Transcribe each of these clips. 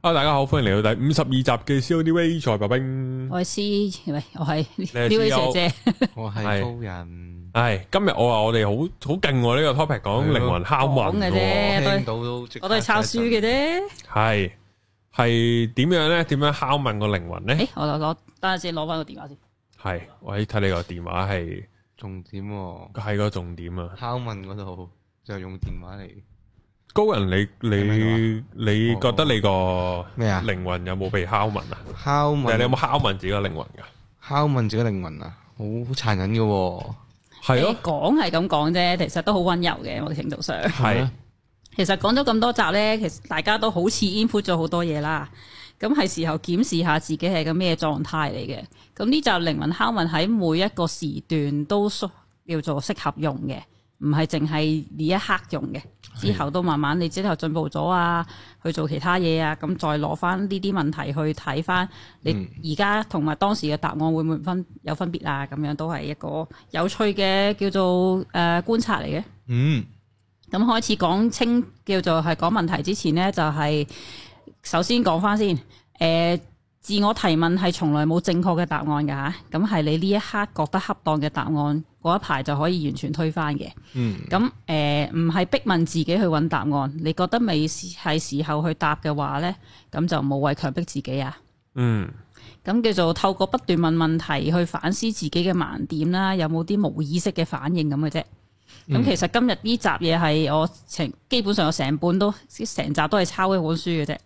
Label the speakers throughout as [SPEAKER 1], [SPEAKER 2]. [SPEAKER 1] 啊！大家好，歡迎嚟到第五十二集嘅 COD Way 在白冰。
[SPEAKER 2] 我係 C，喂，我係
[SPEAKER 1] 嗯係
[SPEAKER 2] 呢位姐
[SPEAKER 1] CEO
[SPEAKER 2] 姐，
[SPEAKER 3] 我係
[SPEAKER 1] 係
[SPEAKER 3] 高人，
[SPEAKER 1] 唉，今日我話我哋好好勁喎，呢個 topic 講靈魂敲
[SPEAKER 2] 講
[SPEAKER 1] 魂
[SPEAKER 2] 嘅
[SPEAKER 1] 喎，
[SPEAKER 2] 啫，
[SPEAKER 3] 聽
[SPEAKER 2] 都
[SPEAKER 3] 到都即刻
[SPEAKER 2] 我都係抄書嘅啫。
[SPEAKER 1] 係係點樣咧？點樣敲問個靈魂咧？
[SPEAKER 2] 誒，我攞等陣先攞翻個電話先。
[SPEAKER 1] 係，喂，睇你個電話係
[SPEAKER 3] 重點喎，
[SPEAKER 1] 係個重點啊！
[SPEAKER 3] 敲問嗰度就用電話嚟
[SPEAKER 1] 高人，你你你覺得你個
[SPEAKER 3] 咩啊？
[SPEAKER 1] 靈魂有冇被敲問啊？
[SPEAKER 3] 敲
[SPEAKER 1] 定係你有
[SPEAKER 3] 問
[SPEAKER 1] 冇敲問自己個靈魂噶？
[SPEAKER 3] 敲問自己靈魂啊，好好殘忍嘅喎，
[SPEAKER 1] 係
[SPEAKER 2] 誒
[SPEAKER 1] 咯，
[SPEAKER 2] 講係咁講啫，其實都好温柔嘅某程度上。
[SPEAKER 1] 係
[SPEAKER 2] 其實講咗咁多集呢，其實大家都好似 input 咗好多嘢啦。咁係時候檢視下自己係個咩狀態嚟嘅。咁呢集靈魂拷問喺每一個時段都需叫做適合用嘅，唔係淨係呢一刻用嘅。之後都慢慢你之後進步咗啊，去做其他嘢啊，咁再攞翻呢啲問題去睇翻你而家同埋當時嘅答案會唔會分有分別啊？咁樣都係一個有趣嘅叫做誒、呃、觀察嚟嘅。
[SPEAKER 3] 嗯，
[SPEAKER 2] 咁開始講清叫做係講問題之前呢，就係、首先講翻先。誒、自我提問係從來冇正確嘅答案㗎嚇，咁係你呢一刻覺得恰當嘅答案嗰一排就可以完全推翻嘅。
[SPEAKER 3] 嗯，
[SPEAKER 2] 咁誒，呃唔係逼問自己去揾答案，你覺得未係時候去答嘅話呢，咁就冇謂強迫自己啊。
[SPEAKER 1] 嗯
[SPEAKER 2] 咁叫做透過不斷問問題去反思自己嘅盲點啦，有冇啲無意識嘅反應咁嘅啫。咁、其實今日呢集嘢係我成基本上我成本都成集都係抄一本書嘅啫。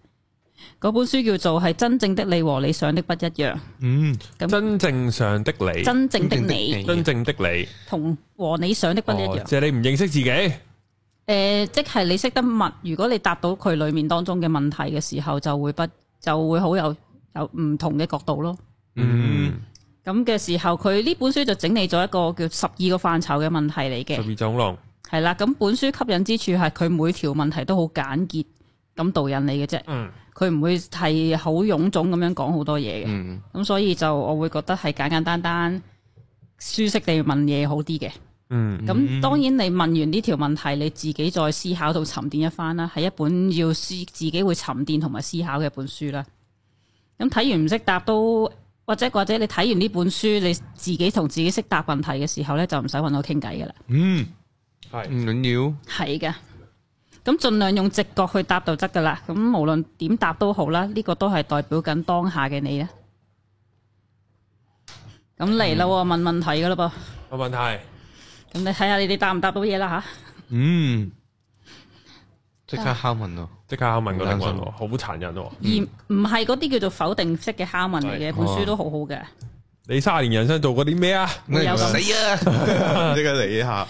[SPEAKER 2] 嗰本書叫做係真正的你和你想的不一樣，
[SPEAKER 3] 嗯，
[SPEAKER 2] 咁
[SPEAKER 1] 真正上的你，
[SPEAKER 2] 真正的
[SPEAKER 3] 真正的你
[SPEAKER 2] 你
[SPEAKER 1] 真正的你，
[SPEAKER 2] 同和你想的不一
[SPEAKER 1] 哦
[SPEAKER 2] 樣。
[SPEAKER 1] 即係你唔認識自己，
[SPEAKER 2] 誒、即係你識得問，如果你答到佢裡面當中嘅問題嘅時候，就會不就會好有有唔同嘅角度咯。
[SPEAKER 1] 嗯，
[SPEAKER 2] 咁嘅時候，佢呢本書就整理咗一個叫十二個範疇嘅問題嚟
[SPEAKER 1] 十
[SPEAKER 2] 嘅，
[SPEAKER 1] 二種龍，
[SPEAKER 2] 係啦。咁本書吸引之處係佢每條問題都好簡潔咁導引你嘅啫，
[SPEAKER 1] 嗯
[SPEAKER 2] 佢唔會係好臃腫咁樣講好多嘢嘅。咁、
[SPEAKER 3] 嗯，
[SPEAKER 2] 所以就我會覺得係簡簡單單、舒適地問嘢好啲嘅。
[SPEAKER 1] 嗯
[SPEAKER 2] 咁、當然你問完呢條問題，你自己再思考到沉澱一番啦，係一本要思自己會沉澱同埋思考嘅一本書啦。咁睇完唔識答都，或者或者你睇完呢本書，你自己同自己識答問題嘅時候呢，就唔使揾我傾偈噶啦。
[SPEAKER 3] 嗯，
[SPEAKER 1] 係
[SPEAKER 3] 唔緊
[SPEAKER 2] 係嘅，咁盡量用直覺去答就得噶啦。咁無論點答都好啦，呢、個都係代表緊當下嘅你啦。啊咁嚟啦喎，問問題噶啦噃，
[SPEAKER 1] 冇問題。
[SPEAKER 2] 咁你睇下你哋答唔答到嘢啦吓。
[SPEAKER 3] 要，嗯，即刻敲問咯，
[SPEAKER 1] 即刻敲問個靈魂
[SPEAKER 3] 好
[SPEAKER 1] 喎，好殘忍喎！
[SPEAKER 2] 而唔係嗰啲叫做否定式嘅敲問嚟嘅，本書都好好嘅。
[SPEAKER 1] 你卅年人生做過啲咩啊？
[SPEAKER 2] 會有
[SPEAKER 3] 你
[SPEAKER 2] 咁
[SPEAKER 3] 啊， 即刻嚟一下，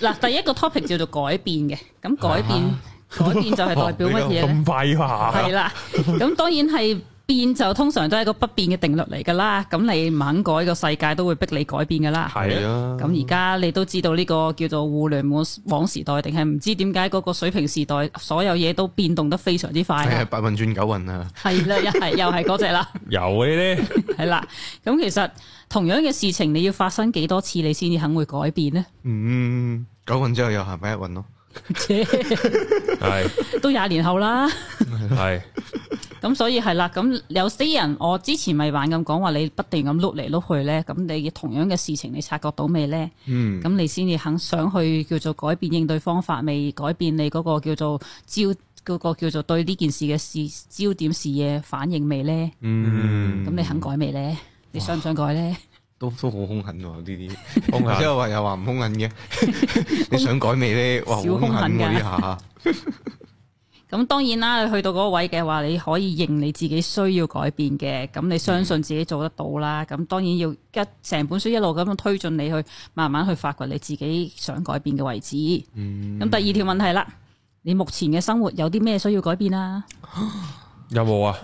[SPEAKER 2] 嗱，第一個 topic 叫做改變嘅，咁改變改變就係代表乜嘢咧？
[SPEAKER 1] 咁快啊？
[SPEAKER 2] 係啦，咁當然係變就通常都係一個不變嘅定律嚟㗎啦。咁你唔肯改，個世界都會逼你改變㗎啦。
[SPEAKER 1] 係啊，
[SPEAKER 3] 啊，
[SPEAKER 2] 咁而家你都知道呢個叫做互聯網網時代，定係唔知點解嗰個水平時代，所有嘢都變動得非常之快
[SPEAKER 3] 你係
[SPEAKER 2] 啦。
[SPEAKER 3] 八運轉九運啊，
[SPEAKER 2] 係啦，又係又係嗰只啦。
[SPEAKER 1] 有呢啲，
[SPEAKER 2] 係啦，咁其實同樣嘅事情，你要發生幾多次你先至肯會改變呢？
[SPEAKER 3] 嗯，九運之後又行翻一運咯，
[SPEAKER 2] 切
[SPEAKER 1] 係
[SPEAKER 2] 都廿年後啦，
[SPEAKER 1] 係
[SPEAKER 2] 咁所以係啦，咁有啲人我之前咪玩咁講話，你不斷咁碌嚟碌去呢，咁你同樣嘅事情你察覺到未呢？
[SPEAKER 3] 嗯，
[SPEAKER 2] 咁你先至肯想去叫做改變應對方法，未改變你嗰個叫做焦嗰個叫做對呢件事嘅視焦點視野反應未呢？
[SPEAKER 3] 嗯，
[SPEAKER 2] 咁你肯改未呢？你想唔想改呢？
[SPEAKER 3] 都都好兇狠喎呢啲。
[SPEAKER 1] 空
[SPEAKER 3] 即
[SPEAKER 1] 閒
[SPEAKER 3] 係話又話唔兇狠嘅，你想改未咧？哇，好兇
[SPEAKER 2] 少兇
[SPEAKER 3] 狠
[SPEAKER 2] 狠
[SPEAKER 3] 喎
[SPEAKER 2] 㗎
[SPEAKER 3] 呢下，
[SPEAKER 2] 咁當然啦，你去到嗰個位嘅話，你可以認你自己需要改變嘅，咁你相信自己做得到啦。咁當然要一成本書一路咁樣推進你去，慢慢去發掘你自己想改變嘅位置。咁、
[SPEAKER 1] 嗯
[SPEAKER 2] 第二條問題啦，你目前嘅生活有啲咩需要改變啊？
[SPEAKER 1] 有冇啊？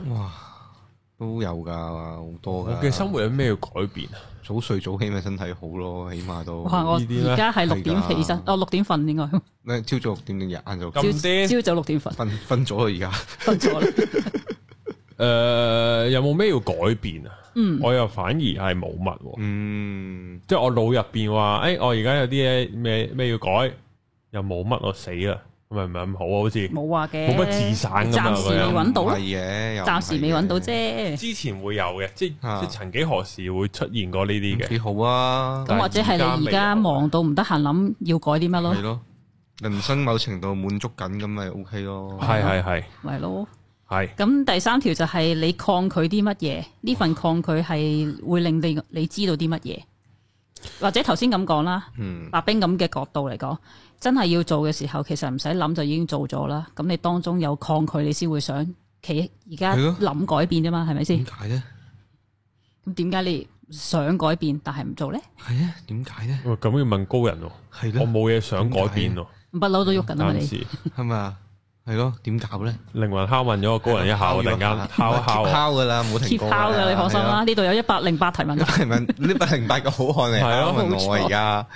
[SPEAKER 3] 都有㗎，好多
[SPEAKER 1] 我
[SPEAKER 3] 㗎。
[SPEAKER 1] 嘅生活有咩要改變啊？
[SPEAKER 3] 早睡早起咪身體好咯，起碼都。
[SPEAKER 2] 哇！我
[SPEAKER 1] 哦呢啲咧
[SPEAKER 2] 而家係六點
[SPEAKER 3] 係㗎
[SPEAKER 2] 起身，哦六點瞓應該，
[SPEAKER 3] 咩朝早六點定日晏晝
[SPEAKER 1] 咁癲
[SPEAKER 2] 朝朝早六點瞓，
[SPEAKER 3] 瞓瞓咗啊！
[SPEAKER 2] 瞓咗 啦。
[SPEAKER 1] 誒，有冇咩要改變啊？
[SPEAKER 2] 嗯
[SPEAKER 1] 我又反而係冇乜
[SPEAKER 3] 而家
[SPEAKER 1] 喎，
[SPEAKER 3] 嗯，
[SPEAKER 1] 哎即係我腦入邊話，誒，我而家有啲嘢咩咩要改，又冇乜，我死啦！唔係唔係咁好啊，好似
[SPEAKER 2] 冇話嘅，
[SPEAKER 1] 冇乜自省㗎嘛
[SPEAKER 2] 暫時
[SPEAKER 1] 佢
[SPEAKER 2] 未
[SPEAKER 1] 又
[SPEAKER 2] 揾到
[SPEAKER 3] 係
[SPEAKER 2] 咯，
[SPEAKER 3] 嘅，又唔係
[SPEAKER 2] 暫時未揾到
[SPEAKER 3] 嘅，
[SPEAKER 2] 啫。
[SPEAKER 1] 之前會有嘅，即
[SPEAKER 3] 啊
[SPEAKER 1] 係即係曾幾何時會出現過呢啲嘅。
[SPEAKER 3] 幾好啊，
[SPEAKER 2] 咁或者係你而家忙到唔得閒諗要改啲乜咯
[SPEAKER 3] 係，咯，人生某程度滿足緊咁咪 OK 咯，
[SPEAKER 1] 係係係
[SPEAKER 2] 咪咯。
[SPEAKER 1] 係
[SPEAKER 2] 咁第三條就係你抗拒啲乜嘢？呢份抗拒係會令你你知道啲乜嘢？或者頭先咁講啦，
[SPEAKER 3] 嗯，
[SPEAKER 2] 白冰咁嘅角度嚟講，真係要做嘅時候，其實唔使諗就已經做咗啦。咁你當中有抗拒，你先會想企而家
[SPEAKER 3] 係咯
[SPEAKER 2] 諗改變啫嘛，係咪先
[SPEAKER 3] 點？解咧？
[SPEAKER 2] 咁點解你想改變但係唔做呢？
[SPEAKER 3] 係啊，點解咧？
[SPEAKER 1] 喂咁要問高人喎，
[SPEAKER 3] 係
[SPEAKER 1] 我
[SPEAKER 3] 咯，
[SPEAKER 1] 冇嘢想改變喎，
[SPEAKER 2] 不嬲都喐緊啊
[SPEAKER 3] 嗯
[SPEAKER 2] 嘛，
[SPEAKER 1] 暫
[SPEAKER 2] 你
[SPEAKER 1] 時
[SPEAKER 3] 係咪啊？係咯，點搞咧？
[SPEAKER 1] 靈魂敲問咗我高人一下 喎，突然間敲一敲我，
[SPEAKER 3] 敲噶啦，冇
[SPEAKER 2] keep
[SPEAKER 3] 停過
[SPEAKER 2] 拋㗎，你放心
[SPEAKER 3] 啊
[SPEAKER 2] 啦。。呢度有一百零八提問
[SPEAKER 3] 一，百零呢百零八個好漢嚟，
[SPEAKER 1] 係啊
[SPEAKER 3] 敲問我
[SPEAKER 2] 冇錯
[SPEAKER 3] 而家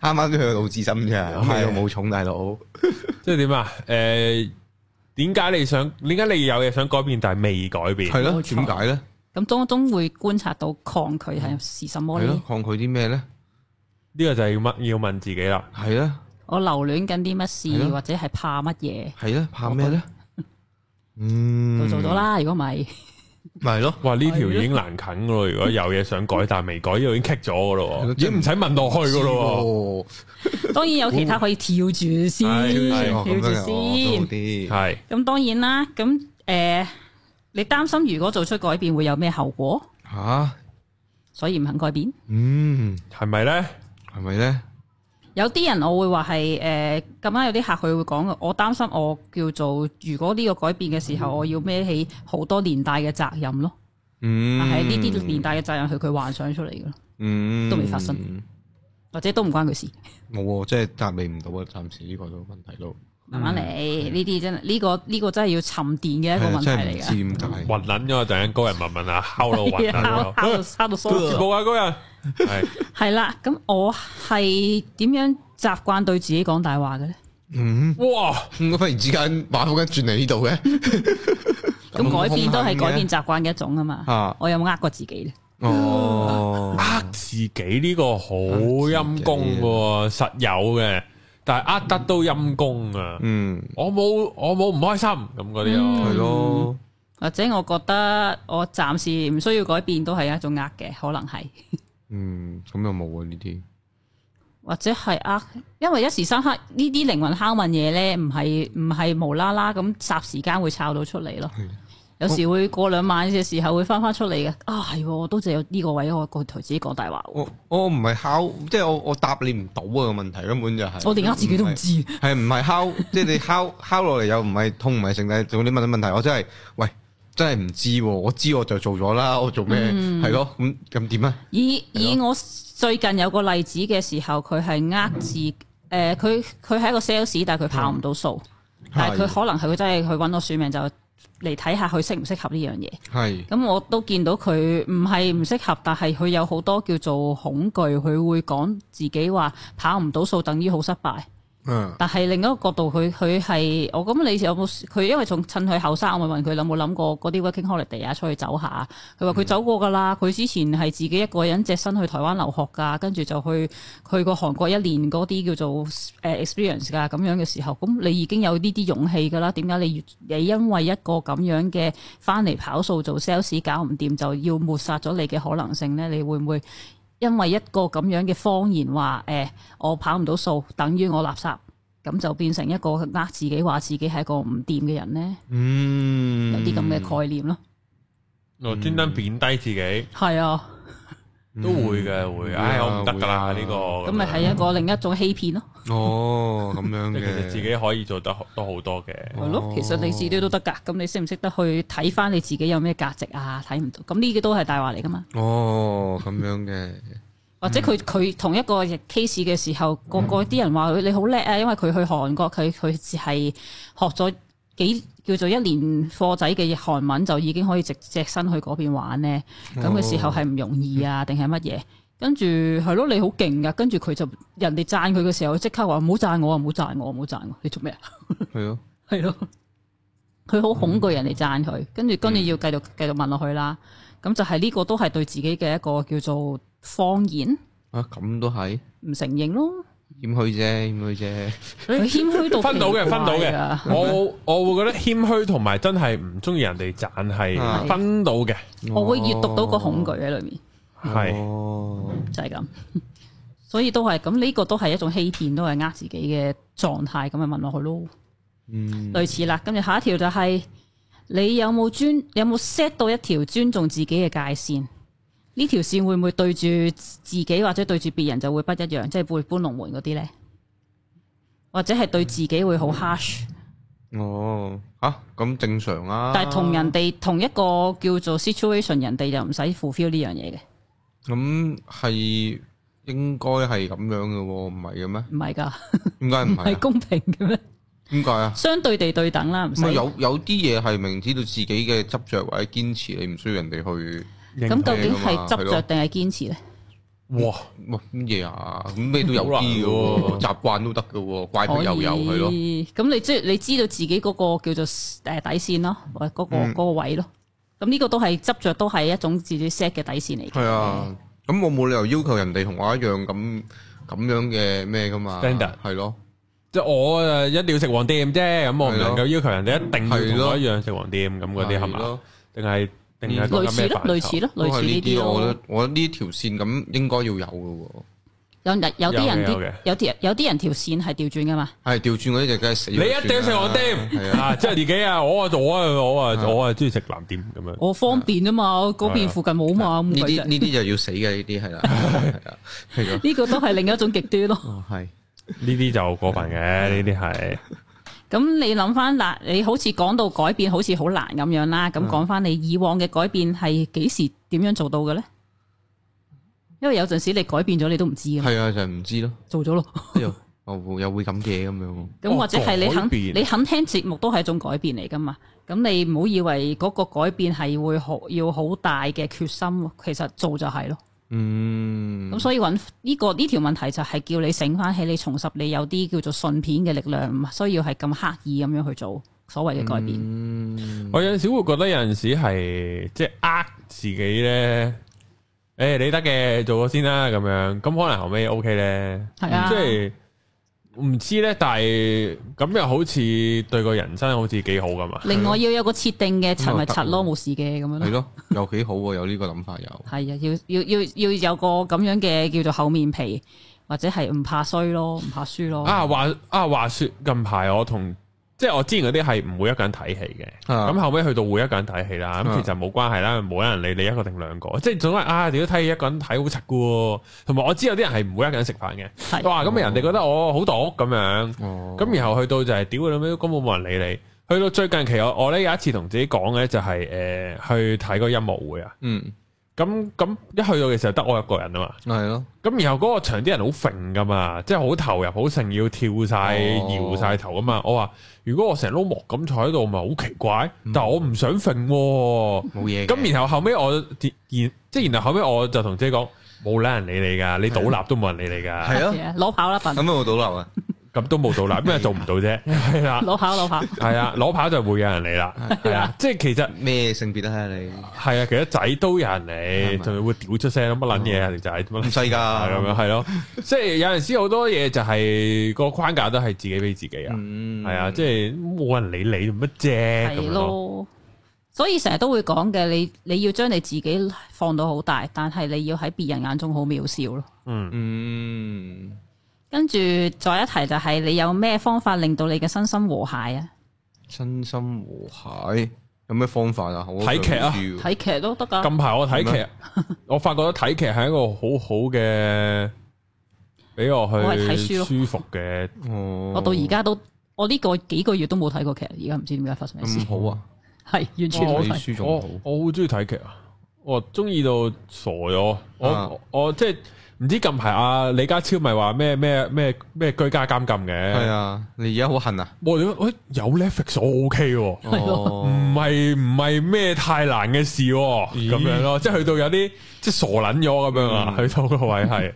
[SPEAKER 3] 啱啱都去到至深咋，咁
[SPEAKER 1] 係
[SPEAKER 3] 你
[SPEAKER 1] 啊
[SPEAKER 3] 又冇重大佬，
[SPEAKER 1] 即係點啊？誒，點解你想？點解你有嘢想改變，但係未改變？
[SPEAKER 3] 係
[SPEAKER 2] 冇
[SPEAKER 3] 咯？
[SPEAKER 2] 錯
[SPEAKER 3] 點解咧？
[SPEAKER 2] 咁當中會觀察到抗拒係是什麼
[SPEAKER 3] 係
[SPEAKER 2] 呢
[SPEAKER 3] 咯？？抗拒啲咩咧？
[SPEAKER 1] 呢個就係要問要問自己啦。
[SPEAKER 3] 係啊，
[SPEAKER 2] 我留戀緊啲乜
[SPEAKER 3] 係
[SPEAKER 2] 事，
[SPEAKER 3] 咯
[SPEAKER 2] 或者係怕乜嘢？
[SPEAKER 3] 係啊，怕咩咧？嗯，
[SPEAKER 2] 就做咗，啦。如果唔係，
[SPEAKER 3] 咪係咯。
[SPEAKER 1] 哇！呢條已經難啃噶咯， 如果有嘢想改但係未改，呢度已經棘咗噶咯
[SPEAKER 3] 係
[SPEAKER 1] 喎，
[SPEAKER 3] 咯
[SPEAKER 1] 已經唔使問落去噶咯
[SPEAKER 3] 哦，
[SPEAKER 2] 當然有其他可以跳住先，
[SPEAKER 1] 係
[SPEAKER 2] 跳
[SPEAKER 3] 哦咁
[SPEAKER 2] 住
[SPEAKER 3] 樣嘅哦都好
[SPEAKER 1] 喎。
[SPEAKER 2] 先。
[SPEAKER 3] 啲，
[SPEAKER 1] 係
[SPEAKER 2] 咁當然啦，咁诶、呃你擔心如果做出改變會有咩後果，
[SPEAKER 3] 吓，
[SPEAKER 2] 所以唔肯改變。
[SPEAKER 3] 嗯，
[SPEAKER 1] 係咪咧？
[SPEAKER 3] 係咪咧？
[SPEAKER 2] 有啲人我會話係诶咁啱有啲客佢會講，我擔心我叫做如果呢個改變嘅時候，我要孭起好多年代嘅責任咯。
[SPEAKER 3] 嗯，
[SPEAKER 2] 但係呢啲年代嘅責任係佢幻想出嚟嘅咯，
[SPEAKER 3] 嗯
[SPEAKER 2] 都未發生或者都唔關佢事。
[SPEAKER 3] 冇喎，即係答你唔到啊！暫時呢個都問題都
[SPEAKER 2] 慢慢
[SPEAKER 3] 嗯
[SPEAKER 2] 嚟，呢啲真係呢個呢個真係要沉澱嘅一個問題
[SPEAKER 3] 係啊
[SPEAKER 2] 嚟
[SPEAKER 3] 真係唔
[SPEAKER 2] 㗎。
[SPEAKER 3] 知點解。
[SPEAKER 1] 暈撚咗，突然間高人問問啊，敲 到 暈撚
[SPEAKER 2] 敲
[SPEAKER 1] 咗。
[SPEAKER 2] 敲啊到敲到疏
[SPEAKER 1] 冇啊，高人係
[SPEAKER 2] 係啦，咁我係點樣習慣對自己講大話嘅咧？
[SPEAKER 3] 嗯，
[SPEAKER 1] 哇！
[SPEAKER 3] 點解忽然之間馬虎筋轉嚟呢度嘅？
[SPEAKER 2] 咁改變都係改變習慣嘅一種啊嘛
[SPEAKER 3] 啊。
[SPEAKER 2] 我有冇呃過自己咧？
[SPEAKER 3] 哦，
[SPEAKER 1] 呃自己呢個好陰公嘅喎，實有嘅，但係呃得都陰公啊！
[SPEAKER 3] 嗯，
[SPEAKER 1] 我冇我冇唔開心咁嗰啲咯，
[SPEAKER 3] 係咯，
[SPEAKER 2] 或者我覺得我暫時唔需要改變，都係一種呃嘅，可能係，
[SPEAKER 3] 嗯，咁又冇啊呢啲，
[SPEAKER 2] 或者係呃，因為一時三刻呢啲靈魂拷問嘢咧，唔係唔係無啦啦咁霎時間會抄到出嚟咯。有時會過兩晚嘅時候會翻翻出嚟嘅。啊，係喎，我都就有呢個位，我個台自己講大話喎。
[SPEAKER 3] 我我唔係敲，即係我我答你唔到啊個問題根本就係
[SPEAKER 2] 我連呃自己都唔知。
[SPEAKER 3] 係唔係敲？ 即係你敲敲落嚟又唔係痛唔係剩，但係仲有啲問問題，我真係喂真係唔知喎，我知我就做咗啦，我做咩
[SPEAKER 2] 嗯
[SPEAKER 3] 係咯？咁咁點啊？
[SPEAKER 2] 以以我最近有個例子嘅時候，佢係呃自誒，佢佢係一個 sales，但係佢跑唔到數，
[SPEAKER 3] 嗯
[SPEAKER 2] 但係佢可能係佢真係去揾我算命就嚟睇下佢適唔適合呢樣嘢。
[SPEAKER 3] 係
[SPEAKER 2] 咁我都見到佢唔係唔適合，但係佢有好多叫做恐懼，佢會講自己話跑唔到數等於好失敗。
[SPEAKER 3] 嗯
[SPEAKER 2] 但係另一個角度，佢佢係我咁，你有冇佢因為仲趁佢後生，我咪問佢有冇諗過嗰啲 working holiday 啊，出去走下。佢話佢走過㗎啦，佢之前係自己一個人隻身去台灣留學㗎，跟住就去去過韓國一年嗰啲叫做誒 experience 㗎咁樣嘅時候，咁你已經有呢啲勇氣㗎啦。點解你越你因為一個咁樣嘅翻嚟跑數做 sales 搞唔掂，就要抹殺咗你嘅可能性呢？你會唔會因為一個咁樣嘅謊言話誒、我跑唔到數，等於我垃圾？咁就變成一個呃自己話自己係一個唔掂嘅人呢，有
[SPEAKER 3] 嗯
[SPEAKER 2] 啲咁嘅概念咯。
[SPEAKER 1] 我專登貶低自己
[SPEAKER 2] 係啊，
[SPEAKER 1] 都會嘅，會，唉，我唔得㗎啦
[SPEAKER 3] 會啊
[SPEAKER 1] 呢個
[SPEAKER 2] 咁
[SPEAKER 1] 咁
[SPEAKER 2] 咪
[SPEAKER 1] 樣
[SPEAKER 2] 係一個另一種欺騙咯。
[SPEAKER 3] 哦，咁樣
[SPEAKER 1] 即係其
[SPEAKER 3] 嘅
[SPEAKER 1] 實自己可以做得都好多嘅，
[SPEAKER 2] 係咯，其實你自己都得㗎。咁你識唔識得去睇翻你自己有咩價值啊？睇唔到，咁呢啲都係大話嚟㗎嘛。
[SPEAKER 3] 哦，咁樣嘅，
[SPEAKER 2] 或者佢佢同一個 case 嘅時候，個個啲人話佢你好叻啊，因為佢去韓國，佢佢只係學咗幾叫做一年課仔嘅韓文，就已經可以直隻身去嗰邊玩咧。咁嘅時候係唔容易啊，定係乜嘢？跟住係咯，你好勁噶。跟住佢就人哋讚佢嘅時候，佢即刻話唔好讚我啊，唔好讚我，唔好讚我，你做咩啊？
[SPEAKER 3] 係咯，
[SPEAKER 2] 係咯，佢好恐懼人哋讚佢，跟住跟住要繼續繼續問落去啦。咁就係呢個都係對自己嘅一個叫做謊言。
[SPEAKER 3] 啊咁都係，
[SPEAKER 2] 唔承認咯，
[SPEAKER 3] 謙虛啫，謙虛啫。
[SPEAKER 2] 佢謙虛 到
[SPEAKER 1] 分到嘅，
[SPEAKER 2] 奇
[SPEAKER 1] 分
[SPEAKER 2] 怪
[SPEAKER 1] 到嘅
[SPEAKER 2] 啊。
[SPEAKER 1] 我我會覺得謙虛同埋真係唔中意人哋讚係
[SPEAKER 3] 係
[SPEAKER 1] 分到嘅，
[SPEAKER 2] 我會閲讀到個恐懼喺裏面，
[SPEAKER 1] 係
[SPEAKER 3] 哦，
[SPEAKER 2] 就係咁。所以都係咁，呢個都係一種欺騙，都係呃自己嘅狀態，咁咪問落去咯。
[SPEAKER 3] 嗯，
[SPEAKER 2] 類似啦。跟住下一條就係、你有冇尊有冇 set 到一條尊重自己嘅界線？呢條線會唔會對住自己或者對住別人就會不一樣，即係會搬龍門嗰啲呢？或者係對自己會好 harsh，、
[SPEAKER 3] 哦，吓咁正常啊。
[SPEAKER 2] 但係同人哋同一個叫做 situation，人哋就唔使 fulfill 呢樣嘢嘅，
[SPEAKER 3] 咁係應該係咁樣嘅喎，唔係嘅啊咩？
[SPEAKER 2] 唔係㗎，
[SPEAKER 3] 點解唔
[SPEAKER 2] 唔
[SPEAKER 3] 係
[SPEAKER 2] 係
[SPEAKER 3] 啊？
[SPEAKER 2] 公平嘅咩？
[SPEAKER 3] 點解啊？
[SPEAKER 2] 相對地對等啦，唔使
[SPEAKER 3] 咪有有啲嘢係明知道自己嘅執着或者堅持，你唔需要人哋去
[SPEAKER 2] 咁究竟
[SPEAKER 3] 認
[SPEAKER 2] 係
[SPEAKER 3] 同嘅嘛係
[SPEAKER 2] 執
[SPEAKER 3] 咯
[SPEAKER 2] 着定係堅持呢？
[SPEAKER 1] 哇，
[SPEAKER 3] 哇乜嘢啊？咁咩都有
[SPEAKER 1] 好難
[SPEAKER 3] 啲嘅喎，
[SPEAKER 1] 喎
[SPEAKER 3] 習慣都得嘅喎，怪癖
[SPEAKER 2] 可以
[SPEAKER 3] 又有係咯。
[SPEAKER 2] 咁你即係你知道自己嗰個叫做誒底線咯，或者嗰個
[SPEAKER 3] 嗯
[SPEAKER 2] 嗰個位咯。咁呢個都係執着，都係一種自己 set 嘅底線嚟嘅。
[SPEAKER 3] 係
[SPEAKER 1] 嗯
[SPEAKER 3] 啊，咁我冇理由要求人哋同我一樣咁咁樣嘅咩噶嘛
[SPEAKER 1] Standard
[SPEAKER 3] 係咯，
[SPEAKER 1] 即係我誒一定要食黃店啫，咁我唔
[SPEAKER 3] 係咯
[SPEAKER 1] 能夠要求人哋一定要同我
[SPEAKER 3] 係咯
[SPEAKER 1] 一樣食黃店咁嗰啲係
[SPEAKER 3] 係
[SPEAKER 1] 嘛？
[SPEAKER 3] 咯？
[SPEAKER 1] 定係定係講
[SPEAKER 2] 類
[SPEAKER 1] 緊
[SPEAKER 2] 似
[SPEAKER 1] 咩
[SPEAKER 2] 咯，
[SPEAKER 1] 範疇
[SPEAKER 2] 類似咯，
[SPEAKER 3] 都
[SPEAKER 2] 類
[SPEAKER 3] 係
[SPEAKER 2] 似呢
[SPEAKER 3] 呢
[SPEAKER 2] 啲
[SPEAKER 3] 啲，我覺
[SPEAKER 2] 咯
[SPEAKER 3] 得。我覺得呢條線咁應該要有嘅喎。
[SPEAKER 2] 有人有啲人
[SPEAKER 1] 有嘅有嘅
[SPEAKER 2] 啲有啲有啲人條線係調轉噶嘛，
[SPEAKER 3] 係調轉嗰啲就梗係死咗
[SPEAKER 1] 你
[SPEAKER 3] 算啦。
[SPEAKER 1] 一定要食黃
[SPEAKER 3] 係
[SPEAKER 1] 店
[SPEAKER 3] 啊，
[SPEAKER 1] 啊！即係自己啊，我啊我啊我啊我啊中意食藍店咁樣。
[SPEAKER 2] 我方便啊嘛，我嗰邊附近冇嘛，咁
[SPEAKER 3] 呢
[SPEAKER 2] 鬼
[SPEAKER 3] 啲
[SPEAKER 2] 啫
[SPEAKER 3] 呢啲就要死嘅呢啲係啦，係啊，係咯，
[SPEAKER 2] 呢個都係另一種極端咯。
[SPEAKER 3] 哦係。
[SPEAKER 1] 呢啲就過分嘅，呢啲係
[SPEAKER 2] 咁你諗翻嗱，你好似講到改變，好似好難咁樣啦。
[SPEAKER 1] 嗯
[SPEAKER 2] 咁講翻你以往嘅改變係幾時點樣做到嘅咧？因為有陣時你改變咗，你都唔知嘅，
[SPEAKER 3] 係啊，就係唔知咯，
[SPEAKER 2] 做咗咯。
[SPEAKER 3] 又又又會咁嘅咁樣喎。
[SPEAKER 2] 咁
[SPEAKER 1] 哦
[SPEAKER 2] 或者係你
[SPEAKER 1] 改
[SPEAKER 2] 肯
[SPEAKER 1] 變
[SPEAKER 2] 你肯聽節目都係一種改變嚟噶嘛？咁你唔好以為嗰個改變係會好要好大嘅決心喎，其實做就係咯。
[SPEAKER 3] 嗯
[SPEAKER 1] 嗯
[SPEAKER 2] 咁、，所以揾呢、個呢條問題就係叫你醒翻起，你重拾你有啲叫做信片嘅力量，唔需要係咁刻意咁樣去做所謂嘅改變。
[SPEAKER 3] 嗯，
[SPEAKER 1] 我有陣時會覺得有陣時係即係呃自己咧。誒、你得嘅，做咗先啦，咁樣咁可能後尾 O K 咧，
[SPEAKER 2] 係啊
[SPEAKER 1] 即係唔知咧，但係咁又好似對個人生好似幾好咁嘛。
[SPEAKER 2] 另外要有個設定嘅，柒咪柒咯，
[SPEAKER 3] 嗯
[SPEAKER 2] 冇事嘅咁樣咯。
[SPEAKER 3] 係咯，又幾好喎，有呢個諗法又。
[SPEAKER 2] 係啊，要要要要有個咁樣嘅叫做厚面皮，或者係唔怕衰咯，唔怕輸咯。
[SPEAKER 1] 啊話啊話說近排我同即係我之前嗰啲係唔會一個人睇戲嘅，
[SPEAKER 3] 啊
[SPEAKER 1] 咁、後尾去到會一個人睇戲啦，咁、
[SPEAKER 3] 啊
[SPEAKER 1] 其實冇關係啦，冇人理你一個定兩個，即係總係啊，屌睇戲一個人睇好柒嘅喎，同埋我知有啲人係唔會一個人食飯嘅，
[SPEAKER 2] 係
[SPEAKER 1] 哇咁人哋覺得我好毒咁樣，
[SPEAKER 3] 哦
[SPEAKER 1] 咁然後去到就係屌你老尾根本冇人理你。去到最近期我我咧有一次同自己講嘅就係、誒、去睇個音樂會啊，
[SPEAKER 3] 嗯，
[SPEAKER 1] 咁咁一去到嘅時候得我一個人啊嘛。
[SPEAKER 3] 係咯，
[SPEAKER 1] 咁然後嗰個場啲人好揈噶嘛，即係好投入，好成要跳晒、
[SPEAKER 3] 哦
[SPEAKER 1] 搖晒頭啊嘛。我話如果我成碌木咁坐喺度，咪好奇怪。但係我唔想揈喎。
[SPEAKER 3] 冇嘢嘅。
[SPEAKER 1] 咁然後後尾我然即係然後後尾我就同自己講，冇撚人理你噶，你倒立都冇人理你噶，
[SPEAKER 3] 係咯，
[SPEAKER 2] 係啊攞跑啦，笨
[SPEAKER 3] 咁，有冇倒流啊？
[SPEAKER 1] 咁都冇倒立，咩做唔到啫？ 係啦，
[SPEAKER 2] 攞跑攞跑。
[SPEAKER 1] 係啊，攞跑就會有人理啦。係啊，即係其實
[SPEAKER 3] 咩性別啊你？
[SPEAKER 1] 係啊，其實仔都有人理，
[SPEAKER 3] 係咪哦
[SPEAKER 1] 仲會屌出聲乜撚嘢啊條仔，乜撚
[SPEAKER 3] 唔細㗎
[SPEAKER 1] 係咁樣係 咯，即係有陣時好多嘢就係個框架都係自己俾自己啊，
[SPEAKER 3] 嗯，
[SPEAKER 1] 係啊，即係冇人理你做乜啫咁
[SPEAKER 2] 係
[SPEAKER 1] 樣咯，
[SPEAKER 2] 咯。所以成日都會講嘅，你你要將你自己放到好大，但係你要喺別人眼中好渺小咯。
[SPEAKER 1] 嗯，
[SPEAKER 3] 嗯，
[SPEAKER 2] 跟住再一提就係你有咩方法令到你嘅身心和諧啊？
[SPEAKER 3] 身心和諧有咩方法啊？我
[SPEAKER 1] 睇劇啊
[SPEAKER 3] 想知喎
[SPEAKER 2] 睇劇都得㗎，
[SPEAKER 1] 近排我睇
[SPEAKER 3] 係
[SPEAKER 1] 劇，我發覺睇劇係一個好好嘅，俾我
[SPEAKER 2] 我係睇
[SPEAKER 1] 去
[SPEAKER 2] 書咯
[SPEAKER 1] 舒服嘅，
[SPEAKER 3] 哦，
[SPEAKER 2] 我到而家都我呢個幾個月都冇睇過劇，而家唔知點解發生咩事
[SPEAKER 3] 咁，好啊，
[SPEAKER 2] 係完全冇
[SPEAKER 3] 睇
[SPEAKER 2] 睇。
[SPEAKER 3] 書仲
[SPEAKER 1] 我
[SPEAKER 3] 好。
[SPEAKER 1] 我好中意睇劇啊，我中意到傻咗，
[SPEAKER 3] 啊
[SPEAKER 1] 我我即係唔知近排阿李家超咪話咩咩咩咩居家監禁嘅，
[SPEAKER 3] 係啊，你而家好恨 啊？
[SPEAKER 1] 我哋喂有 Netflix 我 OK 喎。
[SPEAKER 3] 哦
[SPEAKER 1] 唔係唔係咩太難嘅事喎咁、樣咯，即係去到有啲即係傻撚咗咁樣啊，去到個位係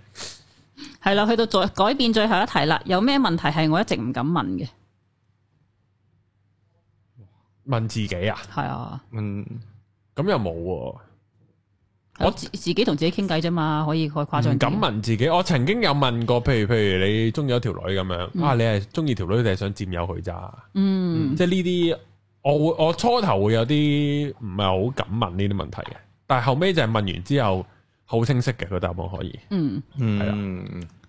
[SPEAKER 2] 係啦，去到再改變最後一題啦，有咩問題係我一直唔敢問嘅？
[SPEAKER 1] 問自己啊，
[SPEAKER 2] 係啊，
[SPEAKER 3] 嗯，
[SPEAKER 1] 咁又冇喎，
[SPEAKER 2] 我自自己同自己傾偈啫嘛，可以可以誇張
[SPEAKER 1] 唔
[SPEAKER 2] 啲。
[SPEAKER 1] 敢啊問自己，我曾經有問過，譬如譬如你中意咗條女咁樣，啊，你係中意條女定係想佔有佢咋？
[SPEAKER 2] 嗯，
[SPEAKER 1] 即係呢啲，我會我初頭會有啲唔係好敢問呢啲問題嘅，但係後尾就係問完之後好清晰嘅個答案可以，
[SPEAKER 2] 嗯，
[SPEAKER 1] 係啦啊
[SPEAKER 3] 嗯，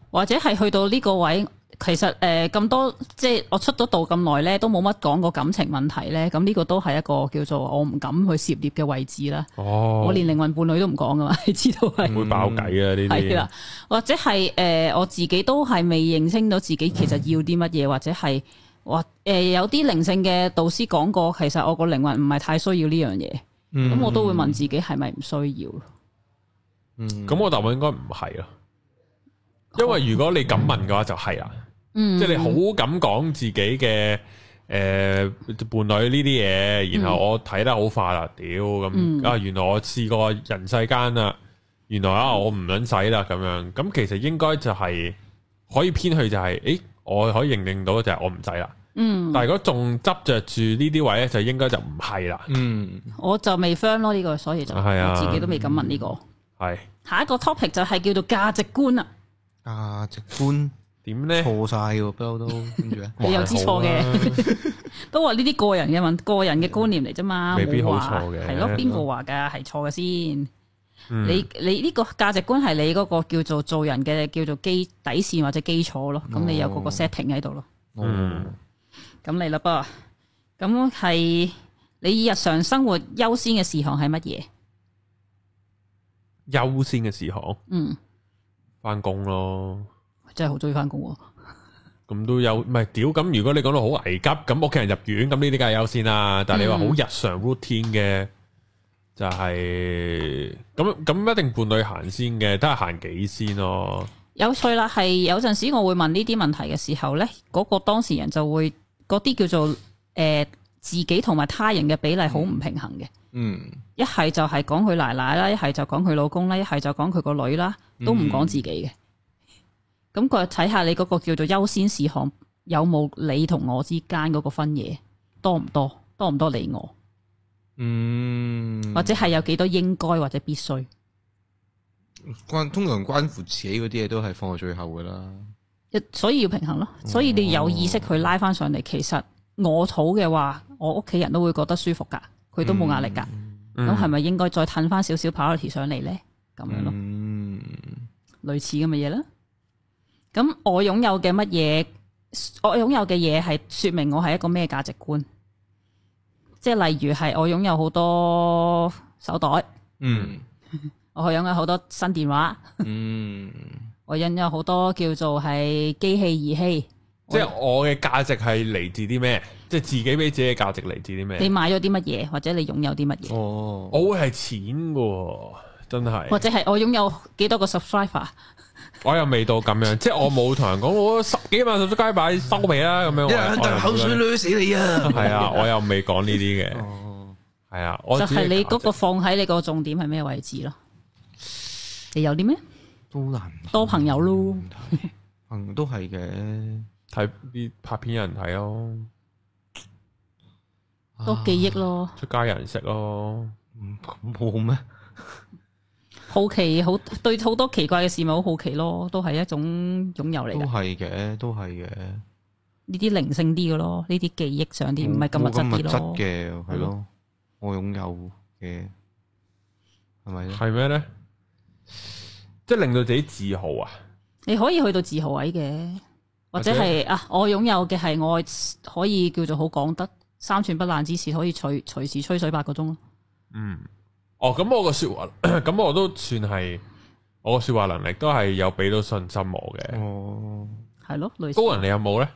[SPEAKER 2] 或者係去到呢個位，其實誒咁、多，即係我出咗道咁耐咧，都冇乜講過感情問題咧。咁呢個都係一個叫做我唔敢去涉獵嘅位置啦。
[SPEAKER 1] 哦
[SPEAKER 2] 嗯我，連靈魂伴侶都唔講噶嘛，你 知道係。
[SPEAKER 1] 會爆偈啊呢
[SPEAKER 2] 係
[SPEAKER 1] 啲
[SPEAKER 2] 啦，，或者係诶、呃我自己都係未認清到自己其實要啲乜嘢，或者係或诶有啲靈性嘅導師講過，其實我個靈魂唔係太需要呢樣嘢，咁、
[SPEAKER 1] 嗯
[SPEAKER 3] 咁
[SPEAKER 2] 我都會問自己係咪唔需要咯。嗯
[SPEAKER 1] 咁我答案應該唔係咯，因為如果你敢問嘅話就係啦，
[SPEAKER 2] 嗯，
[SPEAKER 1] 即係你好敢講自己嘅。诶、伴侶呢啲嘢，然後我睇得好快啦，屌咁、
[SPEAKER 2] 嗯
[SPEAKER 1] 啊！原來我試過人世間啦，原來啊我唔撚使啦咁樣，咁其實應該就係、可以偏去就係、咦我可以認定到就係我唔使啦。
[SPEAKER 2] 嗯，
[SPEAKER 1] 但係如果仲執着住呢啲位咧，就應該就唔係啦，
[SPEAKER 3] 嗯
[SPEAKER 2] 我就未 friend 咯呢個，所以就
[SPEAKER 1] 係啊
[SPEAKER 2] 我自己都未敢問呢、個。
[SPEAKER 1] 係
[SPEAKER 2] 下一個 topic 就係叫做價值啊觀啦，
[SPEAKER 3] 價值觀
[SPEAKER 1] 點咧？
[SPEAKER 3] 錯晒喎，不嬲都跟住咧，
[SPEAKER 2] 你又知錯
[SPEAKER 1] 啊
[SPEAKER 2] 嘅， 都話呢啲個人嘅問個人嘅觀念嚟啫嘛，
[SPEAKER 1] 嗯未必
[SPEAKER 2] 冇
[SPEAKER 1] 好
[SPEAKER 2] 話
[SPEAKER 1] 錯嘅
[SPEAKER 2] 係咯，邊個話㗎係錯嘅先？
[SPEAKER 1] 嗯
[SPEAKER 2] 你你呢個價值觀係你嗰個叫做做人嘅叫做基底線或者基礎咯，
[SPEAKER 1] 哦
[SPEAKER 2] 咁你有嗰個 setting 喺度咯，
[SPEAKER 3] 哦
[SPEAKER 1] 嗯
[SPEAKER 2] 咁你啦噃，咁係你日常生活優先嘅事項係乜嘢？
[SPEAKER 1] 優先嘅事項，
[SPEAKER 2] 嗯，
[SPEAKER 1] 翻工咯。
[SPEAKER 2] 真係好中意翻工喎，
[SPEAKER 1] 咁都有，唔係屌咁。如果你講到好危急，咁屋企人入院，咁呢啲梗係優先啦。但係你話好
[SPEAKER 2] 嗯
[SPEAKER 1] 日常 routine 嘅，就係咁咁一定伴侶行先嘅，睇下行幾先咯。
[SPEAKER 2] 有趣啦，係有陣時我會問呢啲問題嘅時候呢，嗰、個當事人就會嗰啲叫做诶、呃自己同埋他人嘅比例好唔平衡嘅。
[SPEAKER 3] 嗯
[SPEAKER 2] 一係就係講佢奶奶啦，一係就講佢老公啦，一係就講佢個女啦，
[SPEAKER 3] 嗯
[SPEAKER 2] 都唔講自己嘅。咁佢睇下你嗰個叫做優先事項有冇你同我之間嗰個分野多唔多，多唔多你我，
[SPEAKER 3] 嗯，
[SPEAKER 2] 或者係有幾多應該或者必須，
[SPEAKER 3] 關通常關乎自己嗰啲嘢都係放喺最後噶啦，
[SPEAKER 2] 一所以要平衡咯。所以你有意識去拉翻上嚟，其實我肚嘅話，我屋企人都會覺得舒服㗎，佢都冇壓力㗎。
[SPEAKER 1] 嗯
[SPEAKER 2] 嗯咁係咪應該再褪翻少少 priority 上嚟呢？咁樣咯。
[SPEAKER 3] 嗯
[SPEAKER 2] 類似咁嘅嘢啦。咁我擁有嘅乜嘢？我擁有嘅嘢係說明我係一個咩價值觀？即係例如係我擁有好多手袋，
[SPEAKER 3] 嗯
[SPEAKER 2] 我擁有好多新電話，
[SPEAKER 3] 嗯
[SPEAKER 2] 我擁有好多叫做係機器儀器。
[SPEAKER 1] 即係我嘅價值係嚟自啲咩？即係自己俾自己嘅價值嚟自啲
[SPEAKER 2] 你
[SPEAKER 1] 咩？
[SPEAKER 2] 買咗啲乜嘢，或者你擁有啲乜嘢，
[SPEAKER 3] 哦，
[SPEAKER 1] 我會係錢嘅喎，真
[SPEAKER 2] 或
[SPEAKER 1] 係
[SPEAKER 2] 者係我擁有幾多個 subscriber？
[SPEAKER 1] 我又未到咁樣，即係我冇同人講我十幾萬十出街擺收尾啦咁樣。我又我又冇咁樣
[SPEAKER 3] 掠死你啊！
[SPEAKER 1] 係啊，我又未講呢啲嘅。
[SPEAKER 3] 哦，
[SPEAKER 1] 系啊，我
[SPEAKER 2] 就
[SPEAKER 1] 自己
[SPEAKER 2] 係你
[SPEAKER 1] 價
[SPEAKER 2] 嗰
[SPEAKER 1] 值
[SPEAKER 2] 個放喺你個重點係咩位置咯？你有啲咩？
[SPEAKER 3] 都難
[SPEAKER 2] 多朋友咯。
[SPEAKER 3] 行嗯都係嘅，
[SPEAKER 1] 睇啲拍片人睇咯，
[SPEAKER 3] 啊
[SPEAKER 2] 多記憶咯，
[SPEAKER 1] 出街有人食咯，
[SPEAKER 3] 嗯咁好咩？
[SPEAKER 2] 好奇好對好多奇怪嘅事咪好好奇咯，都係一種擁有嚟
[SPEAKER 3] 都
[SPEAKER 2] 嘅。
[SPEAKER 3] 係嘅，都係嘅。
[SPEAKER 2] 呢啲靈性啲嘅咯，呢啲記憶上啲，唔係咁物
[SPEAKER 3] 嗯冇咁
[SPEAKER 2] 質
[SPEAKER 3] 物
[SPEAKER 2] 啲
[SPEAKER 3] 質
[SPEAKER 2] 咯。
[SPEAKER 3] 嘅，係咯，我擁有嘅係咪咧？
[SPEAKER 1] 係咩咧？即系令到自己自豪啊！
[SPEAKER 2] 你可以去到自豪位嘅，或者
[SPEAKER 1] 或者
[SPEAKER 2] 係啊，我擁有嘅係我可以叫做好講得三寸不爛之舌，可以隨隨時吹水八個鐘咯。
[SPEAKER 1] 嗯，哦，咁我個说話， 咁我都算係我個说話能力都係有俾到信心我嘅。
[SPEAKER 3] 哦，
[SPEAKER 2] 係咯，類似
[SPEAKER 1] 高人你有冇咧？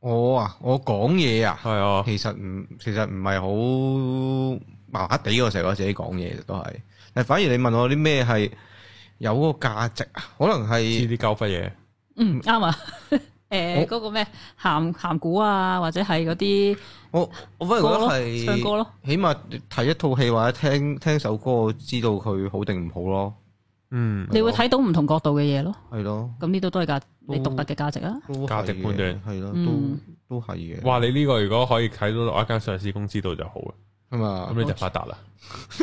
[SPEAKER 3] 我啊，我講嘢啊，
[SPEAKER 1] 係啊，
[SPEAKER 3] 其實唔其實唔係好麻麻地，我成日覺得自己講嘢其實都係，但反而你問我啲咩係有嗰個價值啊？可能
[SPEAKER 1] 知啲
[SPEAKER 3] 係
[SPEAKER 1] 鳩忽嘢，
[SPEAKER 2] 嗯啱 啊。誒
[SPEAKER 3] 我
[SPEAKER 2] 嗰個咩鹹鹹股啊，或者係嗰啲
[SPEAKER 3] 我我反而覺
[SPEAKER 2] 歌
[SPEAKER 3] 得
[SPEAKER 2] 咯，
[SPEAKER 3] 係
[SPEAKER 2] 唱歌咯，
[SPEAKER 3] 起碼睇一套戲或者聽聽首歌，我知道佢好定唔好咯，
[SPEAKER 1] 嗯，
[SPEAKER 2] 你會睇到唔同角度嘅嘢咯。
[SPEAKER 3] 係咯，
[SPEAKER 2] 咁呢度都係價你
[SPEAKER 3] 都
[SPEAKER 2] 獨特嘅價值啊。
[SPEAKER 3] 都係
[SPEAKER 1] 價值判斷
[SPEAKER 3] 嘅係咯，
[SPEAKER 2] 嗯
[SPEAKER 3] 都都係嘅。
[SPEAKER 1] 哇！你呢個如果可以睇到落一間上市公司度就好啦。
[SPEAKER 3] 咁啊
[SPEAKER 1] 咁，你就發達啦。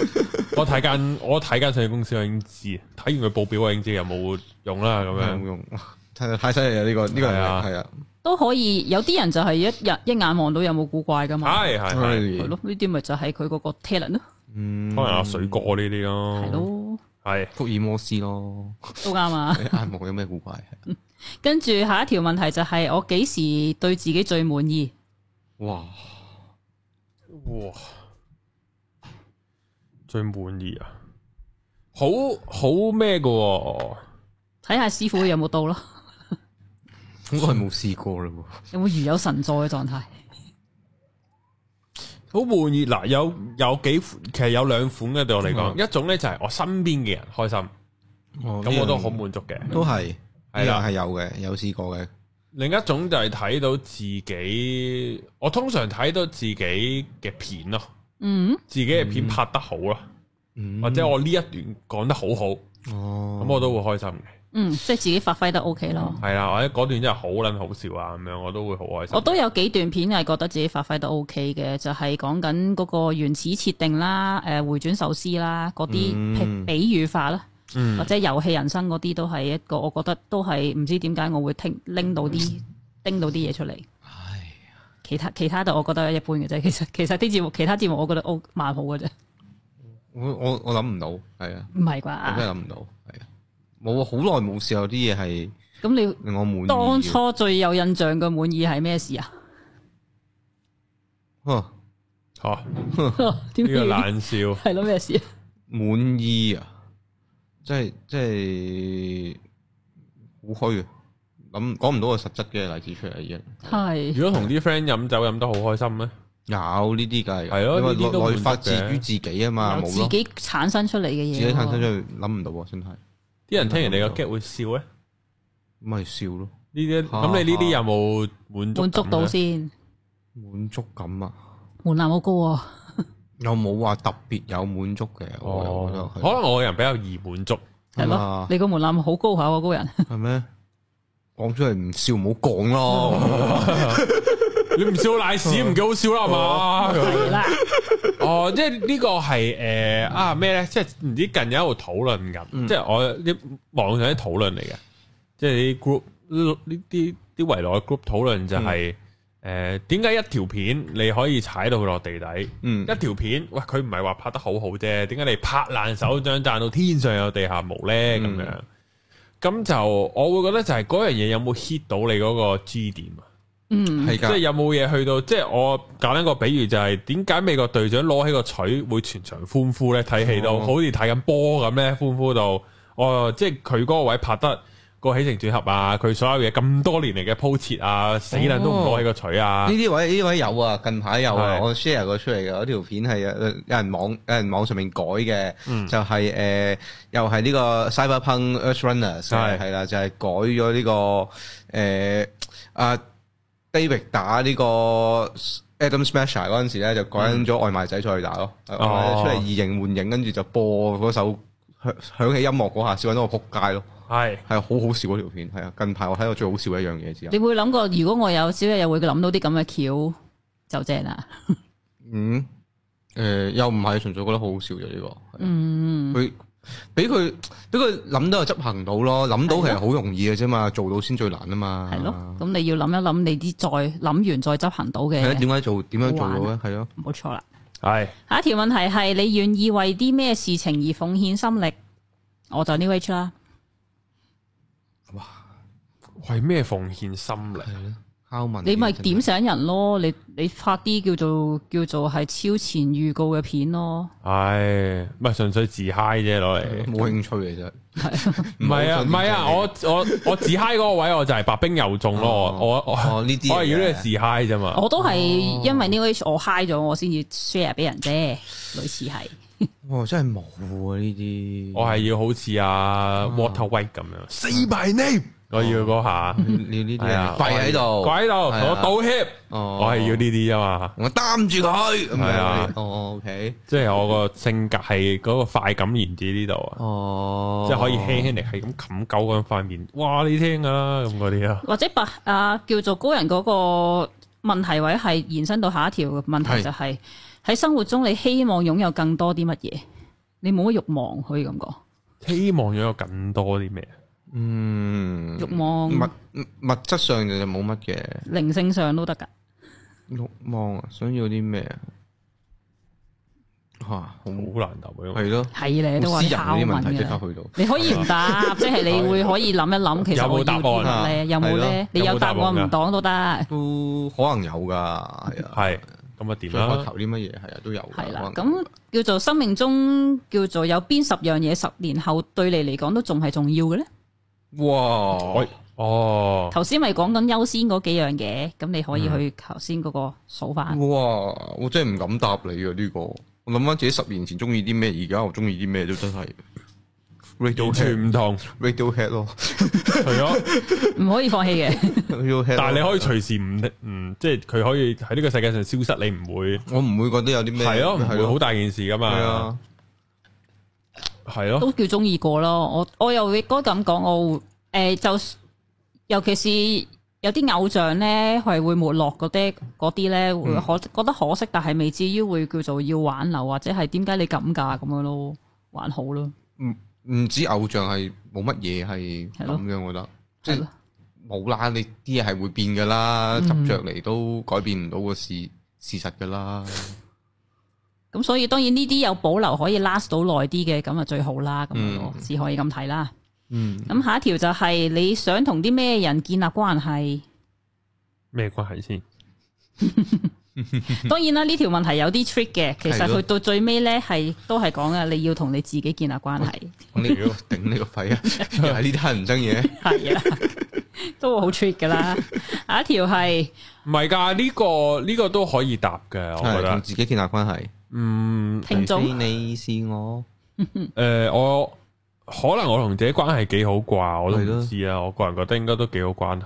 [SPEAKER 1] 我睇間我睇間上市公司，我已經知，睇完佢報表我已經知有冇用啦。咁
[SPEAKER 3] 係啊冇
[SPEAKER 1] 樣
[SPEAKER 3] 用，哇 太太犀利啦！呢個呢個
[SPEAKER 1] 係啊
[SPEAKER 3] 係啊，
[SPEAKER 2] 都可以。有啲人就係一日一眼望到有冇古怪噶
[SPEAKER 3] 啊
[SPEAKER 2] 嘛，
[SPEAKER 1] 係係係，
[SPEAKER 2] 係
[SPEAKER 3] 係
[SPEAKER 2] 咯，呢啲咪就係佢嗰個 talent 咯，
[SPEAKER 3] 嗯
[SPEAKER 1] 可能阿水哥呢啲
[SPEAKER 3] 哦
[SPEAKER 1] 咯，
[SPEAKER 2] 係咯，
[SPEAKER 1] 係
[SPEAKER 3] 福爾摩斯 咯，
[SPEAKER 2] 都啱 啊。
[SPEAKER 3] 眼目有咩古怪？
[SPEAKER 2] 跟住下一條問題就係我幾時對自己最滿意？
[SPEAKER 3] 哇！
[SPEAKER 1] 哇，最滿意啊！好好咩嘅喎？
[SPEAKER 2] 睇下師傅有冇到咯，
[SPEAKER 3] 應該係冇試過嘞喎，
[SPEAKER 2] 有冇如有神助嘅狀態？
[SPEAKER 1] 好滿意嗱，有有幾款，其實有兩款嘅對我嚟講，一種咧就係我身邊嘅人開心，咁
[SPEAKER 3] 咁
[SPEAKER 1] 我都好滿足嘅。
[SPEAKER 3] 哦嗯都係
[SPEAKER 1] 係啊
[SPEAKER 3] 係
[SPEAKER 1] 啦
[SPEAKER 3] 啦，係有嘅，有試過嘅，
[SPEAKER 1] 另一種就係睇到自己，我通常睇到自己嘅片咯，
[SPEAKER 2] 嗯，
[SPEAKER 1] 自己嘅片拍得好咯，
[SPEAKER 3] 嗯
[SPEAKER 1] 或者我呢一段講得好好，咁、
[SPEAKER 3] 哦，
[SPEAKER 1] 我都會開心嘅。
[SPEAKER 2] 嗯，即係自己發揮得 OK 咯。
[SPEAKER 1] 係啦，或者嗰段真係好撚好笑啊，咁樣我都會好開心。
[SPEAKER 2] 我都有幾段片係覺得自己發揮得 OK 嘅，就係講緊嗰個原始設定啦、誒、回轉壽司啦嗰啲比
[SPEAKER 3] 嗯
[SPEAKER 2] 比喻法啦，
[SPEAKER 1] 嗯
[SPEAKER 2] 或者遊戲人生嗰啲都係一個，我覺得都係唔知點解我會聽拎到啲拎到啲嘢出嚟。
[SPEAKER 3] 嗯唉，
[SPEAKER 2] 其他其他就我覺得一般嘅啫，其實其實啲節目其他節目我覺得 O 蠻好嘅啫，
[SPEAKER 3] 我我我諗唔到，係啊，
[SPEAKER 2] 唔係
[SPEAKER 3] 我真
[SPEAKER 2] 啩？
[SPEAKER 3] 係諗唔到，係啊，冇啊，好耐冇試有啲嘢係
[SPEAKER 2] 咁你
[SPEAKER 3] 令我滿意嘅。
[SPEAKER 2] 當初最有印象嘅滿意係咩事啊？
[SPEAKER 3] 呵
[SPEAKER 1] 嚇呢、
[SPEAKER 2] 點
[SPEAKER 1] 個冷笑，
[SPEAKER 2] 係咯咩事？啊
[SPEAKER 3] 滿意啊，即係即係好虛啊，諗講唔到個實質嘅例子出嚟已經。
[SPEAKER 2] 係
[SPEAKER 1] 如果同啲 friend 飲酒飲得好開心咧，
[SPEAKER 3] 有呢啲梗係，
[SPEAKER 1] 係咯
[SPEAKER 3] 因為
[SPEAKER 1] 呢啲都
[SPEAKER 3] 內內發
[SPEAKER 1] 滿足嘅
[SPEAKER 3] 自於自己啊嘛，
[SPEAKER 2] 有
[SPEAKER 3] 冇
[SPEAKER 2] 自
[SPEAKER 3] 咯，
[SPEAKER 2] 己產生出嚟嘅
[SPEAKER 3] 自
[SPEAKER 2] 嘢喎，
[SPEAKER 3] 己產生出嚟諗唔到啊，真係，
[SPEAKER 1] 啲人聽完你個 get 會笑咧，
[SPEAKER 3] 咪笑咯，
[SPEAKER 1] 呢啲
[SPEAKER 3] 嚇
[SPEAKER 1] 咁你呢啲有冇滿足
[SPEAKER 2] 滿足
[SPEAKER 1] 感
[SPEAKER 2] 到
[SPEAKER 1] 呢
[SPEAKER 2] 先，
[SPEAKER 3] 滿足感啊，
[SPEAKER 2] 門檻好高喎。
[SPEAKER 3] 又冇話特別有滿足嘅，我又覺得
[SPEAKER 1] 哦，
[SPEAKER 3] 係
[SPEAKER 1] 可能我個人比較易滿足，
[SPEAKER 2] 係咯
[SPEAKER 3] 啊，
[SPEAKER 2] 你個門檻好高下喎，高人。
[SPEAKER 3] 係咩？講出嚟唔笑唔好講 咯，
[SPEAKER 1] 你唔笑奶屎唔幾好笑啦係嘛？ 咁
[SPEAKER 3] 嗯
[SPEAKER 1] 樣
[SPEAKER 2] 係啦，
[SPEAKER 1] 哦，即係呢個係诶啊咩咧？即係唔知近日喺度討論緊，
[SPEAKER 3] 嗯
[SPEAKER 1] 即係我啲網上啲討論嚟嘅，即係啲 group 呢啲啲圍內 group 討論就
[SPEAKER 3] 嗯
[SPEAKER 1] 係诶點解一條片你可以踩到佢落地底？
[SPEAKER 3] 嗯
[SPEAKER 1] 一條片喂佢唔係話拍得好好啫，點解你拍爛手掌賺到天上有地下無咧咁樣？咁就我會覺得就係嗰樣嘢有冇 hit 到你嗰個 G 點啊？
[SPEAKER 2] 嗯，
[SPEAKER 3] 係
[SPEAKER 1] 即係
[SPEAKER 3] 㗎，
[SPEAKER 1] 有冇嘢去到？即係我簡單個比喻就係點解美國隊長攞起個錘會全場歡呼咧？睇戲到
[SPEAKER 3] 哦
[SPEAKER 1] 好似睇緊波咁咧，歡呼到哦！即係佢嗰個位拍得個起承轉合啊，佢所有嘢咁多年嚟嘅鋪設啊，死撚都唔攞起個錘啊
[SPEAKER 3] 呢！啲位呢啲位有啊，近排有啊，
[SPEAKER 1] 係
[SPEAKER 3] 我 share 過出嚟嘅，有條片係有呃有人網有人網上面改嘅，
[SPEAKER 1] 嗯
[SPEAKER 3] 就係誒又係呢個 Cyberpunk Edgerunners
[SPEAKER 1] 係
[SPEAKER 3] 係係啦，就係改咗呢個誒啊 David 打呢個 Adam Smasher 嗰陣時咧，就改緊
[SPEAKER 1] 嗯
[SPEAKER 3] 咗外賣仔再去打咯，外賣
[SPEAKER 1] 哦
[SPEAKER 3] 仔出嚟異形換影，跟住就播嗰首響響起音樂嗰下，笑緊到我撲街咯。
[SPEAKER 1] 係
[SPEAKER 3] 係啊，好好笑嗰條片，係啊，近排我睇過最好笑嘅一樣嘢之一
[SPEAKER 2] 你。會諗過，如果我有小日又會諗到啲咁嘅橋，就正啦。
[SPEAKER 3] 嗯，誒、又唔係純粹覺得好好笑啫，呢、個係啊
[SPEAKER 2] 嗯，
[SPEAKER 3] 佢俾佢俾佢諗到就執行到咯，諗到其實好容易嘅啫嘛，做到先最難啊嘛。
[SPEAKER 2] 係咯，咁你要諗一諗你啲再諗完再執行到嘅
[SPEAKER 3] 係啊，
[SPEAKER 2] 嘢，
[SPEAKER 3] 點解做點樣做到
[SPEAKER 2] 好
[SPEAKER 3] 咧？係咯，
[SPEAKER 2] 冇錯啦。
[SPEAKER 1] 係
[SPEAKER 2] 下一條問題係你願意為啲咩事情而奉獻心力？我就 New Age 啦，
[SPEAKER 1] 為咩奉獻心力？啊
[SPEAKER 3] 係咯，敲文
[SPEAKER 2] 你咪點醒人咯，你你拍啲叫做叫做係超前預告嘅片咯，
[SPEAKER 1] 唉，唔係純粹自嗨啫，攞嚟。
[SPEAKER 3] 冇興趣嘅啫。
[SPEAKER 1] 唔係啊，唔係啊，我我我自嗨嗰個位我就係白冰又中咯，
[SPEAKER 3] 哦
[SPEAKER 1] 我我我
[SPEAKER 3] 哦呢啲嚟嘅
[SPEAKER 1] 我係要呢個自嗨啫嘛。
[SPEAKER 2] 我都係因為 New Age 我 high 咗，我先至 share 俾人啫，類似係。
[SPEAKER 3] 哇真係冇啊呢啲，
[SPEAKER 1] 我係要好似阿 Water White 咁樣，Say my name，我要嗰下，
[SPEAKER 3] 你呢啲
[SPEAKER 1] 係啊
[SPEAKER 3] 人跪喺度，
[SPEAKER 1] 跪喺度，
[SPEAKER 3] 係
[SPEAKER 1] 同我
[SPEAKER 3] 啊
[SPEAKER 1] 道歉，
[SPEAKER 3] 哦
[SPEAKER 1] 我係要呢啲啊嘛，
[SPEAKER 3] 我擔住佢咁
[SPEAKER 1] 係啊
[SPEAKER 3] 樣。哦，OK，
[SPEAKER 1] 即係我個性格係嗰個快感源自呢度啊，
[SPEAKER 3] 哦，
[SPEAKER 1] 即係可以輕輕地係咁冚鳩咁塊面，哇你聽㗎啦咁嗰啲啊，
[SPEAKER 2] 或者白啊叫做高人嗰個問題位係延伸到下一條問題就係、喺生活中你希望擁有更多啲乜嘢？你冇乜慾望可以咁講，
[SPEAKER 1] 希望擁有更多啲咩？
[SPEAKER 3] 嗯，
[SPEAKER 2] 慾望
[SPEAKER 3] 物物質上就冇乜嘅
[SPEAKER 2] 靈性上都得㗎。
[SPEAKER 3] 慾望啊，想要啲咩啊？吓，好
[SPEAKER 1] 好難答嘅，因為
[SPEAKER 3] 係咯，
[SPEAKER 2] 係咧，都
[SPEAKER 3] 好
[SPEAKER 2] 話
[SPEAKER 3] 私
[SPEAKER 2] 你
[SPEAKER 3] 人
[SPEAKER 2] 敲
[SPEAKER 3] 嗰啲
[SPEAKER 2] 問
[SPEAKER 3] 問題即
[SPEAKER 2] 嘅
[SPEAKER 3] 刻
[SPEAKER 2] 啦。
[SPEAKER 3] 去到。
[SPEAKER 2] 你可以唔答，即係你會可以諗一諗，其
[SPEAKER 1] 有
[SPEAKER 2] 實我要
[SPEAKER 1] 冇
[SPEAKER 2] 啲
[SPEAKER 1] 答
[SPEAKER 2] 乜咧？有冇
[SPEAKER 3] 係
[SPEAKER 2] 咧
[SPEAKER 3] 咯？
[SPEAKER 2] 你有答案
[SPEAKER 1] 有冇答案
[SPEAKER 2] 唔
[SPEAKER 1] 㗎
[SPEAKER 2] 講都得。
[SPEAKER 3] 都可能有噶，係啊，
[SPEAKER 1] 係咁啊，點
[SPEAKER 3] 最渴
[SPEAKER 1] 啦？
[SPEAKER 3] 求啲乜嘢係啊都有㗎。
[SPEAKER 2] 係啦，
[SPEAKER 3] 可能
[SPEAKER 2] 咁叫做生命中叫做有邊十樣嘢，十年後對你嚟講都仲係重要嘅咧。
[SPEAKER 3] 哇
[SPEAKER 1] 喂，哦，
[SPEAKER 2] 頭先咪講緊優先嗰幾樣嘢，咁你可以去頭先嗰個數 翻。
[SPEAKER 3] 哇，我真係唔敢答你啊呢個。我諗翻自己十年前中意啲咩，而家我中意啲咩都真係。
[SPEAKER 1] 完
[SPEAKER 3] Radiohead
[SPEAKER 1] 全唔同，
[SPEAKER 3] Radiohead 咯
[SPEAKER 1] 係咯。
[SPEAKER 2] 唔可以放棄嘅，
[SPEAKER 3] ，Radiohead 咯。
[SPEAKER 1] 但係你可以隨時唔唔，即係佢可以喺呢個世界上消失，你唔會
[SPEAKER 3] 我唔會覺得有啲咩
[SPEAKER 1] 係咯，唔
[SPEAKER 3] 係
[SPEAKER 1] 會好大件事噶
[SPEAKER 3] 係
[SPEAKER 1] 嘛，
[SPEAKER 3] 啊，
[SPEAKER 1] 係咯，
[SPEAKER 2] 都叫中意 過咯。我我又應該咁講，我誒就尤其是有啲偶像咧，係會沒落嗰啲嗰啲咧，會可覺得可惜，但係未至於會叫做要挽留或者係點解你咁㗎咁樣咯，還好咯，
[SPEAKER 3] 唔唔止偶像係冇乜嘢係咁樣，我覺得即
[SPEAKER 2] 係
[SPEAKER 3] 係
[SPEAKER 2] 咯，
[SPEAKER 3] 冇啦，你啲嘢係會變噶啦，
[SPEAKER 2] 嗯
[SPEAKER 3] 執着嚟都改變唔到個事事實噶啦。
[SPEAKER 2] 咁所以當然呢啲有保留可以 last 到耐啲嘅，咁啊最好啦，咁樣咯，
[SPEAKER 3] 嗯
[SPEAKER 2] 只可以咁睇啦。
[SPEAKER 3] 嗯，
[SPEAKER 2] 咁下一條就係你想同啲咩人建立關 係？
[SPEAKER 1] 咩關係先？
[SPEAKER 2] 當然啦，呢條問題有啲 trick 嘅，其實
[SPEAKER 3] 係咯
[SPEAKER 2] 佢到最尾咧係都係講嘅，你要同你自己建立關 係，
[SPEAKER 3] 你頂你 個肺啊！又係呢啲乞人憎嘢。
[SPEAKER 2] 係啊，都會好 trick 噶啦。下一條係
[SPEAKER 1] 唔係㗎，呢個呢個都可以答嘅，我覺
[SPEAKER 3] 係同
[SPEAKER 1] 得。
[SPEAKER 3] 自己建立關係。
[SPEAKER 1] 嗯，
[SPEAKER 2] 聽
[SPEAKER 3] 除非
[SPEAKER 2] 眾，
[SPEAKER 3] 你是我，
[SPEAKER 1] 誒，呃我可能我同自己關係幾好啩，我都
[SPEAKER 3] 係咯
[SPEAKER 1] 唔知啊。我個人覺得應該都幾好關係。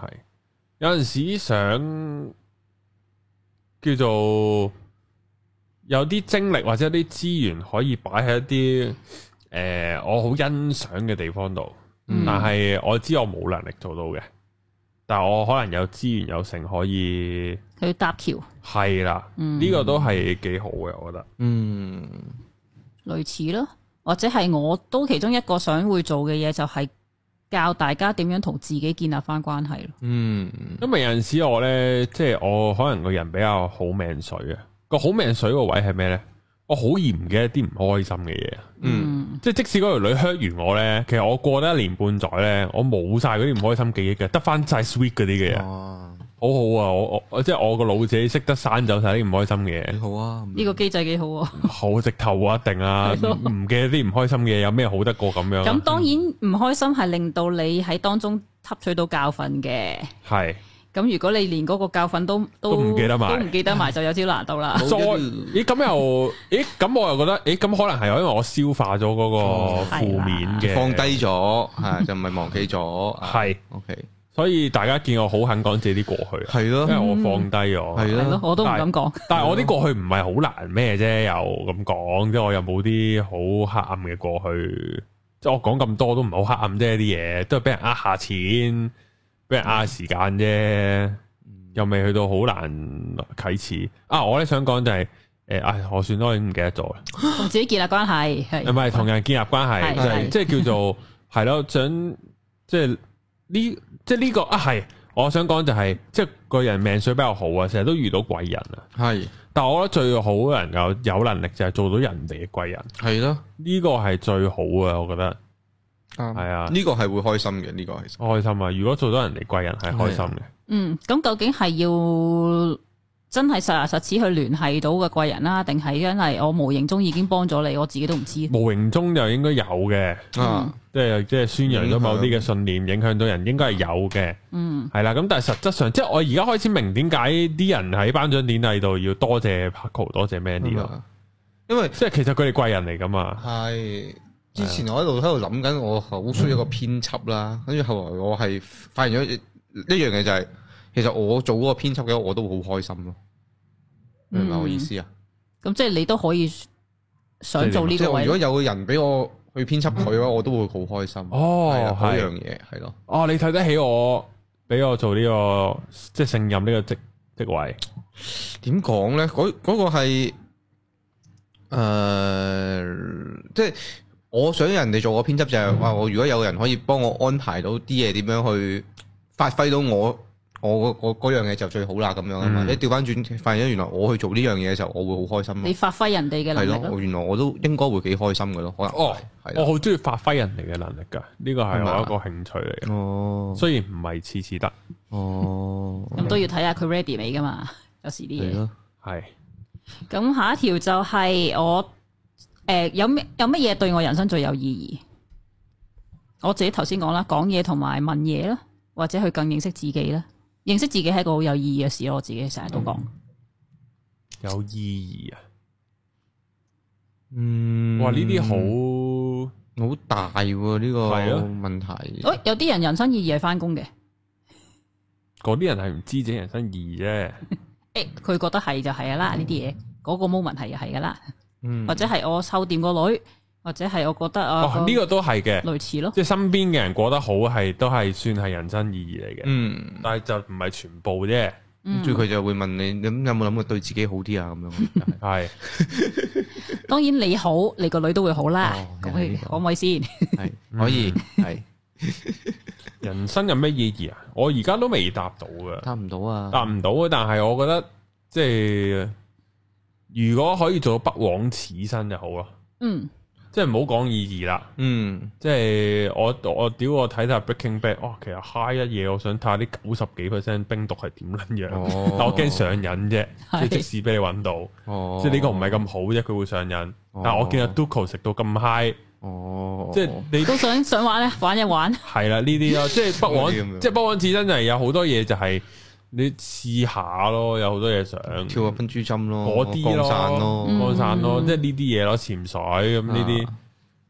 [SPEAKER 1] 有陣時想叫做有啲精力或者有啲資源可以擺喺一啲誒我好欣賞嘅地方度。
[SPEAKER 2] 嗯
[SPEAKER 1] 但係我知我冇能力做到嘅，但係我可能有資源有成可以
[SPEAKER 2] 佢搭橋，
[SPEAKER 1] 係啦，
[SPEAKER 2] 嗯
[SPEAKER 1] 呢、個都係幾好嘅，我覺得。
[SPEAKER 3] 嗯，
[SPEAKER 2] 類似咯，或者係我都其中一個想會做嘅嘢就係教大家點樣同自己建立翻關係咯。
[SPEAKER 3] 嗯，
[SPEAKER 1] 因為有陣時我呢，即係我可能個人比較好命水啊，個好命水個位係咩呢？我好易唔記得啲唔開心嘅嘢，啊
[SPEAKER 2] 嗯，
[SPEAKER 1] 即係即使嗰條女 hurt 完我呢，其實我過得一年半載呢，我冇晒嗰啲唔開心記憶嘅，得翻晒 sweet 嗰啲嘅
[SPEAKER 2] 哦
[SPEAKER 1] 嘢，好
[SPEAKER 3] 哇，
[SPEAKER 1] 好啊！我我我即係我個腦自己識得刪走晒啲唔開心嘅嘢
[SPEAKER 3] 幾。好啊！
[SPEAKER 2] 呢個機制幾好喎。
[SPEAKER 1] 好直頭啊，一定啊，
[SPEAKER 2] 係咯
[SPEAKER 1] 唔唔記得啲唔開心嘅嘢，有咩好得過咁樣
[SPEAKER 2] 咁
[SPEAKER 1] 啊？
[SPEAKER 2] 當然唔開心係令到你喺當中吸取到教訓嘅。
[SPEAKER 1] 係
[SPEAKER 2] 咁如果你連嗰個教訓都都
[SPEAKER 1] 都唔記得埋
[SPEAKER 2] 都唔記得埋就有啲難 度啦。
[SPEAKER 3] 好
[SPEAKER 1] 再
[SPEAKER 3] 嘅
[SPEAKER 1] 咦咁又咦咁我又覺得咦咁可能係因為我消化咗嗰
[SPEAKER 3] 哦
[SPEAKER 1] 個負面嘅
[SPEAKER 3] 放低咗，係就唔係忘 記咗。啊
[SPEAKER 1] 係，
[SPEAKER 3] ，OK，
[SPEAKER 1] 啊所以大家見我好肯講自己啲過去，啊
[SPEAKER 3] 係
[SPEAKER 1] 因
[SPEAKER 3] 咯，
[SPEAKER 1] 為我放低咗。
[SPEAKER 3] 係
[SPEAKER 2] 係咯，
[SPEAKER 3] 咯，
[SPEAKER 2] 我都唔敢講。
[SPEAKER 1] 但係我啲過去唔係好難咩啫，又咁講，即係我又冇啲好黑暗嘅過去，即係我講咁多都唔係好黑暗啫，啲嘢都係俾人呃下錢，俾人呃時間啫，又未去到好難啟齒。啊，我咧想講就係、誒，唉、我算啦，我已經唔記得咗啦，
[SPEAKER 2] 同自己建立關係
[SPEAKER 1] 唔
[SPEAKER 2] 係
[SPEAKER 1] 係同人建立關係，
[SPEAKER 2] 係
[SPEAKER 1] 就係
[SPEAKER 2] 係
[SPEAKER 1] 即係叫做 係咯，想即係呢，即係呢個啊係，我想講就係、即係個人命水比較好啊，成日都遇到貴人啊。
[SPEAKER 3] 係
[SPEAKER 1] 但我覺得最好能夠有能力就係做到人哋嘅貴人，
[SPEAKER 3] 係咯，
[SPEAKER 1] 呢個係最好啊！我覺得
[SPEAKER 3] 啱
[SPEAKER 1] 係啊
[SPEAKER 3] 嗯呢個係會開心嘅，呢個係
[SPEAKER 1] 開心啊！如果做到人哋貴人係開心嘅，
[SPEAKER 2] 嗯，咁究竟係要真係實牙實齒去聯繫到嘅貴人啦，定係因為我無形中已經幫咗你，我自己都唔知。
[SPEAKER 1] 無形中就應該有嘅，
[SPEAKER 3] 啊，
[SPEAKER 1] 即係即係宣揚咗某啲嘅信念，影響到人應該係有嘅，
[SPEAKER 2] 嗯，
[SPEAKER 1] 係啦。咁但係實質上，即係我而家開始明點解啲人喺頒獎典禮度要多謝 Paco，多謝 Mandy
[SPEAKER 3] 啱
[SPEAKER 1] 咯，
[SPEAKER 3] 啊因為
[SPEAKER 1] 即係其實佢哋貴人嚟噶嘛，
[SPEAKER 3] 係之前我一路喺度諗緊，我好需要一個編輯啦。跟住後來我係發現咗一一樣嘢就係、其實我做嗰個編輯嘅我都會好開心咯。明唔明我意思啊？
[SPEAKER 2] 咁即係你都可以想做呢
[SPEAKER 3] 即係
[SPEAKER 2] 個
[SPEAKER 3] 我如果
[SPEAKER 2] 位。
[SPEAKER 3] 有個人俾我去編輯佢嘅話，我都會好開心。
[SPEAKER 1] 哦
[SPEAKER 3] 係啊
[SPEAKER 1] 係
[SPEAKER 3] 嗰樣嘢係咯，
[SPEAKER 1] 哦，你睇得起我，俾我做呢個即係勝任呢個職職位，
[SPEAKER 3] 點講咧？嗰嗰個係诶、即係我想人哋做我編輯就係
[SPEAKER 2] 嗯
[SPEAKER 3] 話我如果有人可以幫我安排到啲嘢點樣去發揮到我我我我嗰樣嘢就最好啦咁樣啊嘛。
[SPEAKER 1] 嗯
[SPEAKER 3] 你調翻轉，發現咗原來我去做呢樣嘢嘅時候，我會好開心
[SPEAKER 2] 你
[SPEAKER 3] 咯。
[SPEAKER 2] 發揮人哋嘅能
[SPEAKER 3] 係
[SPEAKER 2] 力
[SPEAKER 3] 咯，
[SPEAKER 2] 咯。
[SPEAKER 3] 我原來我都應該會幾開心嘅咯，可能
[SPEAKER 1] 哦，
[SPEAKER 3] 係
[SPEAKER 1] 我
[SPEAKER 3] 啦，
[SPEAKER 1] 好中意發揮人哋嘅能力㗎，呢個係
[SPEAKER 3] 係嘛
[SPEAKER 1] 我一個興趣嚟嘅。
[SPEAKER 3] 哦
[SPEAKER 1] 雖然唔係次次得，
[SPEAKER 3] 哦，
[SPEAKER 2] 咁都要睇下佢 ready 未噶嘛，有時啲
[SPEAKER 3] 係
[SPEAKER 2] 嘢。
[SPEAKER 3] 咯，
[SPEAKER 1] 係
[SPEAKER 2] 咁下一條就係我诶、有咩有乜嘢對我人生最有意義？我自己頭先講啦，講嘢同埋問嘢啦，或者去更認識自己啦。認識自己係一個好有意義嘅事咯，我自己成日都講。
[SPEAKER 1] 有意義啊！
[SPEAKER 3] 嗯
[SPEAKER 1] 哇，呢啲好
[SPEAKER 3] 好大喎呢個
[SPEAKER 1] 係咯
[SPEAKER 3] 問題
[SPEAKER 2] 啊喂、哎有啲人人生意義係翻工嘅，
[SPEAKER 1] 嗰啲人係唔知自己人生意義啫。
[SPEAKER 2] 诶、佢覺得係就係噶啦，呢啲嘢嗰個 moment 係就係噶啦，
[SPEAKER 3] 嗯
[SPEAKER 2] 或者係我湊掂個女，或者係我覺得啊
[SPEAKER 1] 哦，呢個都係嘅，
[SPEAKER 2] 類似咯。
[SPEAKER 1] 即係身邊嘅人過得好係都係算係人生意義嚟嘅，
[SPEAKER 3] 嗯。
[SPEAKER 1] 但係就唔係全部啫。
[SPEAKER 2] 嗯
[SPEAKER 3] 跟住佢就會問你，你咁有冇諗過對自己好啲啊？咁樣
[SPEAKER 1] 係
[SPEAKER 2] 當然你好，你個女都會好啦
[SPEAKER 3] 哦。
[SPEAKER 2] 咁
[SPEAKER 3] 係
[SPEAKER 2] 佢
[SPEAKER 3] 呢個
[SPEAKER 2] 可唔可以先？
[SPEAKER 3] 係
[SPEAKER 2] 嗯
[SPEAKER 3] 可以係
[SPEAKER 1] 人生有咩意義啊？我而家都未答到㗎。
[SPEAKER 3] 答唔到啊！
[SPEAKER 1] 答唔到啊！但係我覺得即係如果可以做到不枉此生就好咯，
[SPEAKER 2] 嗯，
[SPEAKER 1] 即係唔好講意義啦。
[SPEAKER 3] 嗯，
[SPEAKER 1] 即係我我屌我睇下 Breaking Bad，哦，其實 high 一嘢，我想睇下啲九十幾 percent 冰毒係點撚樣，
[SPEAKER 3] 哦
[SPEAKER 1] 但我驚上癮啫，即係
[SPEAKER 2] 係
[SPEAKER 1] 即使俾你揾到，
[SPEAKER 3] 哦，
[SPEAKER 1] 即係呢個唔係咁好啫，佢會上癮。
[SPEAKER 3] 哦
[SPEAKER 1] 但我見阿 Duco 食到咁 high，
[SPEAKER 3] 哦，
[SPEAKER 1] 即係你
[SPEAKER 2] 都想想玩咧，玩一玩。
[SPEAKER 1] 係啦呢啲 咯，即係不枉，
[SPEAKER 3] 咁樣
[SPEAKER 1] 即係不枉此生就係有好多嘢就係你試下咯，有好多嘢想
[SPEAKER 3] 跳個分珠針咯，
[SPEAKER 1] 嗰啲咯
[SPEAKER 3] 降散咯，
[SPEAKER 2] 嗯
[SPEAKER 1] 乾散咯，
[SPEAKER 2] 嗯
[SPEAKER 1] 即係呢啲嘢咯，潛水咁呢啲
[SPEAKER 3] 啊，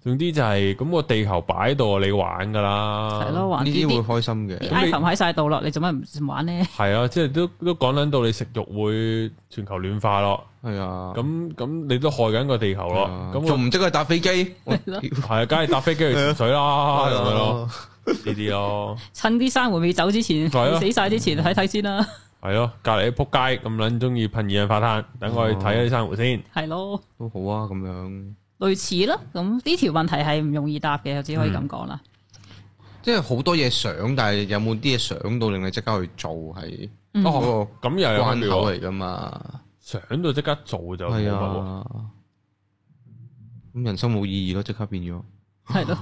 [SPEAKER 1] 總之就係咁個地球擺喺度，你玩噶啦，
[SPEAKER 2] 係咯，，玩
[SPEAKER 3] 哦呢
[SPEAKER 2] 啲
[SPEAKER 3] 啲
[SPEAKER 2] 啲
[SPEAKER 3] 會開心
[SPEAKER 2] 啲
[SPEAKER 3] 嘅。
[SPEAKER 1] 咁你
[SPEAKER 2] item 喺晒度咯，你做乜唔玩呢？
[SPEAKER 1] 係啊，即係都都講緊到你食肉會全球暖化咯，
[SPEAKER 2] 嗯
[SPEAKER 3] 係啊，
[SPEAKER 1] 咁咁你都害緊個地球咯，咁我
[SPEAKER 3] 仲唔即刻搭飛機？
[SPEAKER 1] 係啊，梗係搭飛機去潛水 啦，
[SPEAKER 3] 啊
[SPEAKER 1] 咁樣啊咯，，呢啲咯，
[SPEAKER 2] 趁啲珊瑚未走之前，
[SPEAKER 1] 係
[SPEAKER 3] 啊
[SPEAKER 1] 咯
[SPEAKER 2] 死晒之
[SPEAKER 3] 嗯
[SPEAKER 2] 前睇睇先啦， 係
[SPEAKER 1] 係咯，隔離啲撲街咁撚中意噴二氧化碳，等我去睇下啲珊瑚先，
[SPEAKER 2] 咯，
[SPEAKER 3] 都好啊，咁樣
[SPEAKER 2] 類似啦。咁呢條問題係唔容易答嘅，我只可以咁講啦。
[SPEAKER 3] 即係好多嘢想，但係有冇啲嘢想到令你即刻去做係
[SPEAKER 2] 嗯
[SPEAKER 3] 嗰
[SPEAKER 1] 咁又
[SPEAKER 3] 個
[SPEAKER 1] 有分
[SPEAKER 3] 關
[SPEAKER 1] 別
[SPEAKER 3] 口
[SPEAKER 1] 喎
[SPEAKER 3] 嚟㗎嘛？
[SPEAKER 1] 想到即刻做就冇乜
[SPEAKER 3] 係
[SPEAKER 1] 喎，
[SPEAKER 3] 啊，咁人生冇意義咯，即刻變咗。
[SPEAKER 2] 係咯，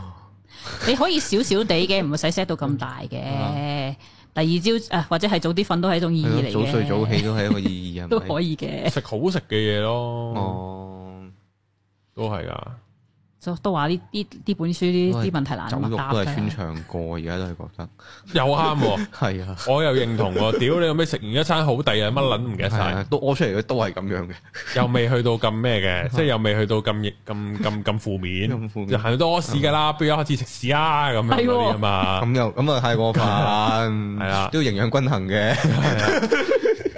[SPEAKER 2] 你可以少少地嘅，唔使 set 到咁大嘅。第二朝啊，或者係早啲瞓都係一種意義嚟
[SPEAKER 3] 嗯係
[SPEAKER 2] 嘅，
[SPEAKER 3] 咯早睡早起都係一個意義啊，
[SPEAKER 2] 都
[SPEAKER 3] 係咪
[SPEAKER 2] 可以嗯嘅。
[SPEAKER 1] 食好食嘅嘢咯，
[SPEAKER 3] 哦，
[SPEAKER 1] 都係噶。
[SPEAKER 2] 都都話呢啲呢本書呢啲問題
[SPEAKER 3] 走
[SPEAKER 2] 難
[SPEAKER 3] 肉
[SPEAKER 2] 答
[SPEAKER 3] 都係穿
[SPEAKER 2] 嘅。
[SPEAKER 3] 牆過，而家都係覺得
[SPEAKER 1] 又啱喎，
[SPEAKER 3] 係啊，
[SPEAKER 1] 我又認同喎。屌你有咩食完一餐好第啊，乜撚唔記得
[SPEAKER 3] 係啊，
[SPEAKER 1] 晒，
[SPEAKER 3] 都屙出嚟嘅都係咁樣嘅，
[SPEAKER 1] 又未去到咁咩 嘅，即係又未去到咁咁咁咁負
[SPEAKER 3] 咁負
[SPEAKER 1] 面，
[SPEAKER 3] 面
[SPEAKER 1] 就係多屎噶啦，不如一開始食屎啊咁樣嗰啲啊嘛，
[SPEAKER 3] 咁又咁啊太過分，係
[SPEAKER 1] 啦
[SPEAKER 3] 都要營養均衡嘅，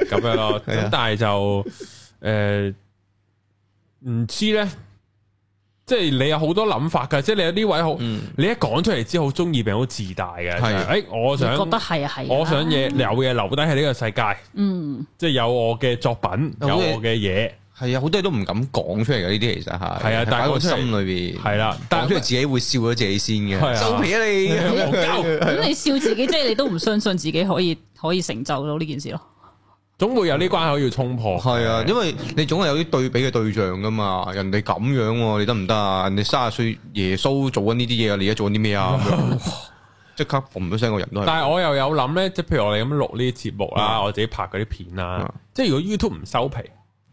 [SPEAKER 1] 咁樣咯。
[SPEAKER 3] 係
[SPEAKER 1] 咁
[SPEAKER 3] 啊
[SPEAKER 1] 但係就誒唔知咧，即係你有好多諗法㗎，即係你有啲位好，
[SPEAKER 3] 嗯
[SPEAKER 1] 你一講出嚟之後好中意並好自大嘅，就
[SPEAKER 3] 係
[SPEAKER 1] 係誒哎我
[SPEAKER 2] 我覺
[SPEAKER 1] 想
[SPEAKER 2] 得係啊係啊。
[SPEAKER 1] 我想嘢有嘢留低喺呢個世界，
[SPEAKER 2] 嗯，
[SPEAKER 1] 即係有我嘅作品，有
[SPEAKER 3] 有
[SPEAKER 1] 我
[SPEAKER 3] 嘢
[SPEAKER 1] 嘅嘢。
[SPEAKER 3] 係啊，好多嘢都唔敢講出嚟嘅呢啲，其實係
[SPEAKER 1] 係啊但係
[SPEAKER 3] 喺
[SPEAKER 1] 講
[SPEAKER 3] 個
[SPEAKER 1] 出嚟
[SPEAKER 3] 心裏邊
[SPEAKER 1] 係啦但係
[SPEAKER 3] 講出嚟自己會笑咗自己先
[SPEAKER 1] 係啊
[SPEAKER 3] 嘅，收皮啊 你
[SPEAKER 1] 戇 鳩
[SPEAKER 2] 咁你笑自己，即係你都唔相信自己可以可以成就到呢件事咯。
[SPEAKER 1] 總會有啲關口要衝破。
[SPEAKER 3] 係啊，因為你總係有啲對比嘅對象噶嘛，人哋咁樣喎，你得唔得啊？人哋卅歲耶穌做緊呢啲嘢啊，你而家做緊啲咩啊？咁樣 哇即刻嘣咗聲，個人都係。
[SPEAKER 1] 但係我又有諗咧，即係譬如我哋咁錄呢啲節目啦，我自己拍嗰啲片啦
[SPEAKER 3] 嗯，
[SPEAKER 1] 即係如果 YouTube 唔收皮，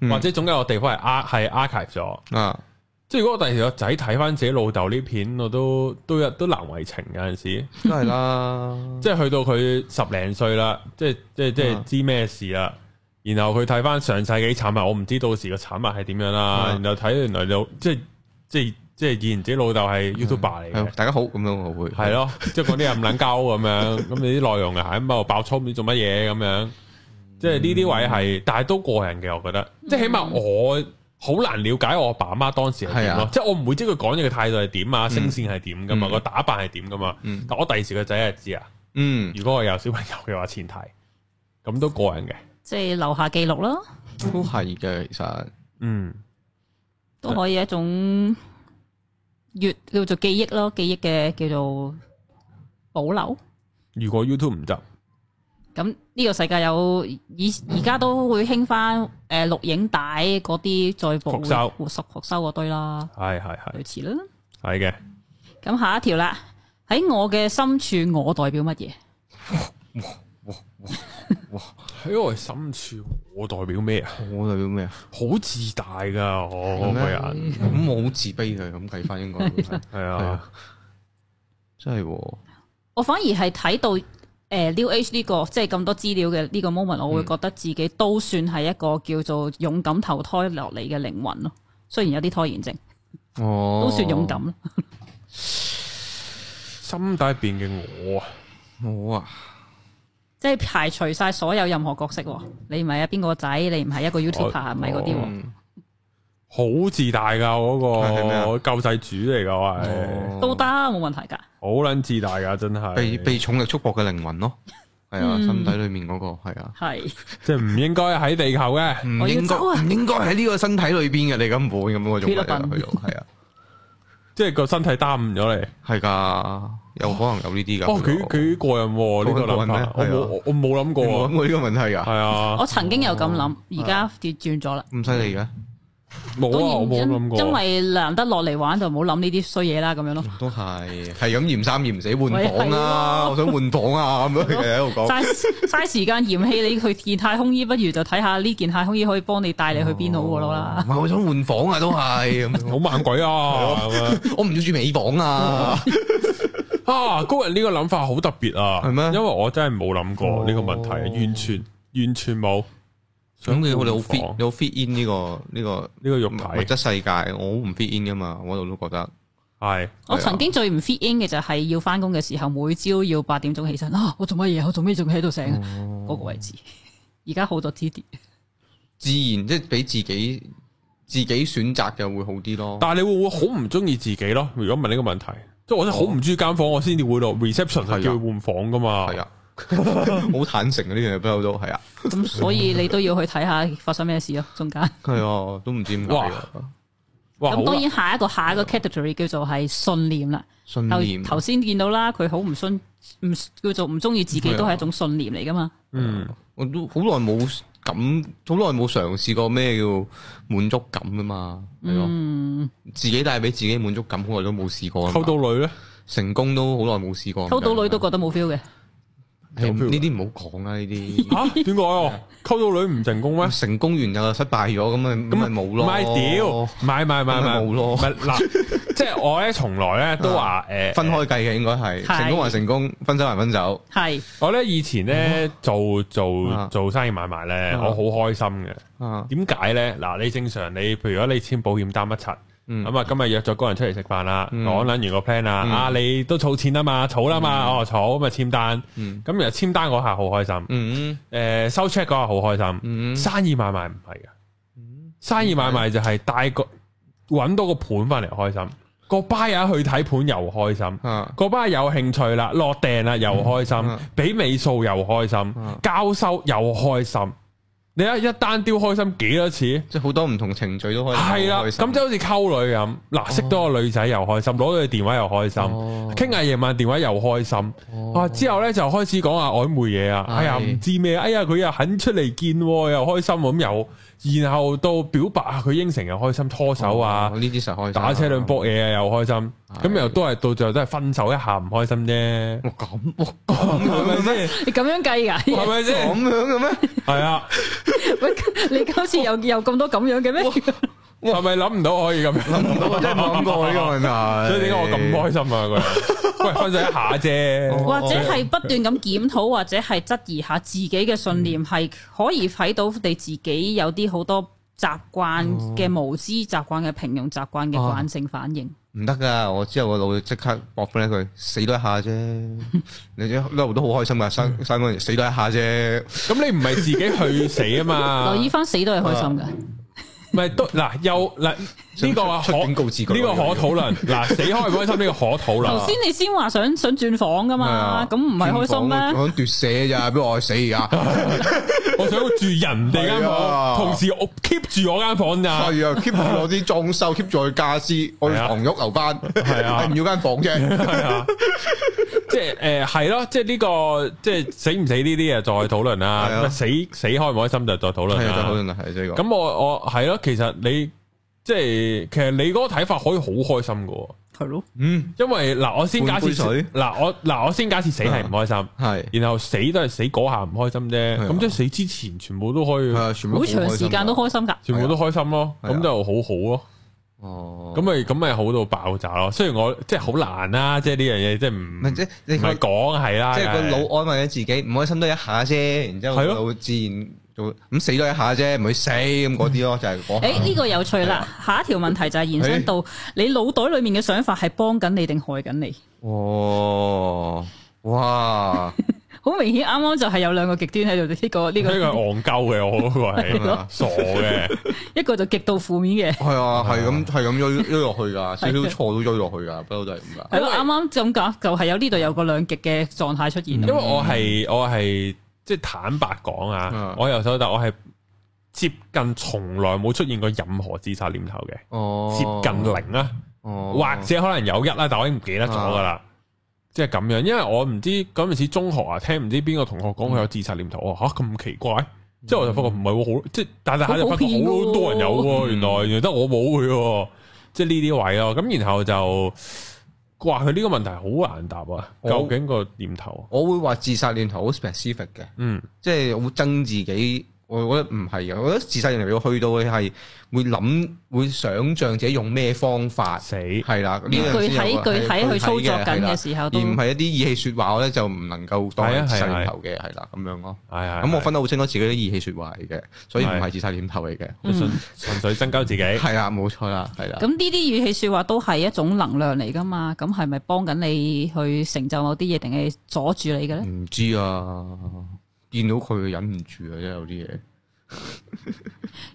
[SPEAKER 3] 嗯
[SPEAKER 1] 或者總有個地方係 ar 係 archive 咗，
[SPEAKER 3] 啊，
[SPEAKER 1] 即係如果我第時個仔睇翻自己老豆呢片，我都都有都難為情有陣時，
[SPEAKER 3] 梗係 啦。
[SPEAKER 1] 即係去到佢十零歲啦，即係即係即係
[SPEAKER 3] 嗯
[SPEAKER 1] 知咩事啦。然後佢睇翻上世紀產物，我唔知到時個產物係點樣啦。
[SPEAKER 3] 嗯
[SPEAKER 1] 然後睇原來就即係即係即係以前自己老豆係 YouTuber 嚟嘅
[SPEAKER 3] 嗯係。啊大家好咁樣我會
[SPEAKER 1] 系，咯，即系講啲嘢唔撚鳩啊咁樣，咁你啲內容又係咁喺度爆粗，唔知做乜嘢咁樣，即係呢啲位係，但係都過人嘅，我覺得，即係起碼我好難了解我阿爸媽當時係點
[SPEAKER 3] 係
[SPEAKER 1] 咯
[SPEAKER 3] 啊，
[SPEAKER 1] 即係我唔會知佢講嘢嘅態度係點啊，聲線係點噶嘛，
[SPEAKER 3] 嗯
[SPEAKER 1] 個打扮係點噶嘛，
[SPEAKER 3] 嗯
[SPEAKER 1] 但我第時個仔就知啊，
[SPEAKER 3] 嗯，
[SPEAKER 1] 如果我有小朋友嘅話，前提，咁都過人嘅，
[SPEAKER 2] 即係留下記錄啦。
[SPEAKER 3] 都係嘅，其實
[SPEAKER 1] 嗯，
[SPEAKER 2] 都可以一種越叫做記憶咯，記憶嘅叫做保留。
[SPEAKER 1] 如果 YouTube 唔得，
[SPEAKER 2] 咁呢個世界有以而家都會興翻誒錄影帶嗰啲再保
[SPEAKER 1] 復修
[SPEAKER 2] 活熟復修嗰堆啦，
[SPEAKER 1] 係係係
[SPEAKER 2] 類似啦。
[SPEAKER 1] 係嘅，
[SPEAKER 2] 咁下一條啦，喺我嘅深處，我代表乜嘢？
[SPEAKER 1] 喺我深處，我代表咩啊？
[SPEAKER 3] 我代表咩啊？
[SPEAKER 1] 好自大㗎，我個人
[SPEAKER 3] 咁我好自卑嘅，咁計翻應該 係
[SPEAKER 1] 係啊，
[SPEAKER 3] 真係喎。
[SPEAKER 2] 我反而係睇到誒、呃 New Age 呢、個即係咁多資料嘅呢個
[SPEAKER 1] 嗯
[SPEAKER 2] moment，我會覺得自己都算係一個叫做勇敢投胎落嚟嘅靈魂咯。雖然有啲拖延症，
[SPEAKER 3] 哦，
[SPEAKER 2] 都算勇敢。咯。
[SPEAKER 1] 心底入邊嘅我啊，
[SPEAKER 3] 我啊，
[SPEAKER 2] 即係排除晒所有任何角色喎，你唔係啊邊個仔，你唔係一個 YouTuber，
[SPEAKER 1] 哦
[SPEAKER 2] 唔係嗰啲喎。
[SPEAKER 3] 嗯
[SPEAKER 1] 好自大㗎，我
[SPEAKER 3] 係咩啊
[SPEAKER 1] 嗰個救世主嚟㗎，我係
[SPEAKER 3] 哦
[SPEAKER 2] 都得冇問題㗎。
[SPEAKER 1] 好撚自大㗎，真係
[SPEAKER 3] 被被重力束縛嘅靈魂咯，係啊，
[SPEAKER 2] 嗯
[SPEAKER 3] 心底裏面嗰個係啊，
[SPEAKER 2] 係
[SPEAKER 1] 即係唔應該喺地球嘅。
[SPEAKER 3] 唔
[SPEAKER 2] 我要
[SPEAKER 3] 應該
[SPEAKER 2] 走啊
[SPEAKER 3] 唔應該喺呢個身體裏邊嘅，你根本咁嗰種
[SPEAKER 2] 菲律
[SPEAKER 3] 嚟啊
[SPEAKER 2] 賓
[SPEAKER 3] 去到係啊，
[SPEAKER 1] 即係個身體耽誤咗你。
[SPEAKER 3] 係噶，有可能有呢啲噶。
[SPEAKER 1] 哦，
[SPEAKER 3] 去
[SPEAKER 1] 佢
[SPEAKER 3] 到
[SPEAKER 1] 佢過癮喎，呢個諗法，
[SPEAKER 3] 過
[SPEAKER 1] 我
[SPEAKER 3] 癮咩
[SPEAKER 1] 冇我我冇諗
[SPEAKER 3] 你冇
[SPEAKER 1] 過
[SPEAKER 3] 諗過呢個問題
[SPEAKER 1] 啊，
[SPEAKER 3] 㗎，
[SPEAKER 1] 係啊
[SPEAKER 2] 我，曾經有咁諗，而家調轉咗啦。
[SPEAKER 3] 咁犀利嘅，
[SPEAKER 1] 冇
[SPEAKER 2] 當
[SPEAKER 1] 啊，我冇
[SPEAKER 2] 然
[SPEAKER 1] 諗
[SPEAKER 2] 因
[SPEAKER 1] 過。
[SPEAKER 2] 因為難得落嚟玩就唔好諗呢啲衰嘢啦，咁樣咯。
[SPEAKER 3] 都係係咁嫌三嫌四換
[SPEAKER 2] 喂
[SPEAKER 3] 房
[SPEAKER 2] 係
[SPEAKER 3] 啊，
[SPEAKER 2] 咯
[SPEAKER 3] 我想換房啊咁樣 佢喺度講。
[SPEAKER 2] 嘥嘥時間嫌棄你去件太空衣，不如就睇下呢件太空衣可以幫你帶你去邊好個
[SPEAKER 1] 哦
[SPEAKER 2] 咯啦。
[SPEAKER 3] 唔係，我想換房啊，都 係咁
[SPEAKER 1] 好
[SPEAKER 3] 樣。
[SPEAKER 1] 猛鬼啊！咁
[SPEAKER 3] 我唔要住美房 啊，
[SPEAKER 1] 樣啊，高人呢個諗法好特別啊，
[SPEAKER 3] 係咩
[SPEAKER 1] 因為我真係冇諗過呢個問題，
[SPEAKER 3] 哦
[SPEAKER 1] 完全完全冇。
[SPEAKER 3] 咁佢我哋好
[SPEAKER 1] 想換
[SPEAKER 3] fit，
[SPEAKER 1] 房
[SPEAKER 3] 你好 fit in 呢個呢個
[SPEAKER 1] 呢個肉
[SPEAKER 3] 物
[SPEAKER 1] 體
[SPEAKER 3] 質世界，我好唔 fit in 噶嘛，我度都覺得。
[SPEAKER 1] 係
[SPEAKER 2] 我曾經最唔 fit in 嘅就係要翻工嘅時候，每朝要八點鐘起身啊！我做乜嘢？我做咩仲喺度醒？
[SPEAKER 1] 哦
[SPEAKER 2] 嗰個位置，而家好咗啲啲。
[SPEAKER 3] 自然即係俾自己自己選擇就會好啲咯。
[SPEAKER 1] 但係你會唔會好唔中意自己咯？如果問呢個問題，即係我真係好唔中意間房，我先至會落 reception
[SPEAKER 3] 係啊
[SPEAKER 1] 就叫佢換房噶嘛。
[SPEAKER 3] 係啊， 好坦誠啊呢樣嘢不嬲都係啊，
[SPEAKER 2] 咁所以你都要去睇下發生咩事咯，中間。
[SPEAKER 3] 係啊，都唔知點解啊。
[SPEAKER 1] 哇，好啊
[SPEAKER 2] 咁當
[SPEAKER 1] 啦
[SPEAKER 2] 然下一個下一個 category 叫做係信念啦。
[SPEAKER 3] 信
[SPEAKER 2] 頭
[SPEAKER 1] 嗯
[SPEAKER 3] 念啊
[SPEAKER 2] 頭先見到啦，佢好唔信唔叫做唔中意自
[SPEAKER 3] 係
[SPEAKER 2] 己
[SPEAKER 3] 啊
[SPEAKER 2] 都係一種信念嚟噶嘛。
[SPEAKER 1] 嗯，
[SPEAKER 3] 我都好耐冇咁，好耐冇嘗試過咩叫滿足感啊嘛，係咯，
[SPEAKER 2] 嗯，
[SPEAKER 3] 自己帶俾自己滿足感，好耐都冇試過啊嘛。
[SPEAKER 1] 溝到 女咧，
[SPEAKER 3] 成功都好耐冇試過，
[SPEAKER 2] 溝到女都覺得冇 feel 嘅。
[SPEAKER 3] 係哎呢啲唔好講啦，呢啲。
[SPEAKER 1] 吓點解啊？溝到女唔成功咩？
[SPEAKER 3] 成功完又失敗咗，咁咪咁咪冇咯。
[SPEAKER 1] 唔係屌，唔係唔係唔係唔係
[SPEAKER 3] 咁咪冇咯啊
[SPEAKER 1] 唔係嗱， 即係我咧從來咧都話誒，
[SPEAKER 3] 分開計嘅應該係
[SPEAKER 2] 係
[SPEAKER 3] 成功還成功，分手還分手。
[SPEAKER 2] 係
[SPEAKER 1] 我咧以前
[SPEAKER 3] 嗯
[SPEAKER 1] 咧做做
[SPEAKER 3] 啊
[SPEAKER 1] 做生意買賣咧，
[SPEAKER 3] 啊
[SPEAKER 1] 我好開心嘅。
[SPEAKER 3] 啊，
[SPEAKER 1] 點解咧？嗱，你正常你譬如如果你簽保險單一層，
[SPEAKER 3] 嗯
[SPEAKER 1] 咁啊今日約咗個人出嚟食飯啦，
[SPEAKER 3] 嗯
[SPEAKER 1] 我諗完個 plan 啦，
[SPEAKER 3] 嗯
[SPEAKER 1] 啊你都儲錢啦嘛，儲啦嘛，哦儲咁咪簽單，
[SPEAKER 3] 嗯
[SPEAKER 1] 咁然後簽單嗰下好開心，
[SPEAKER 3] 嗯
[SPEAKER 1] 誒收 check 嗰下好開心。
[SPEAKER 3] 嗯
[SPEAKER 1] 生意買賣唔係嘅，生意買賣就係帶個揾到個盤翻嚟開心，個 buyer 去睇盤又開心，
[SPEAKER 3] 啊
[SPEAKER 1] 個 buyer 有興趣啦，落訂啦又開
[SPEAKER 3] 嗯
[SPEAKER 1] 心，俾尾數又開心
[SPEAKER 3] 嗯，
[SPEAKER 1] 交收又開心。你睇一單雕開心幾多次？
[SPEAKER 3] 即係好多唔同程序都可以
[SPEAKER 1] 係啦，
[SPEAKER 3] 開心
[SPEAKER 1] 咁即係好似溝女咁，嗱識到個女仔又開心，攞到佢電話又開心，
[SPEAKER 3] 嗯哦
[SPEAKER 1] 傾下夜晚電話又開心。啊！之後咧就開始講下曖昧嘢啊，
[SPEAKER 3] 係
[SPEAKER 1] 哎呀唔知咩，哎呀佢又肯出嚟見喎，又開心咁又，然後到表白啊，佢應承又開心，拖手啊，
[SPEAKER 3] 哦呢啲實開心
[SPEAKER 1] 打車輪搏嘢啊又開心，
[SPEAKER 3] 係嗯
[SPEAKER 1] 咁又都係到最後都係分手一下唔開心啫，
[SPEAKER 3] 哇咁哇
[SPEAKER 1] 係咪先？
[SPEAKER 2] 你咁樣 計㗎？
[SPEAKER 1] 係咪先？
[SPEAKER 3] 咁樣嘅咩？
[SPEAKER 1] 係啊，
[SPEAKER 2] 喂， 你今次有有咁多咁樣嘅咩？
[SPEAKER 1] 係咪諗唔到可以咁樣？
[SPEAKER 3] 諗唔到，啊真係冇 諗過呢個問題。
[SPEAKER 1] 所以點解我咁開心啊？ 佢喂分手一下
[SPEAKER 3] 哦
[SPEAKER 1] 啫，
[SPEAKER 2] 或者係不斷咁檢討，或者係質疑下自己嘅信
[SPEAKER 1] 嗯
[SPEAKER 2] 念，係可以睇到你自己有啲好多習慣嘅
[SPEAKER 1] 哦
[SPEAKER 2] 無知、習慣嘅平庸、習慣嘅
[SPEAKER 1] 啊
[SPEAKER 2] 慣性反應。
[SPEAKER 3] 唔得噶，我之後個腦即刻搏翻一句，死多一下啫。你一路都好開心噶，
[SPEAKER 1] 嗯
[SPEAKER 3] 生生嗰陣時死多一下啫。
[SPEAKER 1] 咁你唔係自己去死啊嘛？啊
[SPEAKER 2] 留意翻死都係開心嘅，
[SPEAKER 1] 唔係都嗱又嗱呢個
[SPEAKER 3] 出警告字句
[SPEAKER 1] 可呢個可討 論嗱死開唔開心呢個可討
[SPEAKER 2] 頭
[SPEAKER 1] 論
[SPEAKER 2] 先你先話想想轉房噶嘛，咁唔係開心
[SPEAKER 3] 轉房
[SPEAKER 2] 咩？
[SPEAKER 3] 我想奪舍咋，邊我死而 啊家？
[SPEAKER 1] 我想住人哋間
[SPEAKER 3] 係啊
[SPEAKER 1] 房，同時我 keep 住我間房咋，
[SPEAKER 3] 係啊，keep 住我啲裝修，keep 住我嘅家私，我要
[SPEAKER 1] 係啊
[SPEAKER 3] 唐玉留班，係
[SPEAKER 1] 啊
[SPEAKER 3] 係唔要間房啫。
[SPEAKER 1] 係啊，即係诶係咯，即係呢個即係死唔死呢啲啊，再討論啦
[SPEAKER 3] 係啊。
[SPEAKER 1] 咁死死開唔開心就再討論
[SPEAKER 3] 係啊，就好
[SPEAKER 1] 啦。
[SPEAKER 3] 真係呢個。
[SPEAKER 1] 咁我我係咯，其實你即係其實你嗰個睇法可以好開心噶，
[SPEAKER 2] 係咯，
[SPEAKER 3] 嗯，
[SPEAKER 1] 因為嗱我先假
[SPEAKER 3] 半杯
[SPEAKER 1] 設
[SPEAKER 3] 水
[SPEAKER 1] 嗱我嗱我先假設死係唔開心。
[SPEAKER 3] 係啊
[SPEAKER 1] 然後死都係死嗰下唔開心啫，
[SPEAKER 3] 係啊
[SPEAKER 1] 咁即係死之前全部都可以
[SPEAKER 3] 係，啊，全部
[SPEAKER 2] 好
[SPEAKER 3] 都開
[SPEAKER 2] 長
[SPEAKER 3] 心
[SPEAKER 2] 時間都開心㗎。
[SPEAKER 1] 全部都開心啊咯，
[SPEAKER 3] 係啊
[SPEAKER 1] 咁就好好咯，
[SPEAKER 3] 哦，
[SPEAKER 1] 咁咪咁咪好到爆炸咯。雖然我即係好難啦，即係呢樣嘢即係唔
[SPEAKER 3] 唔係即係你
[SPEAKER 1] 唔
[SPEAKER 3] 個
[SPEAKER 1] 係講係啦，
[SPEAKER 3] 即係個
[SPEAKER 1] 係
[SPEAKER 3] 腦安慰咗自己，唔開心都一下啫，然之
[SPEAKER 1] 係
[SPEAKER 3] 後個
[SPEAKER 1] 咯
[SPEAKER 3] 腦自然就咁死咗一下啫，唔會死咁嗰啲咯，就係嗰下
[SPEAKER 2] 诶，呢個有趣啦！下一條問題就係延伸到你腦袋里面嘅想法係幫緊你定害緊你？
[SPEAKER 3] 哦，哇，
[SPEAKER 2] 好明顯，啱啱就係有兩個極端喺度，呢個呢
[SPEAKER 1] 呢個
[SPEAKER 2] 個
[SPEAKER 1] 係戇鳩嘅，我嗰個
[SPEAKER 3] 係
[SPEAKER 1] 係
[SPEAKER 3] 咯
[SPEAKER 1] 傻嘅，
[SPEAKER 2] 一個就極度負面嘅。
[SPEAKER 3] 係啊，係咁係咁追追落去㗎，少少錯都追落去㗎，不嬲都係咁㗎。
[SPEAKER 2] 係咯，啱啱咁講就係有呢度有個兩極嘅狀態出現
[SPEAKER 1] 因
[SPEAKER 2] 啦
[SPEAKER 1] 為。我係我係即係坦白講啊
[SPEAKER 3] 嗯，
[SPEAKER 1] 我由手但我係接近從來冇出現過任何自殺念頭嘅，
[SPEAKER 3] 哦，
[SPEAKER 1] 接近零啊。
[SPEAKER 3] 哦，啊
[SPEAKER 1] 或者可能有一啦，但我已經唔記得咗噶啦。即係咁樣，因為我唔知嗰陣時中學啊，聽唔知邊個同學講佢有自殺念頭，我話嚇咁奇怪。之後我就發覺唔係喎，好即係但係下就發覺
[SPEAKER 2] 好普
[SPEAKER 1] 好
[SPEAKER 2] 遍喎
[SPEAKER 1] 多人有喎，
[SPEAKER 3] 嗯
[SPEAKER 1] 原來原來得我冇佢喎，即係呢啲位咯。咁然後就哇，佢呢個問題好難答啊！
[SPEAKER 3] 我
[SPEAKER 1] 究竟個念頭，
[SPEAKER 3] 我會話自殺念頭好 specific 嘅，
[SPEAKER 1] 嗯
[SPEAKER 3] 即係好憎自己。我覺得唔係嘅，我覺得自殺念頭要去到嘅係會諗，會想像自己用咩方法
[SPEAKER 1] 死
[SPEAKER 3] 係啦，呢
[SPEAKER 2] 你
[SPEAKER 3] 樣
[SPEAKER 2] 具
[SPEAKER 3] 先
[SPEAKER 2] 體
[SPEAKER 3] 有個
[SPEAKER 2] 具
[SPEAKER 3] 係
[SPEAKER 2] 體去操作
[SPEAKER 3] 嘅係
[SPEAKER 2] 緊
[SPEAKER 3] 啦
[SPEAKER 2] 嘅時候
[SPEAKER 3] 而
[SPEAKER 2] 都
[SPEAKER 3] 唔係一啲意氣説話咧，就唔能夠當
[SPEAKER 1] 係啊
[SPEAKER 3] 係自
[SPEAKER 1] 係
[SPEAKER 3] 殺
[SPEAKER 1] 啊
[SPEAKER 3] 念頭嘅，係啦咁樣咯。
[SPEAKER 1] 係啊係
[SPEAKER 3] 咁我分得好清楚自己啲意氣説話嚟嘅，所以唔係自殺念頭嚟嘅。
[SPEAKER 1] 係純純粹增 加自己，
[SPEAKER 3] 係啦，冇錯啦，係啦
[SPEAKER 2] 咁。呢啲語氣说話都係一種能量嚟噶嘛？咁係咪幫緊你去成就某啲嘢，定係阻住你嘅咧？
[SPEAKER 3] 唔知啊，見到佢忍唔住啊，真係有啲嘢。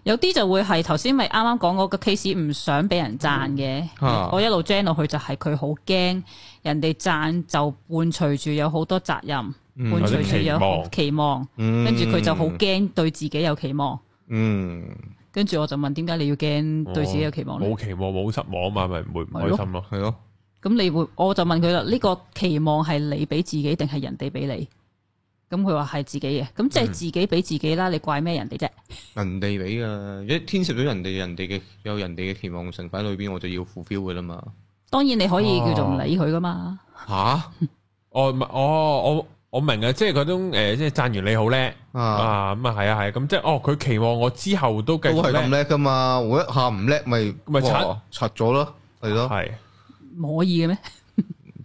[SPEAKER 2] 有啲就會係頭先咪啱啱講嗰個 case 唔想俾人讚嘅，
[SPEAKER 3] 啊
[SPEAKER 2] 我一路 gen 落去就係佢好驚人哋讚，就伴隨住有好多責任，
[SPEAKER 3] 嗯
[SPEAKER 2] 伴
[SPEAKER 1] 有
[SPEAKER 2] 隨
[SPEAKER 1] 啲
[SPEAKER 2] 住
[SPEAKER 1] 期
[SPEAKER 2] 有
[SPEAKER 1] 望
[SPEAKER 2] 期望，
[SPEAKER 3] 嗯
[SPEAKER 2] 跟住佢就好。驚對自己有期望。
[SPEAKER 3] 嗯，
[SPEAKER 2] 跟住我就問點解你要驚對自己有期望呢
[SPEAKER 3] 哦
[SPEAKER 1] 冇期望冇失望啊嘛，咪唔會唔開心咯。
[SPEAKER 3] 係咯，
[SPEAKER 2] 咁你會，我就問佢啦，呢、個期望係你俾自己定係人哋俾你？咁佢話係自己嘅，咁即係
[SPEAKER 3] 嗯
[SPEAKER 2] 自己俾自己啦，你怪咩人哋啫？
[SPEAKER 3] 人哋俾噶，一牽涉到人哋人哋嘅有人哋嘅期望成分喺裏邊，我就要 fulfill 噶啦嘛。
[SPEAKER 2] 當然你可
[SPEAKER 3] 哦
[SPEAKER 2] 以叫做唔理佢噶嘛，
[SPEAKER 3] 吓
[SPEAKER 1] 哦，唔係哦，我我明啊，即係嗰種诶，呃即係讚完你好叻。
[SPEAKER 3] 啊，
[SPEAKER 1] 啊，咁啊係啊係啊，咁即係哦，佢期望我之後都繼續
[SPEAKER 3] 都係
[SPEAKER 1] 咧，
[SPEAKER 3] 咁叻噶嘛。我一下唔叻，咪
[SPEAKER 1] 咪刷
[SPEAKER 3] 哇刷咗咯，係咯。
[SPEAKER 1] 係
[SPEAKER 2] 唔可以嘅咩？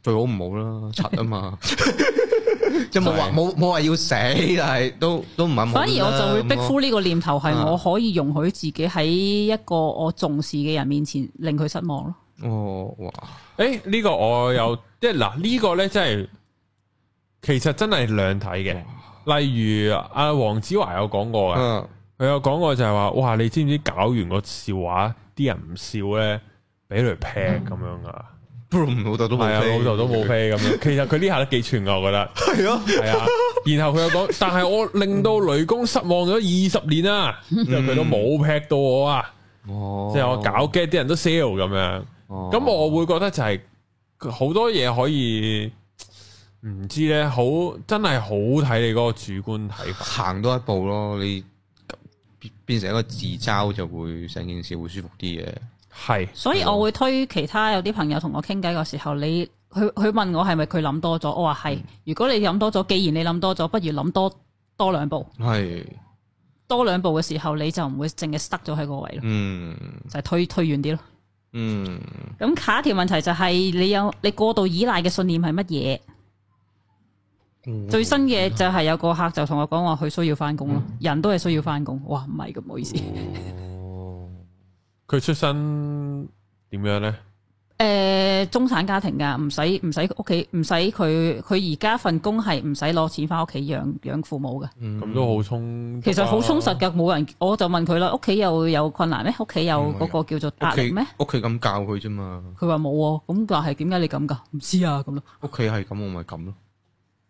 [SPEAKER 3] 最好唔好啦，柒啊嘛， 即係冇話
[SPEAKER 1] 係
[SPEAKER 3] 冇冇話要死，但係都都唔係冇啦
[SPEAKER 2] 反而我就會逼
[SPEAKER 3] 咁咯
[SPEAKER 2] 呼呢個念頭係
[SPEAKER 3] 啊
[SPEAKER 2] 我可以容許自己喺一個我重視嘅人面前令佢失望咯。
[SPEAKER 3] 哦，哇，
[SPEAKER 1] 誒呢個我有，即係嗱呢個咧，真係其實真係兩睇嘅。啊例如阿黃子華有講過嘅，
[SPEAKER 3] 哦嗯
[SPEAKER 1] 佢有講過就係話，哇！你知唔知搞完個笑話，啲人唔笑咧，俾雷劈
[SPEAKER 3] 嗯
[SPEAKER 1] 咁樣噶，
[SPEAKER 3] ，boom，老豆都
[SPEAKER 1] 係
[SPEAKER 3] 冇
[SPEAKER 1] 啊，
[SPEAKER 3] 飛，
[SPEAKER 1] 老豆都 冇，飛咁樣。其實佢呢下都幾串噶，我覺得
[SPEAKER 3] 係啊，
[SPEAKER 1] 係啊。然後佢又 講，但係我令到雷公失望咗二十年啊，因為佢都冇劈到我啊。
[SPEAKER 3] 嗯哦
[SPEAKER 1] 即係我搞 get 啲人都 sell 咁樣，
[SPEAKER 3] 哦
[SPEAKER 1] 咁我會覺得就係佢好多嘢可以唔知咧，好真係好睇你嗰個主觀睇法。
[SPEAKER 3] 行多一步咯，你變變成一個自嘲就會成件事會舒服啲嘅，
[SPEAKER 1] 係
[SPEAKER 2] 所以我會推其他有啲朋友同我傾偈嘅時候，你佢佢問我係咪佢諗多咗，我話係。如果你諗多咗，既然你諗多咗，不如諗多多兩步。
[SPEAKER 3] 係，
[SPEAKER 2] 多兩步嘅時候，你就唔會淨係塞咗喺個位咯，
[SPEAKER 3] 嗯
[SPEAKER 2] 就係推推遠啲咯。
[SPEAKER 3] 嗯，
[SPEAKER 2] 咁下一條問題就係、你有你過度依賴嘅信念係乜嘢？
[SPEAKER 3] 嗯
[SPEAKER 2] 最新嘅就係有個客就同我講話，佢需要翻工咯，人都係需要翻工。哇，唔係
[SPEAKER 3] 哦
[SPEAKER 2] 咁，唔好意思。誒、
[SPEAKER 1] 佢出身點樣咧？
[SPEAKER 2] 诶、
[SPEAKER 3] 嗯
[SPEAKER 2] 中產家庭㗎，唔使唔使屋企，唔使佢佢而家份工係唔使攞錢翻屋企養养父母嘅，
[SPEAKER 1] 咁都好充足啊，
[SPEAKER 2] 其實好充實㗎，冇人我就問佢啦，屋企有有困難咩？屋企有嗰個叫做壓
[SPEAKER 3] 屋企
[SPEAKER 2] 力咩？
[SPEAKER 3] 屋企咁教佢啫嘛，
[SPEAKER 2] 佢話冇喎，咁但係點解你咁㗎？唔知啊，咁咯。
[SPEAKER 3] 屋企係咁，我咪咁咯，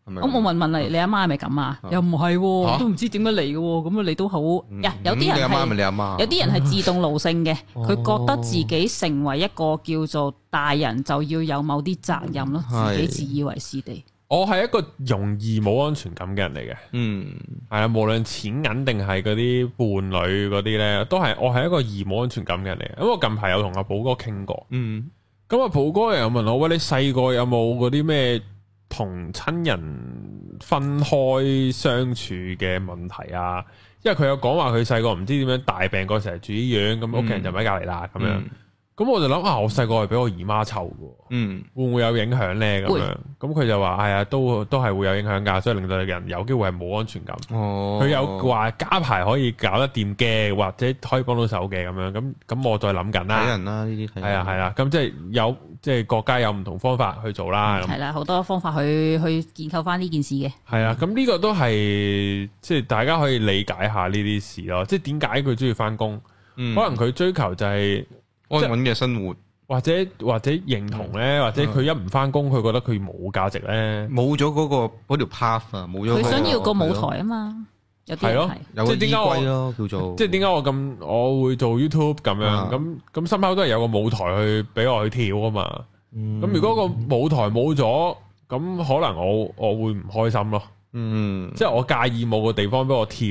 [SPEAKER 3] 係咪？啊
[SPEAKER 2] 咁我問問你，你阿媽係咪咁啊？又唔係喎，
[SPEAKER 3] 嚇嗯
[SPEAKER 2] 都唔知點解嚟嘅喎。咁啊你都好，呀有啲
[SPEAKER 3] 咁你
[SPEAKER 2] 人
[SPEAKER 3] 阿媽
[SPEAKER 2] 係
[SPEAKER 3] 咪。你阿媽，
[SPEAKER 2] 有啲人係自動奴性嘅，佢覺得自己成為一個叫做大人就要有某啲責任咯，自己
[SPEAKER 3] 係
[SPEAKER 2] 自以為是地。
[SPEAKER 1] 我係一個容易冇安全感嘅人嚟嘅，
[SPEAKER 3] 嗯
[SPEAKER 1] 係啊，無論錢銀定係嗰啲伴侶嗰啲咧，都係我係一個易冇安全感嘅人嚟嘅。因為我近排有同阿寶哥傾過，
[SPEAKER 3] 嗯
[SPEAKER 1] 咁阿寶哥又問我：喂，你細個有冇嗰啲咩同親人分開相處嘅問題啊？因為佢有講話佢細個唔知點樣大病過，成日住醫院，咁屋企人就唔喺隔離啦咁樣。
[SPEAKER 3] 嗯
[SPEAKER 1] 咁我就諗啊，我細個係俾我姨媽湊嘅喎。
[SPEAKER 3] 嗯
[SPEAKER 1] 會唔會有影響呢？咁
[SPEAKER 2] 會
[SPEAKER 1] 樣咁佢就話：哎呀，都都係會有影響㗎，所以令到人有機會係冇安全感。
[SPEAKER 3] 哦，
[SPEAKER 1] 嗯佢有話加排可以搞得掂嘅，或者可以幫到手嘅咁樣。咁咁我再諗緊
[SPEAKER 3] 睇
[SPEAKER 1] 啦。
[SPEAKER 3] 人啦呢啲睇人，
[SPEAKER 1] 係啊係啊，咁即係有即係國家有唔同方法去做啦。咁
[SPEAKER 2] 係啦，好多方法去去建構翻呢件事嘅。
[SPEAKER 1] 係啊，咁呢個都係即係大家可以理解下呢啲事咯。即係點解佢中意翻工？
[SPEAKER 3] 嗯，
[SPEAKER 1] 可能佢追求就係
[SPEAKER 3] 安穩嘅生活
[SPEAKER 1] 或者或者認同呢，或者佢一唔翻工，佢覺得佢冇價值呢。
[SPEAKER 3] 冇咗嗰個嗰條 path 啊，冇咗嗰個
[SPEAKER 2] 佢想要個舞台啊嘛，有啲
[SPEAKER 1] 係
[SPEAKER 2] 人
[SPEAKER 1] 咯
[SPEAKER 2] 係。
[SPEAKER 3] 有
[SPEAKER 1] 即
[SPEAKER 3] 個
[SPEAKER 1] 係
[SPEAKER 3] 依
[SPEAKER 1] 點解我
[SPEAKER 3] 歸咯，叫做
[SPEAKER 1] 即係點解我咁我會做 YouTube 咁樣
[SPEAKER 3] 啊
[SPEAKER 1] 咁咁深口都係有個舞台去俾我去跳啊嘛。咁
[SPEAKER 3] 咁
[SPEAKER 1] 如果個舞台冇咗，咁可能我我會唔開心咯。
[SPEAKER 3] 嗯
[SPEAKER 1] 即係我介意冇個地方俾我跳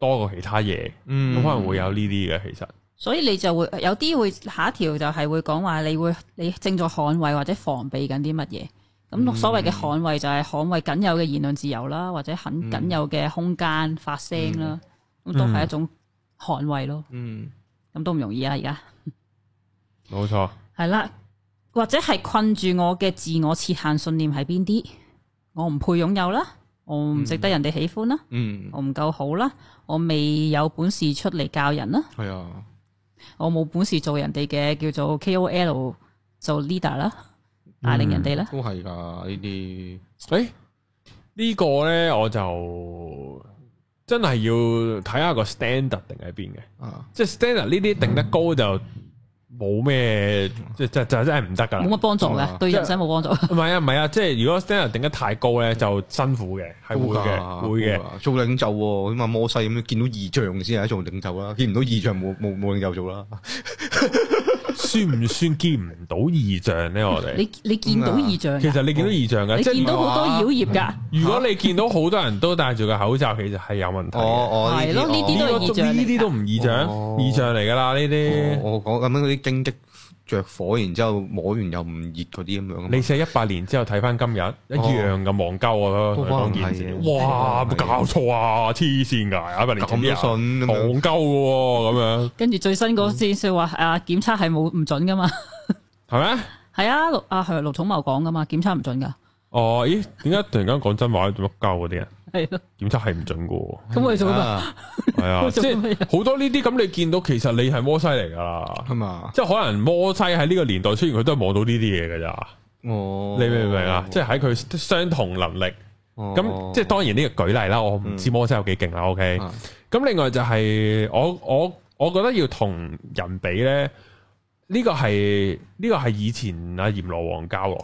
[SPEAKER 1] 多過其他嘢，咁
[SPEAKER 3] 嗯
[SPEAKER 1] 可能會啊有呢啲嘅。其實
[SPEAKER 2] 所以你就會有啲會下一條就係會講話你會你正在捍衛或者防備緊啲乜嘢。咁所謂嘅捍衛就係捍衛僅有嘅言論自由啦，或者很僅有嘅空間發聲啦，咁都係一種捍衛咯。
[SPEAKER 3] 嗯
[SPEAKER 2] 咁都唔容易啊，而家
[SPEAKER 1] 冇錯，
[SPEAKER 2] 係啦，或者係困住我嘅自我設限信念係邊啲？我唔配擁有啦，我唔值得人哋喜歡啦，
[SPEAKER 3] 嗯
[SPEAKER 2] 我唔夠好啦，我未有本事出嚟教人啦。
[SPEAKER 3] 係啊，
[SPEAKER 2] 我冇本事做人哋嘅叫做 KOL 做 leader 啦，
[SPEAKER 1] 嗯
[SPEAKER 2] 帶領人哋啦。
[SPEAKER 3] 都係㗎呢啲
[SPEAKER 1] 誒呢個呢，我就真係要睇下個 standard 定喺邊嘅。
[SPEAKER 3] 啊，
[SPEAKER 1] 即係 standard 呢啲定得高就冇咩，即係就就真係唔得㗎啦
[SPEAKER 2] 冇。乜幫助
[SPEAKER 3] 啊
[SPEAKER 2] 嘅，對人生冇幫助。
[SPEAKER 1] 唔係啊，唔係嗯啊，即係如果 standard 定得太高咧，就辛苦嘅，係會嘅，會
[SPEAKER 3] 高㗎
[SPEAKER 1] 嘅。
[SPEAKER 3] 高㗎做領袖喎，咁啊摩西咁樣見到異象先係做領袖啦，見唔到異象冇冇冇領袖做啦。
[SPEAKER 1] 算唔算見唔到異象咧？我哋
[SPEAKER 2] 你你見到異象
[SPEAKER 1] 啊其
[SPEAKER 2] 㗎，哦
[SPEAKER 1] 實你見到異象嘅，
[SPEAKER 2] 你
[SPEAKER 1] 即
[SPEAKER 2] 見
[SPEAKER 1] 係啊
[SPEAKER 2] 到好多妖孽㗎，
[SPEAKER 1] 如果你見到好多人都戴住個口罩，其實係有問題嘅。
[SPEAKER 3] 哦
[SPEAKER 2] 係咯呢啲都係
[SPEAKER 1] 呢
[SPEAKER 2] 異象嚟㗎
[SPEAKER 1] 啲都唔異象，
[SPEAKER 3] 哦
[SPEAKER 1] 異象嚟㗎啦呢啲。
[SPEAKER 3] 我我講咁樣嗰啲荊棘着火，然之後摸完又唔熱嗰啲咁樣啊嘛。
[SPEAKER 1] 你寫一百年之後睇翻今日一樣咁戇鳩啊！
[SPEAKER 3] 哦都可
[SPEAKER 1] 講
[SPEAKER 3] 能
[SPEAKER 1] 件事，
[SPEAKER 3] 係
[SPEAKER 1] 哇！
[SPEAKER 3] 都可能係
[SPEAKER 1] 搞錯啊！黐線㗎，一百年前啲人
[SPEAKER 3] 咁都信咁啊樣
[SPEAKER 1] 戇鳩嘅喎，咁樣
[SPEAKER 2] 跟住最新嗰先先話
[SPEAKER 1] 嗯
[SPEAKER 2] 啊檢測係冇唔準㗎嘛，
[SPEAKER 1] 係咪？
[SPEAKER 2] 係啊盧啊係盧寵茂講㗎嘛，檢測唔準㗎，
[SPEAKER 1] 哦，咦？點解突然間講真話做乜鳩嗰啲人？
[SPEAKER 2] 係咯。
[SPEAKER 1] 檢測係唔準噶
[SPEAKER 2] 咁我哋做乜？
[SPEAKER 3] 啊
[SPEAKER 1] 喎，係啊，即
[SPEAKER 2] 做咩
[SPEAKER 1] 係好多呢啲咁，你見到其實你係摩西嚟噶啦，
[SPEAKER 3] 係嘛？
[SPEAKER 1] 即係可能摩西喺呢個年代出現，佢都係望到呢啲嘢噶咋，
[SPEAKER 3] 哦，
[SPEAKER 1] 你明唔明啊？即係喺佢相同能力，
[SPEAKER 3] 哦嗯
[SPEAKER 1] 咁即係當然呢個舉例啦，我唔知摩西有幾勁啦，OK。
[SPEAKER 3] 啊
[SPEAKER 1] 咁另外就係我我我覺得要同人比咧，呢個係呢個係以前阿閻羅王教落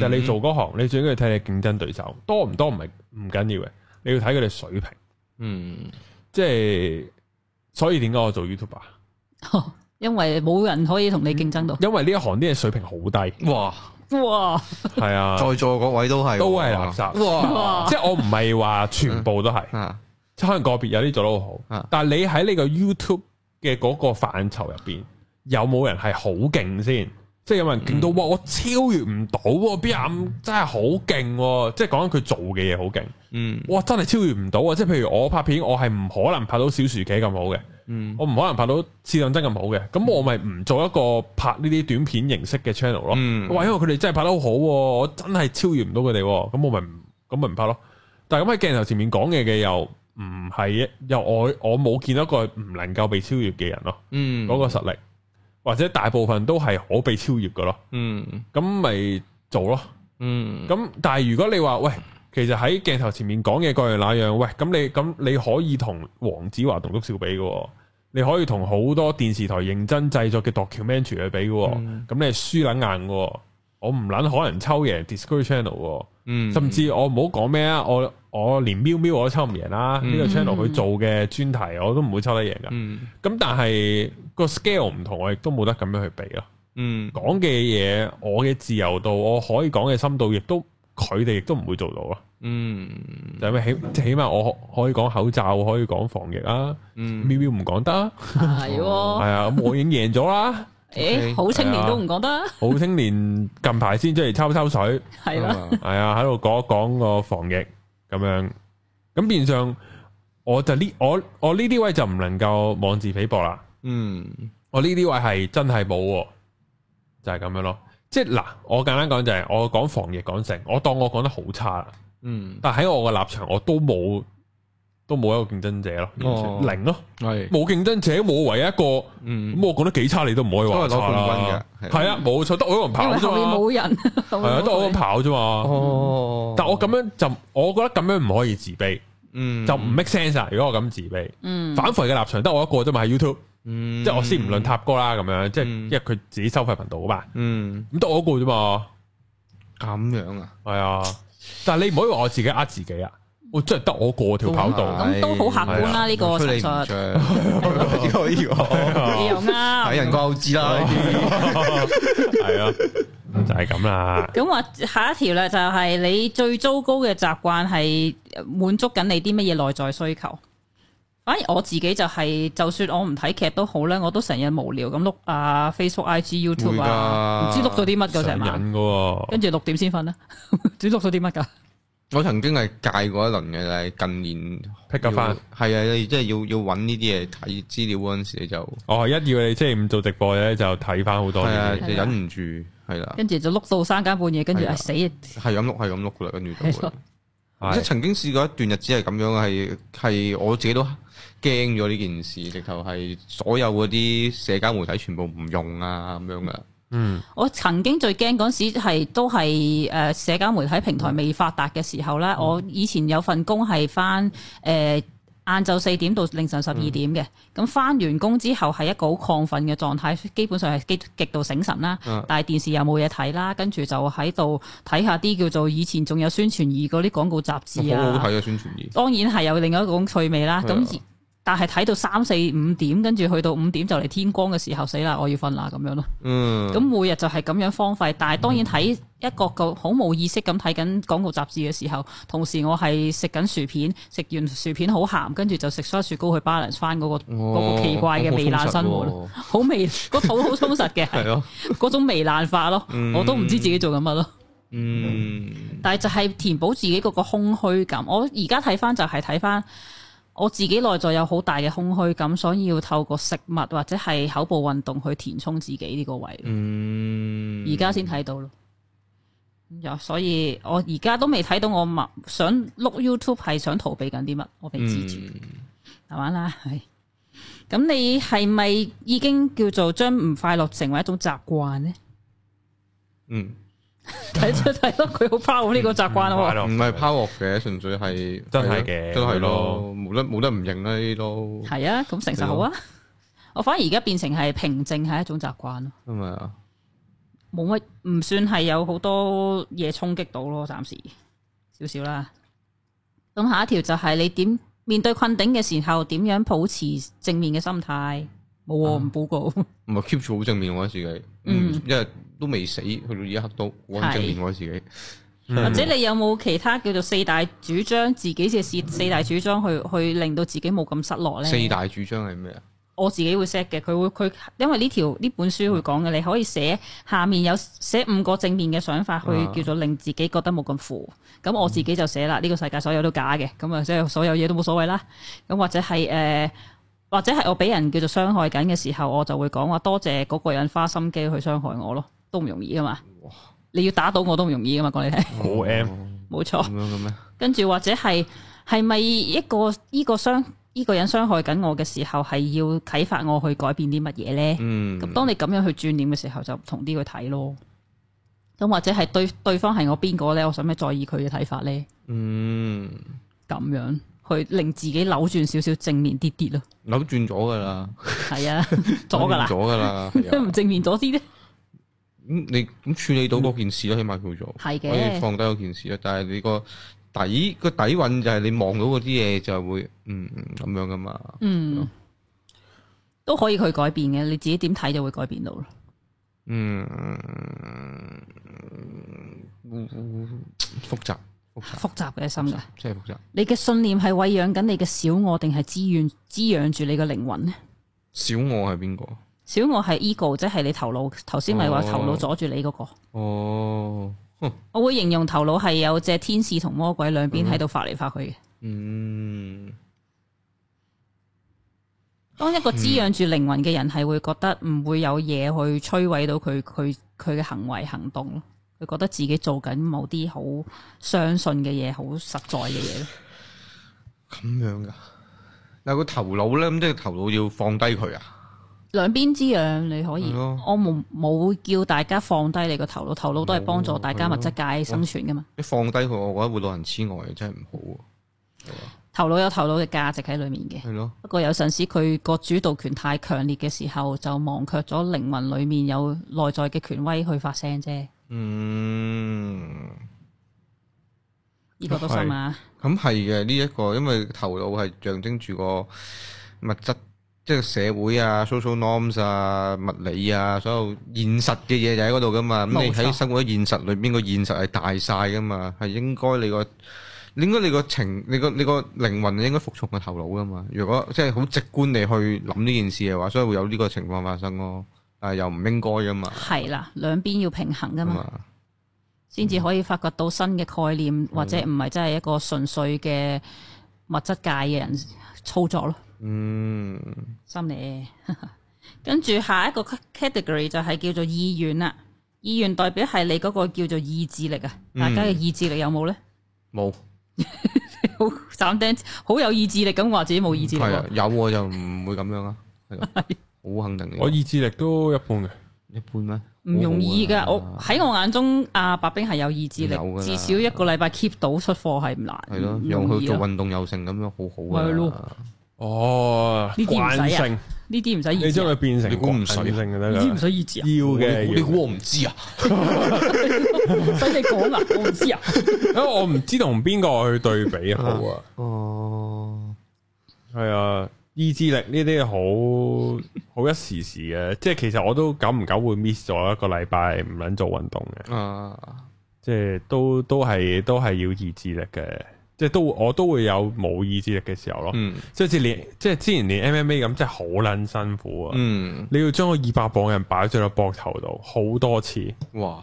[SPEAKER 1] 嘅，就係你做嗰行，你最緊要睇你競爭對手多唔多唔係唔緊要嘅，你要睇佢哋水平。
[SPEAKER 3] 嗯
[SPEAKER 1] 即係所以點解我做 YouTube 啊？
[SPEAKER 2] 因為冇人可以同你競爭到。
[SPEAKER 1] 因為呢一行啲嘢水平好低，
[SPEAKER 3] 哇，
[SPEAKER 1] 嗯
[SPEAKER 2] 哇！
[SPEAKER 1] 係啊，
[SPEAKER 3] 在座各位都係
[SPEAKER 1] 都係垃圾。嗯
[SPEAKER 2] 哇
[SPEAKER 1] 即係我唔係話全部都係，
[SPEAKER 3] 啊
[SPEAKER 1] 即係可能個別有啲做得好好
[SPEAKER 3] 啊，
[SPEAKER 1] 但係你喺呢個 YouTube 嘅嗰個範疇入邊，有冇人係好勁先？即係有冇人勁到哇！我超越唔到喎，B 廿真係好勁喎！即係講緊佢做嘅嘢好勁，
[SPEAKER 3] 嗯
[SPEAKER 1] 哇！真係超越唔到啊！即係譬如我拍片，我係唔可能拍到小薯茄咁好嘅，
[SPEAKER 3] 嗯
[SPEAKER 1] 我唔可能拍到次量真咁好嘅，咁我咪唔做一個拍呢啲短片形式嘅 channel 咯。
[SPEAKER 3] 嗯
[SPEAKER 1] 哇，因為佢哋真係拍得好好、喎，我真係超越唔到佢哋喎，咁我咪唔咁咪唔拍咯。但係咁喺鏡頭前面講嘢嘅又唔係一，又我我冇見到一個唔能夠被超越嘅人咯，
[SPEAKER 3] 嗯
[SPEAKER 1] 嗰、個實力。或者大部分都係可被超越嘅咯，
[SPEAKER 3] 嗯
[SPEAKER 1] 咁咪做咯。
[SPEAKER 3] 嗯
[SPEAKER 1] 咁但係如果你話喂，其實喺鏡頭前面講嘅各樣那樣，喂，咁你咁你可以同黃子華棟篤笑比嘅喎，你可以同好多電視台認真製作嘅 documentary 去比嘅喎，咁、
[SPEAKER 3] 嗯
[SPEAKER 1] 你係輸撚硬嘅喎，我唔撚可能抽贏 Discovery Channel 喎。
[SPEAKER 3] 嗯
[SPEAKER 1] 甚至我唔好講咩啊，我我連喵喵我都抽唔贏啦，呢、
[SPEAKER 3] 嗯
[SPEAKER 1] 個 channel 佢做嘅專題我都唔會抽得贏噶。
[SPEAKER 3] 嗯
[SPEAKER 1] 咁、但係個 scale 唔同，我亦都冇得咁樣去比咯。
[SPEAKER 3] 嗯
[SPEAKER 1] 講嘅嘢，我嘅自由度，我可以講嘅深度，亦都佢哋亦都唔會做到咯。
[SPEAKER 3] 嗯
[SPEAKER 1] 就係咩起起碼我可可以講口罩，可以講防疫啦。
[SPEAKER 3] 嗯哦
[SPEAKER 1] 喵喵唔講得啊，
[SPEAKER 2] 係
[SPEAKER 1] 係
[SPEAKER 2] 喎，
[SPEAKER 1] 啊，咁我已經贏咗 啦。
[SPEAKER 2] 誒，好青年都唔講得，
[SPEAKER 1] 好青年近排先出嚟抽抽水。
[SPEAKER 2] 係啦，
[SPEAKER 1] 系啊，喺度講一講個防疫咁樣，咁變相我就呢，我我呢啲位就唔能夠妄自菲薄啦。
[SPEAKER 3] 嗯
[SPEAKER 1] 我呢啲位係真係冇喎，就係咁樣咯。即係嗱，我簡單講就係我講防疫講成，我當我講得好差啦，
[SPEAKER 3] 嗯
[SPEAKER 1] 但喺我嘅立場，我都冇都冇一個競爭者咯，
[SPEAKER 3] 哦
[SPEAKER 1] 完全零咯，
[SPEAKER 3] 系
[SPEAKER 1] 冇競爭者，冇唯一一個。
[SPEAKER 3] 嗯
[SPEAKER 1] 咁我講得幾差，你都唔可以話
[SPEAKER 3] 都係攞
[SPEAKER 1] 差啦
[SPEAKER 3] 冠軍嘅係
[SPEAKER 1] 係啊，冇錯，得我一個人
[SPEAKER 2] 因
[SPEAKER 1] 跑
[SPEAKER 2] 為
[SPEAKER 1] 啫
[SPEAKER 2] 後面
[SPEAKER 1] 嘛，
[SPEAKER 2] 冇人，
[SPEAKER 1] 係啊，得我一個人跑啫嘛。
[SPEAKER 3] 哦
[SPEAKER 1] 但我咁樣就，我覺得咁樣唔可以自卑，
[SPEAKER 3] 嗯
[SPEAKER 1] 就唔 make sense 啊！如果我咁自卑，
[SPEAKER 2] 嗯，
[SPEAKER 1] 反饋嘅立場得我一個啫嘛，喺 YouTube，
[SPEAKER 3] 嗯
[SPEAKER 1] 即係我先唔論塔哥啦咁樣，即係
[SPEAKER 3] 嗯
[SPEAKER 1] 因為佢自己收費頻道啊嘛，
[SPEAKER 3] 嗯
[SPEAKER 1] 咁得我一個啫嘛，
[SPEAKER 3] 咁样啊
[SPEAKER 1] 係啊！但係你唔可以話我自己呃自己啊，我真係得我一個條跑道，
[SPEAKER 3] 啊
[SPEAKER 2] 咁都好客觀啦呢個
[SPEAKER 3] 出
[SPEAKER 2] 陳
[SPEAKER 3] 啊你
[SPEAKER 2] 述
[SPEAKER 3] 唔着呢個呢個
[SPEAKER 2] 你又
[SPEAKER 3] 睇
[SPEAKER 2] 啱
[SPEAKER 3] 人。交知啦呢啲
[SPEAKER 1] 係啊，就係咁啦。
[SPEAKER 2] 咁話下一條咧，就係你最糟糕嘅習慣係滿足緊你啲乜嘢內在需求。反而我自己就係、就算我唔睇劇都好咧，我都成日無聊咁碌啊 Facebook、IG、YouTube 啊，唔
[SPEAKER 3] 會㗎
[SPEAKER 2] 知碌到啲乜㗎
[SPEAKER 1] 上
[SPEAKER 2] 成晚，
[SPEAKER 1] 癮嘅喎，
[SPEAKER 2] 跟住六點先瞓啦， 唔知碌到啲乜㗎？
[SPEAKER 3] 我曾經係戒過一輪嘅，但係近年
[SPEAKER 1] Pick up 返
[SPEAKER 3] 係啊，你即係要要揾呢啲嘢睇資料嗰陣時，你就
[SPEAKER 1] 我係哦一要你星期五做直播咧，就睇翻好多
[SPEAKER 3] 係啊，
[SPEAKER 1] 嘢。
[SPEAKER 3] 就忍唔住係啦，
[SPEAKER 2] 跟住就碌到三更半夜，跟住
[SPEAKER 3] 係啊
[SPEAKER 2] 唉死啊！
[SPEAKER 3] 係咁碌係咁碌噶啦，跟住就
[SPEAKER 2] 係啊
[SPEAKER 3] 會
[SPEAKER 2] 咯。
[SPEAKER 3] 即係曾經試過一段日子係咁樣，係係我自己都驚咗呢件事，直頭係所有嗰啲社交媒體全部唔用啊咁樣噶。
[SPEAKER 1] 嗯
[SPEAKER 2] 我曾經最驚嗰陣時係都係誒、呃社交媒體平台未發達嘅時候啦。
[SPEAKER 3] 嗯
[SPEAKER 2] 我以前有份工係翻誒晏晝四點到凌晨十二
[SPEAKER 3] 嗯
[SPEAKER 2] 點嘅，咁翻、完工之後係一個好亢奮嘅狀態，基本上係極極度醒神啦。
[SPEAKER 3] 嗯
[SPEAKER 2] 但係電視又冇嘢睇啦，跟住就喺度睇下啲叫做以前仲有宣傳儀嗰啲廣告雜誌
[SPEAKER 3] 好好
[SPEAKER 2] 啊。
[SPEAKER 3] 睇啊，宣傳儀。
[SPEAKER 2] 當然係有另一種趣味啦。
[SPEAKER 3] 係啊
[SPEAKER 2] 咁但係睇到三四五點，跟住去到五點就嚟天光嘅時候，死啦！我要瞓啦咁樣咯。
[SPEAKER 3] 嗯，
[SPEAKER 2] 咁每日就係咁樣荒廢，但係當然睇一個個好冇意識咁睇緊廣告雜誌嘅時候，同時我係食緊薯片，食完薯片好鹹，跟住就食沙雪糕去 balance 翻嗰個嗰個奇怪嘅糜爛生活
[SPEAKER 3] 活
[SPEAKER 2] 好味，個肚好充實嘅，係
[SPEAKER 3] 係咯，
[SPEAKER 2] 嗰種糜爛化咯，
[SPEAKER 3] 嗯
[SPEAKER 2] 我都唔知自己做緊乜咯。
[SPEAKER 3] 嗯
[SPEAKER 2] 但係就係填補自己嗰個空虛感。我而家睇翻就係睇翻我自己內在有好大嘅空虛感，所以要透過食物或者係口部運動去填充自己呢個位。
[SPEAKER 3] 嗯，
[SPEAKER 2] 而家先睇到咯。又所以，我而家都未睇到我默想碌 YouTube 係想逃避緊啲乜，我未知住，
[SPEAKER 3] 嗯
[SPEAKER 2] 係嘛啦？係。咁你係咪已經叫做將唔快樂成為一種習慣呢？
[SPEAKER 3] 嗯。
[SPEAKER 2] 睇出睇到佢好 proud 呢個習慣啊
[SPEAKER 1] 唔快
[SPEAKER 2] 喎。
[SPEAKER 1] 樂
[SPEAKER 3] 嗯唔係 power 嘅，純粹係
[SPEAKER 1] 真係嘅
[SPEAKER 3] 係咯真係咯，冇得冇得唔認啦呢啲都
[SPEAKER 2] 係啊，咁誠實好啊。我反而而家變成係平靜係一種習慣咯，
[SPEAKER 3] 係咪啊？
[SPEAKER 2] 冇乜唔算係有好多嘢衝擊到咯，暫時少少啦。咁下一條就係你點面對困境嘅時候，點樣保持正面嘅心態？冇喎，唔報告。
[SPEAKER 3] 唔係 keep 住好正面我覺得自己，
[SPEAKER 2] 嗯
[SPEAKER 3] 嗯，因為都未死，去到呢一刻都好撚正面我覺得自己。
[SPEAKER 2] 或
[SPEAKER 1] 嗯
[SPEAKER 2] 者你有冇其他叫做四大主張，自己嘅四四大主張去去令到自己冇咁失落呢？
[SPEAKER 3] 四大主張係咩啊？
[SPEAKER 2] 我自己會 set 嘅，佢會佢因為呢條呢本書會講嘅，你可以寫下面有寫五個正面嘅想法去
[SPEAKER 3] 啊
[SPEAKER 2] 叫做令自己覺得冇咁負。咁我自己就寫啦，呢、個世界所有都假嘅，咁啊即係所有嘢都冇所謂啦。咁或者係誒、呃或者係我俾人叫做傷害緊嘅時候，我就會講話多謝嗰個人花心機去傷害我咯，都唔容易噶嘛。你要打倒我都唔容易噶嘛，講你聽，
[SPEAKER 1] 冇 M，
[SPEAKER 2] 冇錯
[SPEAKER 3] 嗯咁。樣嘅咩？
[SPEAKER 2] 跟住或者係係咪一個呢個傷呢個人傷害緊我嘅時候，係要啟發我去改變啲乜嘢呢？
[SPEAKER 3] 嗯，
[SPEAKER 2] 咁當你咁樣去轉念嘅時候，就唔同啲去睇咯。咁或者係對對方係我邊個呢？我使唔使在意佢嘅睇法呢？
[SPEAKER 3] 嗯
[SPEAKER 2] 咁樣去令自己扭轉少少正面啲啲咯。
[SPEAKER 3] 扭轉咗噶啦，
[SPEAKER 2] 係 啊，咗噶啦
[SPEAKER 3] 扭轉，咗噶啦，係 啊
[SPEAKER 2] 唔正面咗啲咧。
[SPEAKER 3] 咁你咁處理到嗰件事咯，起碼叫做
[SPEAKER 2] 係嘅
[SPEAKER 3] 可以放低嗰件事咯。但係你個底個底韻就係你望到嗰啲嘢就會嗯咁樣噶嘛。
[SPEAKER 2] 嗯，都可以去改變嘅，你自己點睇就會改變到咯。
[SPEAKER 3] 嗯，複雜複雜，
[SPEAKER 2] 複雜嘅心
[SPEAKER 3] 複
[SPEAKER 2] 嘅
[SPEAKER 3] 雜，真係複雜。
[SPEAKER 2] 你嘅信念係餵養緊你嘅小我，定係滋養滋養住你嘅靈魂呢？
[SPEAKER 3] 小我係邊個？
[SPEAKER 2] 小我係 ego，即係你頭腦。頭先咪話
[SPEAKER 3] 哦
[SPEAKER 2] 頭腦阻住你嗰、個。
[SPEAKER 3] 哦，哼
[SPEAKER 2] 我會形容頭腦係有隻天使同魔鬼兩邊喺度發嚟發去嘅。
[SPEAKER 3] 嗯
[SPEAKER 2] 當一個滋養住靈魂嘅人，係會覺得唔會有嘢去摧毀到佢佢佢嘅行為行動咯。佢覺得自己做緊某啲好相信嘅嘢，好實在嘅嘢咯。
[SPEAKER 3] 咁樣噶。但係個頭腦咧，咁即係頭腦要放低佢啊。
[SPEAKER 2] 兩邊之養你可以
[SPEAKER 3] 係咯，
[SPEAKER 2] 我冇冇叫大家放低你個頭腦，頭腦都係幫助大家物質界生存噶嘛。
[SPEAKER 3] 你放低佢，我覺得會老人痴呆，真係唔
[SPEAKER 2] 頭腦有頭腦嘅價值喺裡面嘅
[SPEAKER 3] 好。喎。係咯，
[SPEAKER 2] 不過有陣時佢個主導權太強烈嘅時候，就忘卻咗靈魂裡面有內在嘅權威去發聲啫。
[SPEAKER 3] 嗯。
[SPEAKER 2] 呢、個都深啊，
[SPEAKER 3] 咁係嘅，呢、一個因為頭腦係象徵住個物質，即係社會啊、social norms 啊、物理啊，所有現實嘅嘢就喺嗰度噶嘛。咁你
[SPEAKER 2] 冇錯
[SPEAKER 3] 喺生活喺現實裏邊，個現實係大晒噶嘛，係應該你個。應該你個情，你個你個靈魂應該服從個頭腦噶嘛。如果即係好直觀地去諗呢件事嘅話，所以會有呢個情況發生咯。但係又唔應該噶嘛，
[SPEAKER 2] 係啦，兩邊要平衡噶
[SPEAKER 3] 咁
[SPEAKER 2] 嘛，
[SPEAKER 3] 啊，
[SPEAKER 2] 先至可以發掘到新嘅概念，或者唔係真係一個純粹嘅物質界嘅人操作咯。
[SPEAKER 3] 嗯，
[SPEAKER 2] 心理。 跟住下一個 category 就係叫做意願啦，意願代表係你嗰個叫做意志力啊，大家嘅意志力有冇呢？
[SPEAKER 3] 冇，
[SPEAKER 2] 好斬釘，好有意志力咁話自己冇意志力
[SPEAKER 3] 係啊
[SPEAKER 2] 喎，，
[SPEAKER 3] 有我就唔會咁樣啊，係啊好肯定嘅。
[SPEAKER 1] 我意志力都一般嘅，
[SPEAKER 3] 一般咩？
[SPEAKER 2] 唔容易㗎。
[SPEAKER 3] 好好
[SPEAKER 2] 我
[SPEAKER 3] 啊
[SPEAKER 2] 喺我眼中，阿白冰係有意志力
[SPEAKER 3] 有㗎，啦
[SPEAKER 2] 至少一個禮拜 keep 到出貨係唔難，
[SPEAKER 3] 係咯，
[SPEAKER 2] 唔
[SPEAKER 3] 又
[SPEAKER 2] 容
[SPEAKER 3] 去
[SPEAKER 2] 易啊
[SPEAKER 3] 做
[SPEAKER 2] 咯。
[SPEAKER 3] 運動又成咁樣，好好啊。
[SPEAKER 2] 咪係咯
[SPEAKER 1] 哦，
[SPEAKER 2] 呢啲唔使啊
[SPEAKER 1] 慣性，
[SPEAKER 2] 呢啲唔使
[SPEAKER 1] 你
[SPEAKER 2] 意志
[SPEAKER 1] 將
[SPEAKER 2] 啊，
[SPEAKER 1] 佢變成
[SPEAKER 3] 你估唔
[SPEAKER 1] 慣
[SPEAKER 3] 使
[SPEAKER 1] 性
[SPEAKER 3] 啊
[SPEAKER 1] 嘅得
[SPEAKER 2] 呢啲唔
[SPEAKER 1] 㗎，
[SPEAKER 2] 使意志啊
[SPEAKER 1] 要，嘅，
[SPEAKER 3] 你估我唔知啊？
[SPEAKER 2] 唔使你講啊，我唔知啊。
[SPEAKER 1] 因為我唔知同邊個去對比好啊，
[SPEAKER 3] 哦，
[SPEAKER 1] 係啊，意志力呢啲好好一時時嘅，即係其實我都久唔久會 miss 咗一個禮拜唔撚做運動嘅，
[SPEAKER 3] 啊，
[SPEAKER 1] 即係都都係都係要意志力嘅，即係都我都會有冇意志力嘅時候咯，
[SPEAKER 3] 嗯
[SPEAKER 1] 即係好似練即係之前練 MMA 咁，真係好撚辛苦啊！
[SPEAKER 3] 嗯，
[SPEAKER 1] 你要將個二百磅嘅人擺咗落膊頭度好多 次，你
[SPEAKER 3] 嗯哇，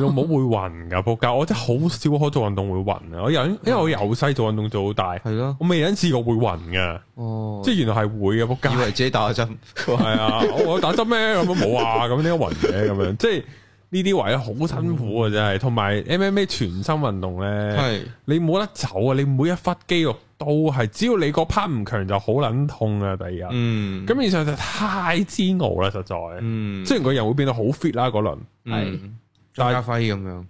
[SPEAKER 1] 老母會暈噶仆街！我真係好少可做運動會暈啊！我由
[SPEAKER 3] 嗯
[SPEAKER 1] 因為我由細做運動做到大，
[SPEAKER 3] 係咯，
[SPEAKER 1] 我未有人試過會暈噶，
[SPEAKER 3] 嗯哦，
[SPEAKER 1] 即係原來係會嘅仆
[SPEAKER 3] 以
[SPEAKER 1] 街。
[SPEAKER 3] 為自己打咗針，
[SPEAKER 1] 係啊，我我打針咩咁樣冇啊？咁點解暈嘅咁樣？即係呢啲位好辛苦啊！真係，同埋 MMA 全身運動咧，
[SPEAKER 3] 係
[SPEAKER 1] 你冇得走啊！你每一忽肌肉都係，只要你個 part 唔強就好撚痛啊！第二日，
[SPEAKER 3] 嗯
[SPEAKER 1] 咁以上就太煎熬啦，實在。
[SPEAKER 3] 嗯，
[SPEAKER 1] 雖然個人會變得好 fit 啦嗰輪，
[SPEAKER 2] 係
[SPEAKER 3] 嗯張家輝咁樣，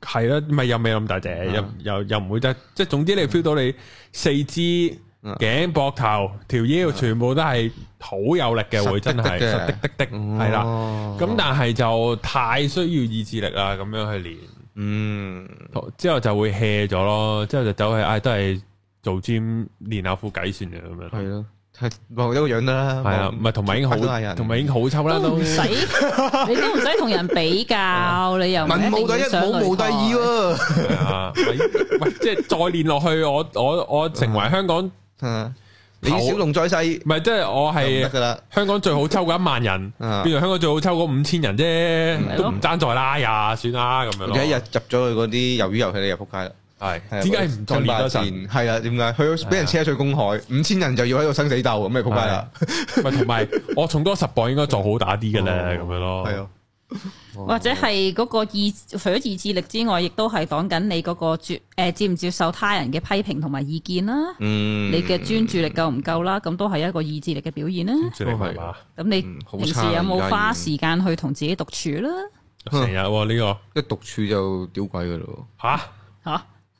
[SPEAKER 1] 係啦，咪又未咁大隻，
[SPEAKER 3] 嗯
[SPEAKER 1] 又又又唔會得，即係總之你 feel 到你四肢、
[SPEAKER 3] 嗯
[SPEAKER 1] 頸、膊頭、條腰全部都係好有力嘅，
[SPEAKER 3] 實
[SPEAKER 1] 會真係
[SPEAKER 3] 的的嘅
[SPEAKER 1] 實的的的，係啦。
[SPEAKER 3] 哦
[SPEAKER 1] 咁但係就太需要意志力啦，咁樣去練，
[SPEAKER 3] 嗯
[SPEAKER 1] 之後就會 hea 咗咯，之後就走去唉都係做 gym 練下副計算嘅咁樣。
[SPEAKER 3] 係咯，係望咗個樣得啦，
[SPEAKER 1] 係啊，
[SPEAKER 3] 望
[SPEAKER 1] 唔係同埋已經
[SPEAKER 3] 拍咗下
[SPEAKER 1] 好，
[SPEAKER 3] 人
[SPEAKER 1] 同埋已經 好抽啦
[SPEAKER 2] 都
[SPEAKER 1] 都
[SPEAKER 2] 唔。使，你都唔使同人比較，你又唔
[SPEAKER 3] 哦文
[SPEAKER 2] 一
[SPEAKER 3] 無
[SPEAKER 2] 定
[SPEAKER 3] 第一，
[SPEAKER 2] 要上
[SPEAKER 3] 武
[SPEAKER 2] 擂
[SPEAKER 3] 無第
[SPEAKER 2] 台
[SPEAKER 3] 二喎
[SPEAKER 1] 係啊，喂喂即係再練落去，我我我成為香港。
[SPEAKER 3] 啊， 李小龍再世
[SPEAKER 1] 唔係，即係啊我
[SPEAKER 3] 就唔得
[SPEAKER 1] 係
[SPEAKER 3] 噶啦，
[SPEAKER 1] 香港最好抽嗰一萬人，
[SPEAKER 3] 啊
[SPEAKER 1] 變成香港最好抽嗰五千人啫，
[SPEAKER 2] 係咯
[SPEAKER 1] 都唔爭在啦呀，算啦咁樣
[SPEAKER 3] 有
[SPEAKER 1] 咯。
[SPEAKER 3] 一日入咗去嗰啲魷魚遊戲，你就撲街啦。
[SPEAKER 1] 係
[SPEAKER 3] 係
[SPEAKER 1] 點
[SPEAKER 3] 啊
[SPEAKER 1] 解唔再練多陣？
[SPEAKER 3] 爭霸戰係啊，點解佢俾人車去公海，五千人就要喺度生死
[SPEAKER 1] 啊
[SPEAKER 3] 鬥咁咪仆街啦？
[SPEAKER 1] 咪同埋我重多十磅應該做好打啲嘅咧，咁樣咯。
[SPEAKER 3] 哦係啊，
[SPEAKER 2] 或者係嗰個意，除咗意志力之外，亦都係講緊你嗰個接誒接唔接受他人嘅批評同埋意見啦，
[SPEAKER 3] 嗯，
[SPEAKER 2] 你嘅專注力夠唔夠啦，咁都係一個意志力嘅表現啦。
[SPEAKER 1] 即係你明嘛？
[SPEAKER 2] 咁你
[SPEAKER 3] 嗯好
[SPEAKER 2] 平時
[SPEAKER 3] 差啊
[SPEAKER 2] 有冇
[SPEAKER 3] 而家已
[SPEAKER 2] 花
[SPEAKER 3] 經
[SPEAKER 2] 時間去同自己獨處啦？
[SPEAKER 1] 成日喎呢個
[SPEAKER 3] 一獨處就屌鬼噶咯，
[SPEAKER 1] 吓，，
[SPEAKER 2] 吓，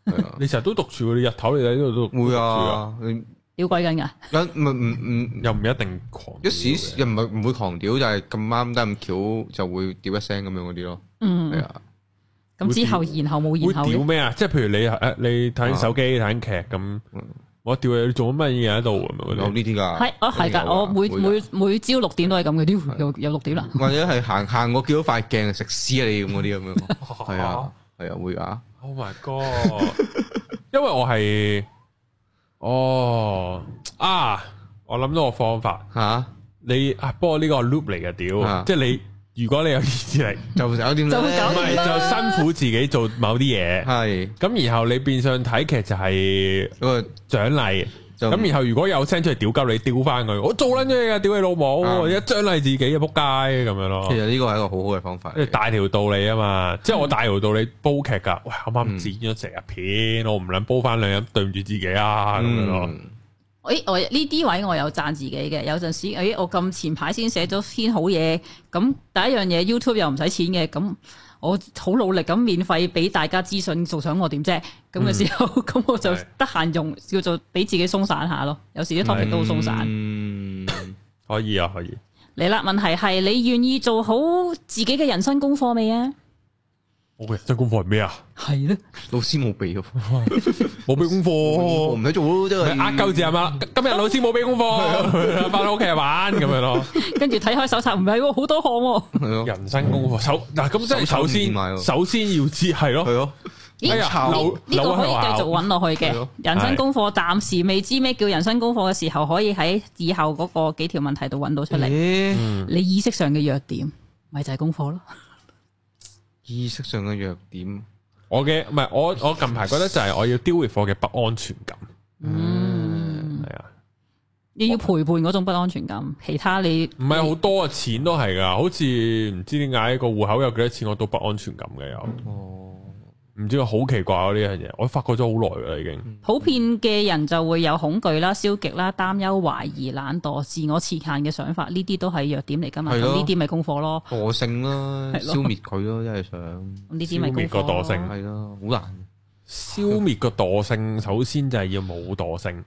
[SPEAKER 3] 係啊
[SPEAKER 1] 你成日都獨處喎，你日頭你喺度都
[SPEAKER 3] 會，啊，你
[SPEAKER 2] 屌鬼緊㗎，
[SPEAKER 3] 有唔唔唔
[SPEAKER 1] 獨處㗎又唔一定狂
[SPEAKER 3] 一
[SPEAKER 1] 屌嘅。
[SPEAKER 3] 時又唔係唔會狂屌，就係咁啱得咁巧就會屌一聲咁樣嗰啲咯，係
[SPEAKER 2] 嗯，
[SPEAKER 3] 啊，
[SPEAKER 2] 咁之後然後冇
[SPEAKER 1] 會
[SPEAKER 2] 然後
[SPEAKER 1] 屌
[SPEAKER 2] 嘅，
[SPEAKER 1] 咩啊？即係譬如你誒你睇緊手機睇緊劇咁
[SPEAKER 3] 嗯，
[SPEAKER 1] 我屌你你做乜嘢喺度咁
[SPEAKER 3] 有
[SPEAKER 1] 樣嗰啲。
[SPEAKER 3] 呢啲㗎，
[SPEAKER 2] 係我係
[SPEAKER 3] 一定有
[SPEAKER 2] 㗎，
[SPEAKER 3] 啊㗎
[SPEAKER 2] 我每
[SPEAKER 3] 會㗎
[SPEAKER 2] 每每朝六點都係咁嘅，屌又又六點啦，
[SPEAKER 3] 或者係行行過見到塊鏡食屎啊你咁嗰啲咁 樣，係啊係啊會㗎，
[SPEAKER 1] Oh my god！因為我係哦啊，我諗到個方法。
[SPEAKER 3] 嚇
[SPEAKER 1] 你啊，不過呢個係 loop 嚟嘅屌，
[SPEAKER 3] 啊
[SPEAKER 1] 即係你如果你有意志 力，
[SPEAKER 3] 就九點
[SPEAKER 2] 就會
[SPEAKER 1] 唔
[SPEAKER 2] 搞
[SPEAKER 1] 係就辛苦自己做某啲嘢。
[SPEAKER 3] 係
[SPEAKER 1] 咁然後你變相睇劇就係
[SPEAKER 3] 嗰個
[SPEAKER 1] 獎勵。
[SPEAKER 3] 就
[SPEAKER 1] 咁然後如果有 send 出嚟屌鳩你，屌翻佢，我做撚咗嘢啊噶，屌你老母，
[SPEAKER 3] 啱
[SPEAKER 1] 我一獎勵自己嘅仆街咁樣咯
[SPEAKER 3] 其。實呢個係一個好好嘅方法嚟
[SPEAKER 1] 即係
[SPEAKER 3] 嘅，
[SPEAKER 1] 大條道理啊嘛，即係我大條道理煲劇噶，喂啱啱剪咗成日片，我唔撚煲翻兩日，對唔住自己啊咁樣咯。
[SPEAKER 3] 嗯
[SPEAKER 2] 誒，我呢啲位我有讚自己嘅，有陣時，誒，我咁前排先寫咗篇好嘢，咁第一樣嘢 YouTube 又唔使錢嘅，咁我好努力咁免費俾大家資訊，做想我點啫？咁
[SPEAKER 3] 嗯
[SPEAKER 2] 嘅時候， 咁、我就
[SPEAKER 1] 係
[SPEAKER 2] 得閒用，叫做俾自己鬆散下咯。有時啲 topic 都好鬆散。
[SPEAKER 3] 嗯
[SPEAKER 1] 可以啊，可以。
[SPEAKER 2] 嚟啦，問題係你願意做好自己嘅人生功課未啊？
[SPEAKER 1] 我嘅人生功課係咩啊？
[SPEAKER 2] 係咧，
[SPEAKER 3] 老師冇俾喎，
[SPEAKER 1] 冇俾功
[SPEAKER 3] 我唔
[SPEAKER 1] 課，
[SPEAKER 3] 使做咯，
[SPEAKER 1] 咪
[SPEAKER 3] 真係
[SPEAKER 1] 呃鳩字係嘛？今日老師冇俾功
[SPEAKER 3] 啊
[SPEAKER 1] 課，翻屋企玩咁樣 咯。
[SPEAKER 2] 跟住睇開手冊，唔係喎，好多項喎、
[SPEAKER 3] 係咯
[SPEAKER 1] 人生功課首嗱咁即係首
[SPEAKER 3] 手手唔掂埋
[SPEAKER 1] 先，
[SPEAKER 3] 喎
[SPEAKER 1] 首先要知係
[SPEAKER 3] 係
[SPEAKER 1] 咯。
[SPEAKER 3] 咯，
[SPEAKER 2] 咦
[SPEAKER 1] 哎呀，
[SPEAKER 2] 呢
[SPEAKER 1] 扭
[SPEAKER 2] 呢
[SPEAKER 1] 扭啊喺
[SPEAKER 2] 個可以繼續
[SPEAKER 1] 學校。
[SPEAKER 2] 揾落去
[SPEAKER 3] 係
[SPEAKER 2] 嘅
[SPEAKER 3] 咯。
[SPEAKER 2] 人生功課暫時未知咩叫人生功課嘅時候，可以喺以後嗰個幾條問題度揾到出嚟。
[SPEAKER 3] 咦
[SPEAKER 1] 嗯
[SPEAKER 2] 你意識上嘅弱點，咪就係功課咯。
[SPEAKER 3] 意識上嘅弱點，
[SPEAKER 1] 我嘅唔係我我近排覺得就係我要 deal with 我嘅不安全感，
[SPEAKER 2] 嗯，
[SPEAKER 1] 係啊，
[SPEAKER 2] 你要陪伴嗰種不安全感，其他你
[SPEAKER 1] 唔係好多啊，錢都係噶，好似唔知點解個戶口有幾多錢我都不安全感嘅又，
[SPEAKER 3] 哦，
[SPEAKER 1] 唔知好奇怪啊呢樣嘢，我發覺咗好耐噶啦已經，
[SPEAKER 2] 普遍嘅人就會有恐懼啦、消極啦、擔憂、懷疑、懶惰、自我設限嘅想法，呢啲都係弱點嚟㗎嘛。咁
[SPEAKER 3] 係咯
[SPEAKER 2] 呢啲咪功課咯，
[SPEAKER 3] 惰性啦，
[SPEAKER 2] 係咯
[SPEAKER 3] 消滅佢咯，真係想
[SPEAKER 2] 咁呢啲咪
[SPEAKER 1] 消滅
[SPEAKER 2] 功
[SPEAKER 1] 個惰
[SPEAKER 2] 課
[SPEAKER 1] 性
[SPEAKER 2] 咯。
[SPEAKER 3] 係咯，好難，
[SPEAKER 1] 消滅個惰性，首先就係要冇惰 性，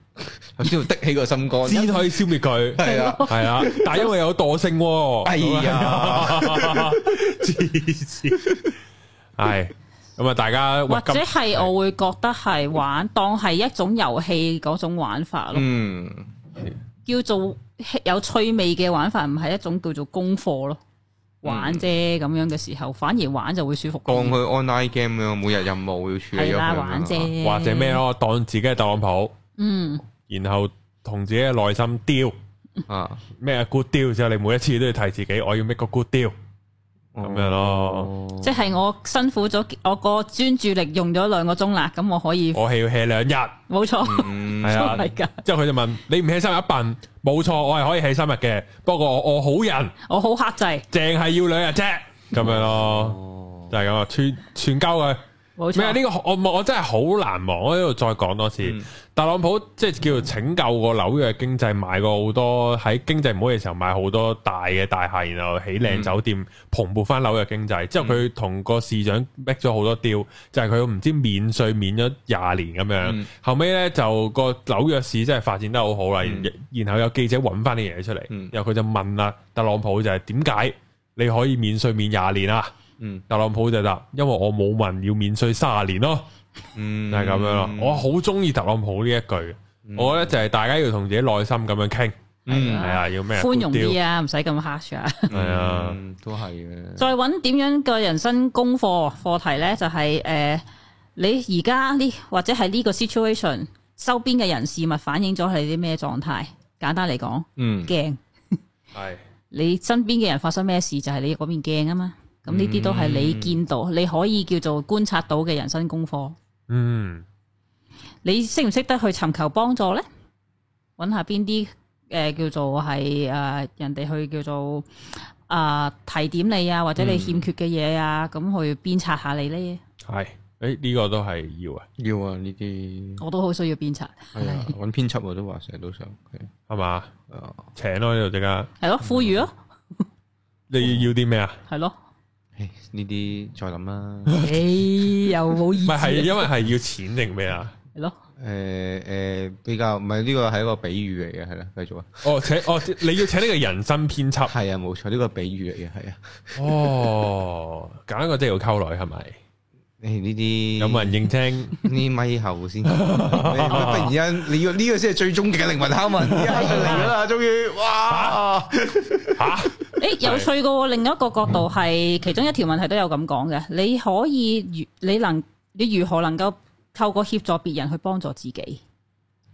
[SPEAKER 3] 首先要的起個心肝，
[SPEAKER 1] 先可以消滅佢，
[SPEAKER 3] 係啊，
[SPEAKER 1] 係 啊，但係因為有惰性喎，
[SPEAKER 3] 哎呀，
[SPEAKER 1] 黐線，係咁啊！大家
[SPEAKER 2] 或
[SPEAKER 1] 喂
[SPEAKER 2] 者
[SPEAKER 1] 咁
[SPEAKER 2] 係我會覺得係玩當係一種遊戲嗰種玩法咯。
[SPEAKER 3] 嗯，
[SPEAKER 2] 叫做有趣味嘅玩法，唔係一種叫做功課咯，玩啫
[SPEAKER 1] 嗯
[SPEAKER 2] 咁樣嘅時候，反而玩就會舒服
[SPEAKER 3] 當
[SPEAKER 2] 啲。
[SPEAKER 3] 佢 online game 咁樣，每日任務要處理
[SPEAKER 2] 係
[SPEAKER 3] 咗
[SPEAKER 2] 啦，
[SPEAKER 3] 佢，
[SPEAKER 2] 玩啫，
[SPEAKER 1] 啊或者咩？咯，當自己係特朗普，
[SPEAKER 2] 嗯，
[SPEAKER 1] 然後同自己嘅內心 deal
[SPEAKER 3] 啊，
[SPEAKER 1] 咩 good deal 之後，你每一次都要提自己，我要 make 個 good deal 咁樣咯。
[SPEAKER 3] 哦，
[SPEAKER 2] 即係我辛苦咗，我個專注力用咗兩個鐘啦，咁我可以
[SPEAKER 1] 我係要 hea 兩日，
[SPEAKER 2] 冇錯，
[SPEAKER 3] 嗯
[SPEAKER 1] 係
[SPEAKER 2] 都
[SPEAKER 1] 哦啊。
[SPEAKER 2] 係㗎。
[SPEAKER 1] 之後佢就問你唔 hea 三日笨，冇錯，我係可以 hea 三日嘅，不過我我好人，
[SPEAKER 2] 我好克制，
[SPEAKER 1] 淨係要兩日啫，咁樣咯，
[SPEAKER 3] 哦，
[SPEAKER 1] 就係咁啊，串串交佢。
[SPEAKER 2] 冇
[SPEAKER 1] 咩啊？
[SPEAKER 2] 錯。
[SPEAKER 1] 呢、個我我我真係好難忘，我喺度再講多次。
[SPEAKER 3] 嗯
[SPEAKER 1] 特朗普即係叫做拯救個紐約經濟，買過好多喺經濟唔好嘅時候買好多大嘅大廈，然後起
[SPEAKER 3] 嗯
[SPEAKER 1] 靚酒店，蓬勃翻紐約經濟。之後佢同個市長 make 咗好多 deal，就係佢唔知免税免咗廿年咁樣。
[SPEAKER 3] 嗯
[SPEAKER 1] 後尾呢，就個紐約市真係發展得好好啦。
[SPEAKER 3] 嗯
[SPEAKER 1] 然然後有記者揾翻呢樣嘢出嚟，
[SPEAKER 3] 嗯
[SPEAKER 1] 然後佢就問啦，特朗普就係點解你可以免税免廿年啊？
[SPEAKER 3] 嗯
[SPEAKER 1] 特朗普就答：因為我冇問要免税卅年咯，
[SPEAKER 3] 嗯
[SPEAKER 1] 就係咁樣咯。我好中意特朗普呢一句，我覺得就係大家要同自己內心咁樣傾，係
[SPEAKER 3] 嗯
[SPEAKER 1] 啊，要咩
[SPEAKER 2] 寬容啲啊，唔使咁 harsh 啊！
[SPEAKER 1] 係啊，
[SPEAKER 3] 嗯都係嘅，
[SPEAKER 2] 再揾點樣嘅人生功課課題呢？就係、呃你而家呢或者係呢個 situation 周邊嘅人事物反映咗係啲咩狀態？簡單嚟講，
[SPEAKER 3] 嗯
[SPEAKER 2] 驚
[SPEAKER 1] 係
[SPEAKER 2] 你身邊嘅人發生咩事就係你嗰邊驚啊嘛。咁呢啲都係你
[SPEAKER 3] 嗯
[SPEAKER 2] 見到，你可以叫做觀察到嘅人生功課。
[SPEAKER 1] 嗯
[SPEAKER 2] 你識唔識得去尋求幫助呢？呃揾下邊啲誒叫做係誒、呃人哋去叫做啊提點你啊，或
[SPEAKER 1] 嗯
[SPEAKER 2] 者你欠缺嘅嘢啊，咁去鞭策下你呢？
[SPEAKER 1] 系，诶呢個都係要啊，
[SPEAKER 3] 要啊呢啲
[SPEAKER 2] 我都好需要鞭策，
[SPEAKER 3] 係啊，揾編輯我都話成日都想，係
[SPEAKER 1] 係嘛？
[SPEAKER 3] 啊，
[SPEAKER 1] 請咯呢度即刻，
[SPEAKER 2] 係咯，呼籲咯，
[SPEAKER 1] 你要啲咩啊？
[SPEAKER 2] 係咯，
[SPEAKER 3] 唉呢啲再諗 啦。
[SPEAKER 2] 誒又冇意
[SPEAKER 1] 唔係
[SPEAKER 2] 思啊，
[SPEAKER 1] 係因為係要錢定咩啊？
[SPEAKER 2] 係咯，
[SPEAKER 3] 诶诶，比較唔係呢個係一個比喻嚟嘅，係啦，繼續啊，
[SPEAKER 1] 哦，請哦，你要請呢個人生編輯。
[SPEAKER 3] 係啊，冇錯，呢個比喻嚟嘅，係啊，
[SPEAKER 1] 哦，揀一個即係要溝女係咪？
[SPEAKER 3] 诶呢啲
[SPEAKER 1] 有冇人認清？
[SPEAKER 3] 呢咪後 先？你突然間你要呢個先係最終極嘅靈魂拷問，呢一
[SPEAKER 1] 啊
[SPEAKER 3] 刻就嚟㗎啦，終於，哇！
[SPEAKER 1] 吓，
[SPEAKER 2] 誒有趣嘅喎，另一個角度係其中一條問題都有咁講嘅，你可以如你能你如何能夠透過協助別人去幫助自己？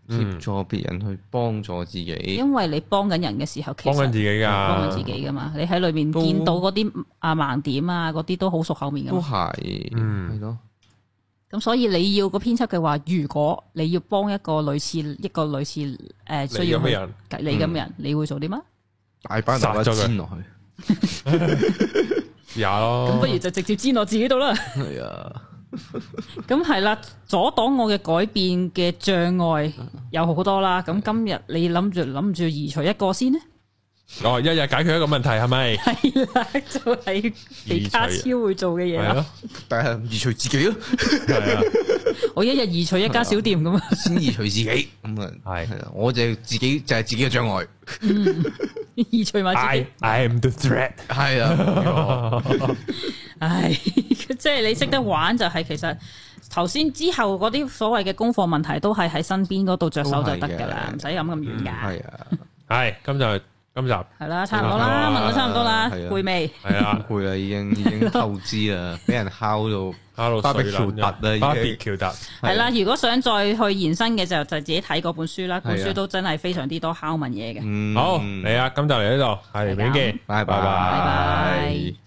[SPEAKER 1] 嗯
[SPEAKER 3] 協助別人去幫助自己，
[SPEAKER 2] 因為你幫緊人嘅時候，其
[SPEAKER 1] 幫緊
[SPEAKER 2] 實
[SPEAKER 1] 自己
[SPEAKER 2] 幫緊
[SPEAKER 1] 噶
[SPEAKER 2] 自，己噶嘛，你喺裏面
[SPEAKER 3] 都
[SPEAKER 2] 見到嗰啲啊盲點啊，嗰啲都好熟口面噶
[SPEAKER 3] 都
[SPEAKER 2] 嘛。
[SPEAKER 3] 係，
[SPEAKER 1] 嗯
[SPEAKER 3] 係咯，
[SPEAKER 2] 咁所以你要個編輯嘅話，如果你要幫一個類似一個類似誒、呃
[SPEAKER 1] 你
[SPEAKER 2] 需要
[SPEAKER 1] 咁嘅
[SPEAKER 2] 去
[SPEAKER 1] 人
[SPEAKER 2] 你咁嘅人，你會做啲乜？
[SPEAKER 3] 大班大把
[SPEAKER 1] 殺咗佢
[SPEAKER 3] 煎落去，
[SPEAKER 1] 試下咯。
[SPEAKER 2] 咁不如就直接煎落自己度啦。
[SPEAKER 3] 係啊，
[SPEAKER 2] 咁係啦，阻擋我嘅改變嘅障礙有好多啦。咁今日你諗住諗住移除一個先呢？
[SPEAKER 1] 哦，一日解決一個問題係咪？
[SPEAKER 2] 係啦，就係李家超會做嘅嘢
[SPEAKER 1] 係
[SPEAKER 2] 啦。
[SPEAKER 1] 咯，
[SPEAKER 3] 但係移除自己咯，
[SPEAKER 1] 係啊，
[SPEAKER 2] 我一日移除一家小店 咁啊，
[SPEAKER 3] 先移除自己，咁啊，
[SPEAKER 1] 係
[SPEAKER 3] 係啊，我就係自己就係自己嘅障礙，
[SPEAKER 2] 移除埋自己
[SPEAKER 1] I。I am the threat。
[SPEAKER 3] 係啊，
[SPEAKER 2] 唉， 即係你識得玩就係其實頭先之後嗰啲所謂嘅功課問題都係喺身邊嗰度着手就得㗎啦，唔
[SPEAKER 3] 都係嘅
[SPEAKER 2] 使諗咁遠㗎。
[SPEAKER 3] 係啊，
[SPEAKER 1] 係，今集今集
[SPEAKER 2] 係啦，差唔多啦，問到差唔多啦，
[SPEAKER 3] 嗯係啊
[SPEAKER 2] 攰未？
[SPEAKER 1] 係
[SPEAKER 3] 好
[SPEAKER 1] 啦。
[SPEAKER 3] 攰啦， 已經已經透支啦，俾人敲到。
[SPEAKER 1] 哈羅
[SPEAKER 3] 巴比
[SPEAKER 1] 水
[SPEAKER 3] 喬
[SPEAKER 1] 撚
[SPEAKER 3] 特啊已經
[SPEAKER 1] 巴比喬特，
[SPEAKER 3] 啊
[SPEAKER 2] 係啦，如果想再去延伸嘅就就自己睇嗰本書
[SPEAKER 3] 啊
[SPEAKER 2] 啦，本書都真係非常之多敲問嘢嘅。
[SPEAKER 3] 嗯
[SPEAKER 1] 好嚟啊！今集嚟呢度，係，明見，
[SPEAKER 3] 拜拜
[SPEAKER 2] 拜拜